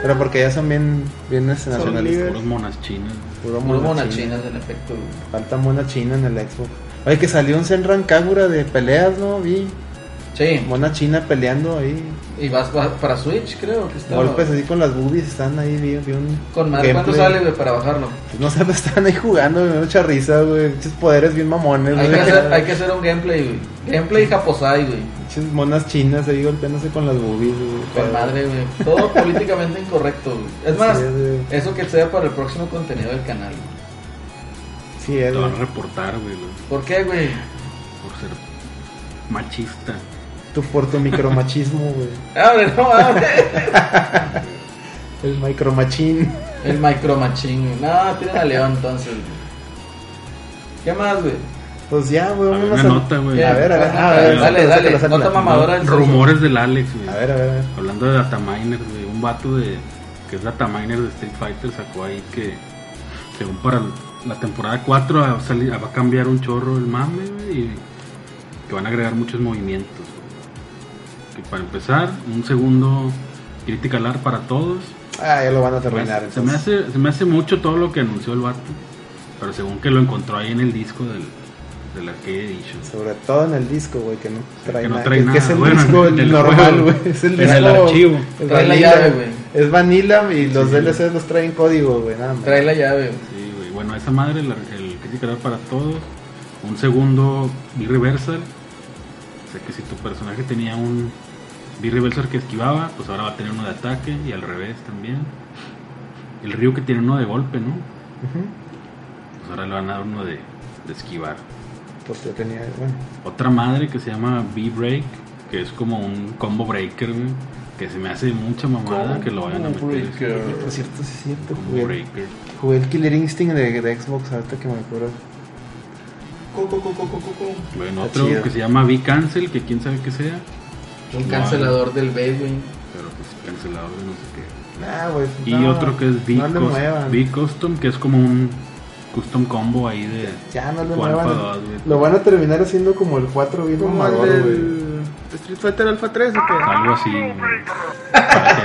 S3: Pero porque ya son bien, bien este,
S4: Son
S3: nacionalistas.
S4: libres.
S2: Puros monas chinas. güey.
S3: Puro
S1: Muy
S3: mona
S1: buenas
S3: china.
S1: chinas, en efecto, güey.
S3: Falta mona china en el Xbox. Oye, que salió un Senran Kagura de peleas, ¿no? Vi.
S1: Sí,
S3: Mona china peleando ahí.
S1: y vas pa- para Switch, creo que está.
S3: Golpes así con las boobies están ahí. Vi, vi un
S1: Con más, ¿cuándo
S3: gameplay.
S1: sale, güey, para bajarlo?
S3: Pues No sé, pero están ahí jugando, me da mucha risa, güey. Muchos poderes bien mamones,
S1: Hay
S3: güey.
S1: que, hacer, hay que hacer un gameplay, güey. Gameplay Japosai, güey.
S3: Muchas monas chinas ahí golpeándose con las boobies, güey.
S1: Con madre, güey. Todo políticamente incorrecto, güey. Es más,
S3: Sí, güey.
S1: eso que sea para el próximo contenido del canal. güey.
S3: Sí, es,
S2: Te van
S3: güey.
S2: a reportar, güey, güey,
S1: ¿Por qué, güey?
S2: por ser machista.
S3: Tú por tu micromachismo, güey.
S1: Abre, no abre.
S3: El micromachín.
S1: El micromachín, güey. No, tienen a León entonces, güey. ¿Qué más, güey?
S3: Pues ya, güey,
S2: A ver,
S3: vámonos
S2: una nota, güey.
S3: A ver, a ver, a
S2: Dale,
S3: ver. sácalo,
S1: dale,
S3: sácalo, sácalo.
S1: nota mamadora. del
S2: Rumores del Alex, güey.
S3: A ver, a ver, a ver.
S2: Hablando de dataminer, güey, un vato de que es dataminer de Street Fighter sacó ahí que según para la temporada 4 va a, salir- va a cambiar un chorro el mame, güey, y que van a agregar muchos movimientos. güey. Que para empezar, un segundo Critical Art para todos.
S3: Ah, ya lo van a
S2: Se me
S3: terminar,
S2: hace- Pues, se, me
S3: entonces.
S2: hace, se me hace mucho todo lo que anunció el vato, pero según que lo encontró ahí en el disco del, del Arcade Edition.
S3: Sobre todo en el disco, güey, que no trae,
S2: que no
S3: nada.
S2: trae
S3: que, que es
S2: nada,
S3: el
S2: bueno,
S3: disco
S2: en el
S3: normal,
S2: juego,
S3: güey. Es el
S2: en
S3: disco.
S2: el archivo.
S3: es
S1: Trae la
S3: vanilla,
S1: llave, güey.
S3: Es vanilla y los
S2: Sí.
S3: DLCs los traen código, güey, nada más.
S1: Trae la llave, güey.
S2: Sí, güey. Bueno, esa madre, la- el Critical Art para todos. Un segundo B-Reversal. O sea que si tu personaje tenía un B-Reversal que esquivaba, pues ahora va a tener uno de ataque y al revés también. El Ryu que tiene uno de golpe, ¿no?
S3: Ujú.
S2: Pues ahora le van a dar uno de, de esquivar.
S3: Pues yo tenía, bueno.
S2: Otra madre que se llama B-Break, que es como un combo breaker, güey, Que se me hace mucha mamada que lo vayan a meter. este,
S3: Y por cierto, sí es cierto,
S2: Combo
S3: jugué,
S2: breaker.
S3: jugué el Killer Instinct de, de Xbox ahorita que me acuerdo.
S2: Bueno,
S3: Está
S2: otro
S3: chido.
S2: que se llama B-Cancel, que quién sabe qué sea.
S1: Un cancelador del B, güey.
S2: Pero pues cancelador de no sé qué.
S3: Ah, güey.
S2: Y
S3: no,
S2: otro que es
S3: No le muevan.
S2: B-Custom, que es como un custom combo ahí de...
S3: Ya no le
S2: Juan
S3: muevan.
S2: Padua, güey.
S3: Lo van a terminar haciendo como el 4 bien
S4: Como el
S3: mamador, güey.
S4: del Street Fighter Alpha 3 o qué?
S2: Algo así. güey. Para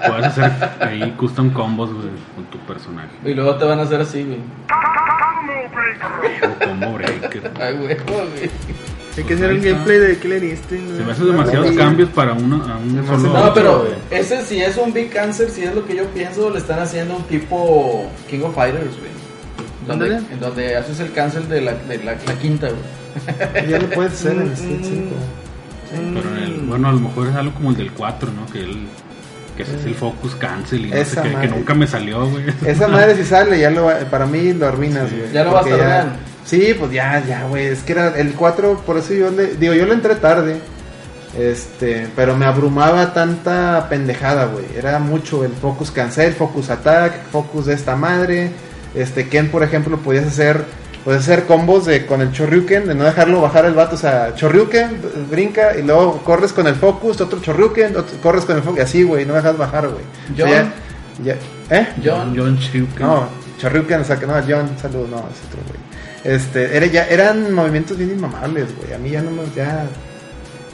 S2: que Puedas hacer ahí custom combos güey, con tu personaje.
S1: Y luego te van a hacer así, güey.
S2: O combo breaker.
S1: Ay, güey, güey.
S4: Hay que hacer un gameplay de Killer Instinct, güey.
S2: Se me hacen demasiados
S4: Sí.
S2: cambios para uno, a un
S3: Demasiado.
S2: solo...
S1: No,
S3: Otro,
S1: pero
S3: güey.
S1: ese si es un Big Cancer, si es lo que yo pienso, le están haciendo un tipo King of Fighters, güey. Donde,
S4: Ándale.
S1: en donde haces el cancel de la, de la, la quinta, güey.
S3: Ya lo puedes hacer en
S4: Mm,
S3: el Steam
S4: mm.
S3: 5.
S2: Pero en
S1: eh. Mm.
S2: el- bueno, a lo mejor es algo como el del 4, ¿no? Que él... Que ese es el focus cancel y no sé
S3: Eh. Esa
S2: qué, que
S3: madre.
S2: nunca me salió, güey.
S3: Esa madre si sale, ya lo va- para mí lo arruinas, güey.
S1: Ya lo vas
S3: Porque
S1: a
S3: ya-
S1: arruinar.
S3: Sí, pues ya, ya, güey. Es que era el 4, por eso yo le. Digo, yo le entré tarde. Este, pero me abrumaba tanta pendejada, güey. Era mucho el focus cancel, focus attack, focus de esta madre. Este, Ken, por ejemplo, podías hacer pues hacer combos de con el chorriuken, de no dejarlo bajar el vato, o sea, chorriuken, b- brinca y luego corres con el focus, otro chorriuken, otro- corres con el focus, y así, güey, no dejas bajar, güey. O sea,
S1: John.
S3: ya- ya- ¿Eh?
S1: John.
S2: John Shivkin.
S3: No, Chorriuken, o sea, que no, John, saludos, no, es otro, güey. Este, era, ya, eran movimientos bien inmamables, güey. A mí ya no me, ya,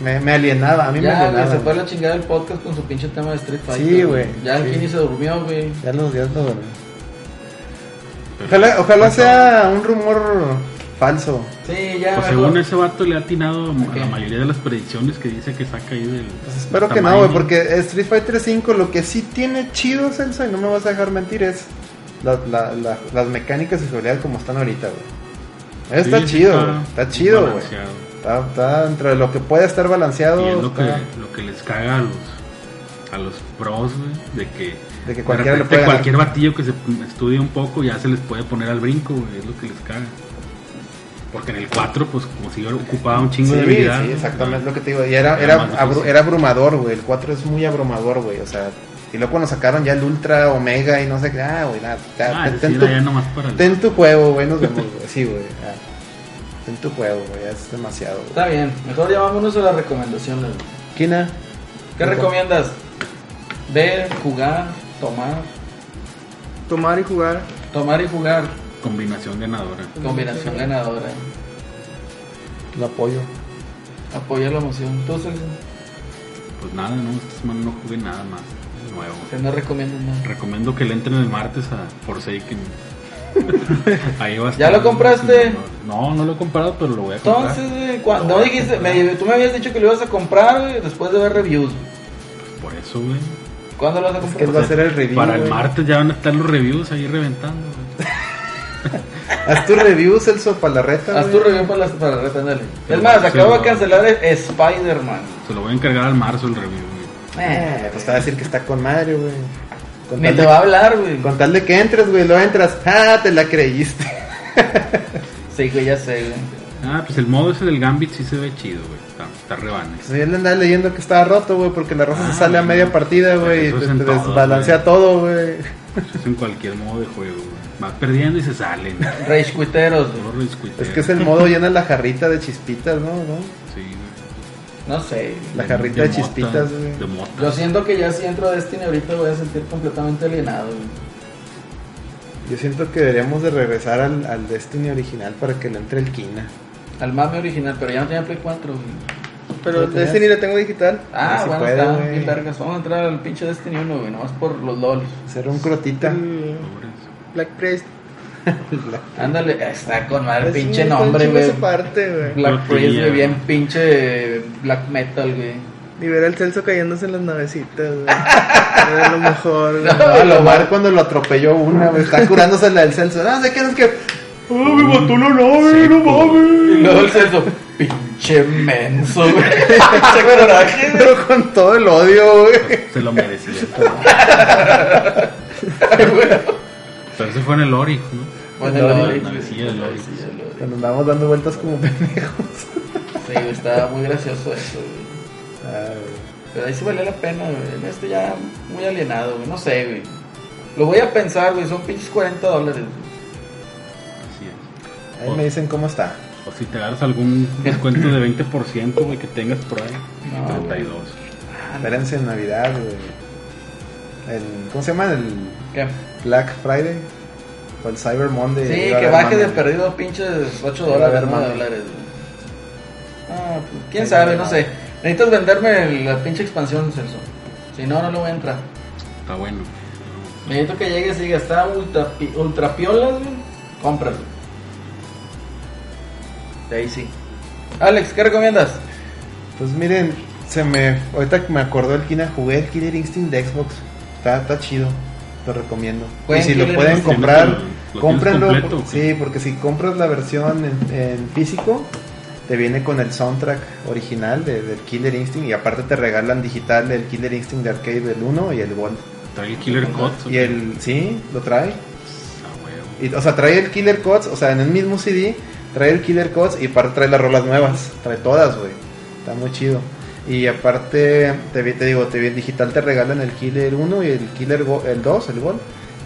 S3: me, me alienaba, a mí me
S1: Ya, güey,
S3: alienaba.
S1: se fue
S3: güey.
S1: la chingada del podcast con su pinche tema de Street Fighter.
S3: Sí, güey,
S1: Ya
S3: sí.
S1: el Kini se durmió, güey.
S3: Ya los días los dormí. Ojalá, ojalá sea un rumor falso.
S1: Sí, ya.
S2: Pues
S1: mejor.
S2: según ese vato le ha atinado a
S1: Ok.
S2: la mayoría de las predicciones que dice que saca ahí del.
S3: Pues espero que
S2: tamaño.
S3: no, güey, porque Street Fighter 5 lo que sí tiene chido, Celso, y no me vas a dejar mentir, es la- la- la- las mecánicas de seguridad como están ahorita, güey.
S2: Sí,
S3: Está
S2: sí
S3: chido, güey. Está chido, güey.
S2: balanceado.
S3: Está, está dentro de lo que puede estar balanceado.
S2: Y es lo que,
S3: está-
S2: lo que les caga a los, a los pros, güey, de que.
S3: De que
S2: de
S3: cualquiera le
S2: repente
S3: puede ganar.
S2: cualquier batillo que se estudie un poco ya se les puede poner al brinco, güey, es lo que les caga. Porque en el 4, pues como si yo ocupaba un chingo
S3: Sí,
S2: de habilidad.
S3: sí,
S2: ¿no?
S3: exactamente lo que te digo. Y era,
S2: Era
S3: era,
S2: más difícil.
S3: abru- era abrumador, güey. El 4 es muy abrumador, güey. O sea, y luego cuando sacaron ya el Ultra Omega y no sé qué. Ah, güey, nada. ya,
S2: Ah,
S3: ten,
S2: ese
S3: ten
S2: era
S3: tu,
S2: ya nomás para el-
S3: ten tu juego, güey. Nos vemos, güey. Sí, güey. ah. Ten tu juego, güey. ya Es demasiado, güey.
S1: Está bien. Mejor ya vámonos a las recomendaciones. güey.
S3: Kina,
S1: ¿Qué
S3: Mejor.
S1: recomiendas? Ver, jugar, tomar.
S4: Tomar y jugar.
S1: Tomar y jugar.
S2: combinación ganadora.
S1: Combinación ganadora.
S3: lo apoyo.
S1: Apoya la emoción. Tú, Celso,
S2: Pues nada, no, esta semana no jugué nada más nuevo.
S1: que no recomiendas nada.
S2: Recomiendo que le entren el martes a Forsaken. Ahí va a
S1: ¿Ya lo compraste?
S2: No, no lo he comprado, pero lo voy a comprar.
S3: Ah.
S1: Entonces, güey, cua- no dijiste, me- tú me habías dicho que lo ibas a comprar, güey, después de ver reviews. güey.
S2: Por eso, güey.
S1: ¿Cuándo lo vas a
S3: que
S1: comprar?
S3: él va a hacer el review.
S2: Para el
S3: güey.
S2: martes ya van a estar los reviews ahí reventando, güey.
S3: Haz tu review, Celso, para la reta.
S1: Haz
S3: güey.
S1: tu review para la, para la reta, ándale. Es
S2: Sí,
S1: más,
S2: sí,
S1: acabo de
S2: no.
S1: cancelar el Spider-Man.
S2: Se lo voy a encargar al marzo el review, güey.
S3: Eh, pues te va a decir que está con madre, güey. Con
S1: Ni
S3: tal
S1: te
S3: de-
S1: va a hablar, güey.
S3: Con tal de que entres, güey, lo entras. Ah, te la creíste.
S1: Sí, güey, ya sé, güey.
S2: Ah, pues el modo ese del Gambit sí se ve chido, güey. Está, está rebanes.
S3: Pues yo le andaba leyendo que estaba roto, güey, porque la roja
S2: Ah,
S3: se sale a
S2: güey.
S3: media partida, güey, y
S2: Eso
S3: te,
S2: es en
S3: te
S2: todo,
S3: desbalancea
S2: güey.
S3: todo, güey.
S2: Eso es en cualquier modo de juego, güey. Va perdiendo y se salen. güey.
S1: Rage Quiteros, güey.
S2: Todo lo discute.
S3: Es que es el modo llena la jarrita de chispitas, ¿no? ¿No?
S2: Sí, güey.
S1: No sé. güey.
S3: La jarrita de
S2: mota,
S3: chispitas, güey.
S2: De mota.
S1: Yo siento que ya si entro a Destiny ahorita voy a sentir completamente alienado, güey.
S3: Yo siento que deberíamos de regresar al, al Destiny original para que le entre el Kina.
S1: Al mame original, pero ya no tenía Play 4, güey.
S4: Pero
S3: ¿Lo
S4: el
S3: tenías?
S4: Destiny lo tengo digital.
S1: Ah,
S3: Ah, sí
S1: bueno,
S3: puede,
S1: está
S3: güey.
S1: bien vergas. Vamos a entrar al pinche Destiny 1, güey, nomás por los lolis.
S3: Ser un crotita.
S4: El Black Priest.
S1: Ándale, está con madre,
S4: Es
S3: Pues
S1: pinche
S4: un-
S1: nombre,
S4: un chingo
S1: güey.
S4: esa parte, güey.
S1: Black
S2: Lo tenía,
S1: Priest, güey, bien
S2: güey.
S1: pinche eh, black metal, güey.
S4: Y ver al Celso cayéndose en las navecitas, güey. Era lo mejor, güey.
S3: No, lo mar cuando lo atropelló una, güey. Está curándose la del Celso. No, sé qué es que. ¡Ah, me mató la nave!
S2: Sí,
S3: ¡No
S2: pues.
S3: mames!
S1: Y luego el censo, pinche menso, güey. Pinche
S2: Ah,
S1: coraje, güey.
S3: Pero con todo el odio, güey.
S2: Se lo merecía. Pero eso fue en el Ori, ¿no?
S1: Bueno,
S3: La
S1: Lori.
S2: navecilla de Lori.
S1: Sí,
S3: Cuando andamos dando vueltas como pendejos.
S1: güey, estaba muy gracioso eso, güey.
S3: Ah, güey.
S1: Pero ahí sí valía la pena, güey. En este ya muy alienado, güey. No sé, güey. Lo voy a pensar, güey. Son pinches 40 dólares. güey.
S2: Así es.
S3: Ahí me dicen cómo está.
S2: O si te agarras algún descuento de 20%, güey, que tengas por ahí.
S1: No,
S2: 32.
S3: Espérense en Navidad, güey. El, ¿Cómo se llama? El
S1: ¿Qué?
S3: Black Friday. O el Cyber Monday.
S1: Sí,
S3: Ahí va a
S1: que
S3: haber
S1: baje de
S3: mame.
S1: perdido pinches 8
S3: Ahí va a haber
S1: dólares, 9
S3: mame.
S1: dólares. güey. Ah, pues, quién
S3: Ahí va a
S1: sabe,
S3: haber
S1: no
S3: mame.
S1: sé. Necesitas venderme la pinche expansión, Celso. Si no, no le voy a entrar.
S2: Está bueno.
S1: Necesito que llegues y digas, está ultra, pi- ultra piola, güey. Cómpralo. De ahí sí. Alex, ¿qué recomiendas?
S3: Pues miren, se me. Ahorita que me acordó el Kina, jugué el Killer Instinct de Xbox. Está, está chido. Lo recomiendo.
S1: Jueguen
S3: y si lo
S1: Killer
S3: pueden
S1: Instinct.
S3: comprar,
S2: ¿Lo tienes
S3: cómprenlo.
S2: completo o
S3: por-
S2: qué?
S3: sí, porque si compras la versión en, en físico, te viene con el soundtrack original de- del Killer Instinct. Y aparte te regalan digital el Killer Instinct de arcade del 1 y el Gold.
S2: Trae el Killer Cots.
S3: Y el. Sí, lo trae.
S2: Ah, huevo.
S3: Y, o sea, trae el Killer Codes, o sea, en el mismo CD trae el Killer Codes y aparte trae las rolas nuevas, trae todas, güey. Está muy chido. Y aparte, te, vi- te digo, te vi en digital te regalan el Killer 1 y el Killer Go- el 2, el Gol.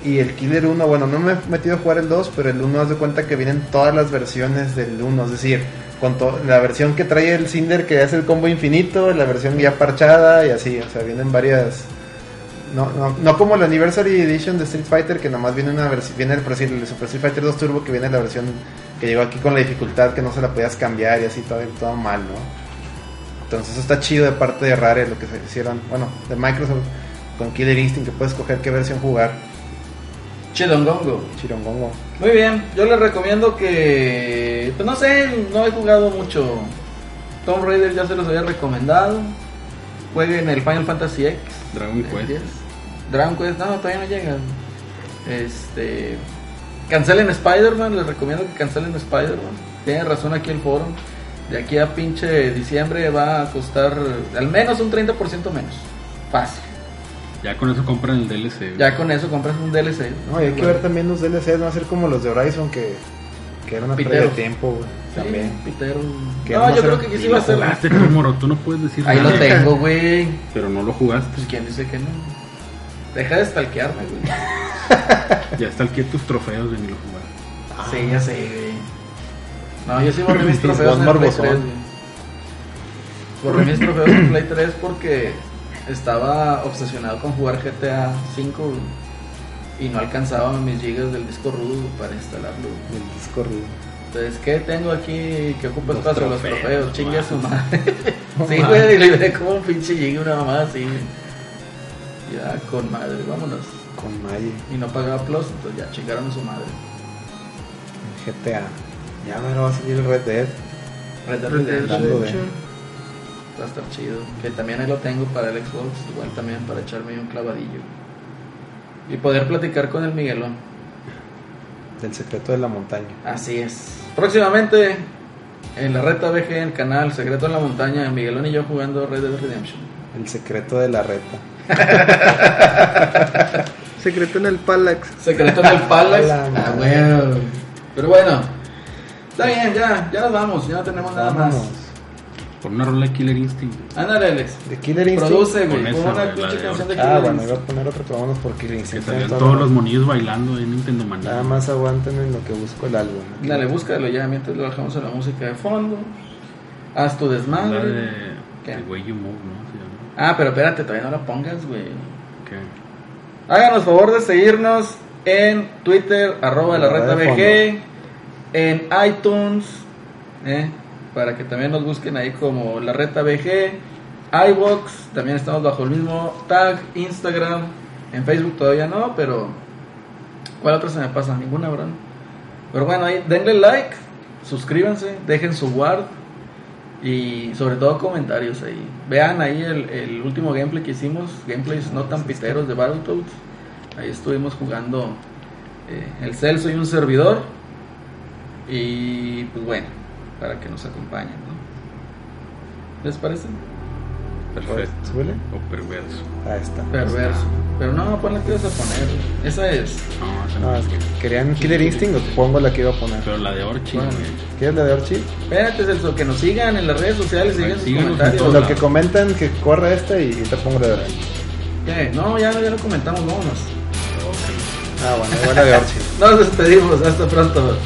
S3: y el Killer 1, bueno, no me he metido a jugar el 2, pero el 1 haz de cuenta que vienen todas las versiones del 1, es decir, con to- la versión que trae el Cinder que hace el combo infinito, la versión ya parchada y así, o sea, vienen varias... No, no, no como la Anniversary Edition de Street Fighter, que nomás viene una versión, viene el, por decir, el Super Street Fighter 2 Turbo, que viene la versión que llegó aquí con la dificultad que no se la podías cambiar y así todo, todo mal, ¿no? Entonces eso está chido de parte de Rare lo que se hicieron, bueno, de Microsoft con Killer Instinct que puedes escoger qué versión jugar.
S1: Chidongongo.
S3: Chirongongo.
S1: Muy bien, yo les recomiendo que. Pues no sé, no he jugado mucho. Tomb Raider ya se los había recomendado. Jueguen el Final Fantasy X.
S2: Dragon
S3: Pues.
S2: Quest.
S1: Yes. Dragon Quest, no, todavía no llegan. Este. Cancelen Spider-Man, les recomiendo que cancelen Spider-Man. Tienen razón aquí el foro. De aquí a pinche diciembre va a costar al menos un 30% menos. Fácil.
S2: Ya con eso compran el DLC.
S1: Ya con eso compras un DLC.
S3: No, y hay que
S1: Bueno.
S3: ver también los DLCs, no hacer como los de Horizon que, que era una pérdida de
S1: Pitero.
S3: tiempo, güey.
S1: Sí,
S3: También.
S1: Pitero.
S3: Que
S1: No,
S3: vamos
S1: yo
S3: a
S1: creo
S3: hacer-
S1: que sí
S2: Y
S1: va
S2: lo
S1: a ser.
S2: jugaste, tú, moro, tú no puedes decir
S1: Ahí lo
S2: nada,
S1: tengo, güey.
S2: Pero no lo jugaste.
S1: Pues quién dice que no. Deja de stalkearme, güey.
S2: Ya están aquí tus trofeos de ni lo jugaste.
S1: Sí, ya sé, güey. No, yo sí borré mis trofeos en
S3: Juan
S1: el Play 3,
S3: Barbosón.
S1: güey. Borré mis trofeos en Play 3 porque estaba obsesionado con jugar GTA 5 y no alcanzaba mis gigas del disco rudo güey, para instalarlo. güey.
S3: El disco rudo.
S1: Entonces, ¿qué tengo aquí que ocupa
S2: Los
S1: espacio? Los
S2: trofeos,
S1: trofeos, chingue a su madre.
S3: No
S1: sí, güey, liberé como un pinche giga, una mamada así. güey. Ya, con madre, vámonos.
S3: Con Maye,
S1: Y no pagaba Plus, entonces ya chingaron a su madre.
S3: GTA. Ya me va a salir el Red Dead.
S1: Red Dead
S4: Red Dead
S1: Redemption.
S4: Redemption.
S1: Va a estar chido. Que también ahí lo tengo para el Xbox, igual también para echarme un clavadillo. Y poder platicar con el Miguelón.
S3: Del secreto de la montaña.
S1: Así es. Próximamente en la reta BG, en el canal Secreto en la Montaña, Miguelón y yo jugando Red Dead Redemption.
S3: El secreto de la reta.
S4: Secreto en el Palax.
S1: Secreto en el Palace.
S3: A la
S1: Ah,
S3: madre.
S1: bueno. Pero bueno, está bien, ya, ya nos vamos, ya no tenemos nada
S3: Vámonos.
S1: más.
S2: Por una rola de Killer Instinct.
S1: Ándale, Alex.
S3: De Killer Instinct.
S1: Produce,
S2: Con
S1: güey.
S2: esa,
S1: Pon
S2: güey,
S1: una
S2: la
S1: pinche
S2: de-
S1: canción de
S3: Ah,
S1: Killer
S3: bueno, iba
S1: Instinct.
S3: a poner otro que vámonos por Killer
S2: Que
S3: Instinct.
S2: salían
S3: Entonces,
S2: todos los monillos bailando en Nintendo Manía.
S3: Nada más aguanten en lo que busco el álbum.
S1: Dale, búscalo ya mientras lo dejamos a la música de fondo. Haz tu
S2: La
S1: desmadre.
S2: de.
S1: ¿Qué?
S2: El Way You Move, ¿no? Se llama.
S1: Ah, pero espérate, todavía no la pongas, güey.
S2: Que-
S1: Háganos favor de seguirnos en Twitter, arroba la
S3: La
S1: reta
S3: de
S1: BG, en iTunes, ¿eh? para que también nos busquen ahí como la reta BG, iBox, también estamos bajo el mismo tag, Instagram, en Facebook todavía no, pero ¿cuál otra se me pasa? Ninguna, ¿verdad? Pero bueno, ahí denle like, suscríbanse, dejen su guard y sobre todo comentarios ahí. Vean ahí el, el último gameplay que hicimos, gameplays no tan piteros de Battletoads. Ahí estuvimos jugando eh, el Celso y un servidor. Y pues bueno, para que nos acompañen, ¿no? ¿Les parece?
S2: Perfecto.
S3: ¿Suele?
S2: O perverso.
S3: Pues, Ahí está.
S1: Perverso. Pero no, pon la que ibas a poner. Esa es.
S2: No, esa no
S3: No,
S2: es
S3: es que querían Killer Instinct o pongo la que iba a poner.
S2: Pero la de Orchi,
S1: Bueno.
S2: güey.
S3: ¿Quieres la de Orchid?
S1: Espérate, Celso, que nos sigan en las redes sociales, sigan sus
S2: Síganos en
S1: comentarios.
S2: todos
S3: Lo que
S2: lados.
S3: comentan que corra esta y, y te pongo la de Orchid.
S1: ¿Qué? No, ya, ya lo comentamos, vámonos.
S3: Ah, bueno, igual la de Orchid.
S1: Nos despedimos, hasta pronto.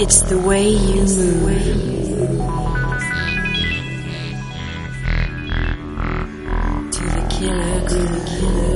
S5: It's the way you move. To the killer, to the killer.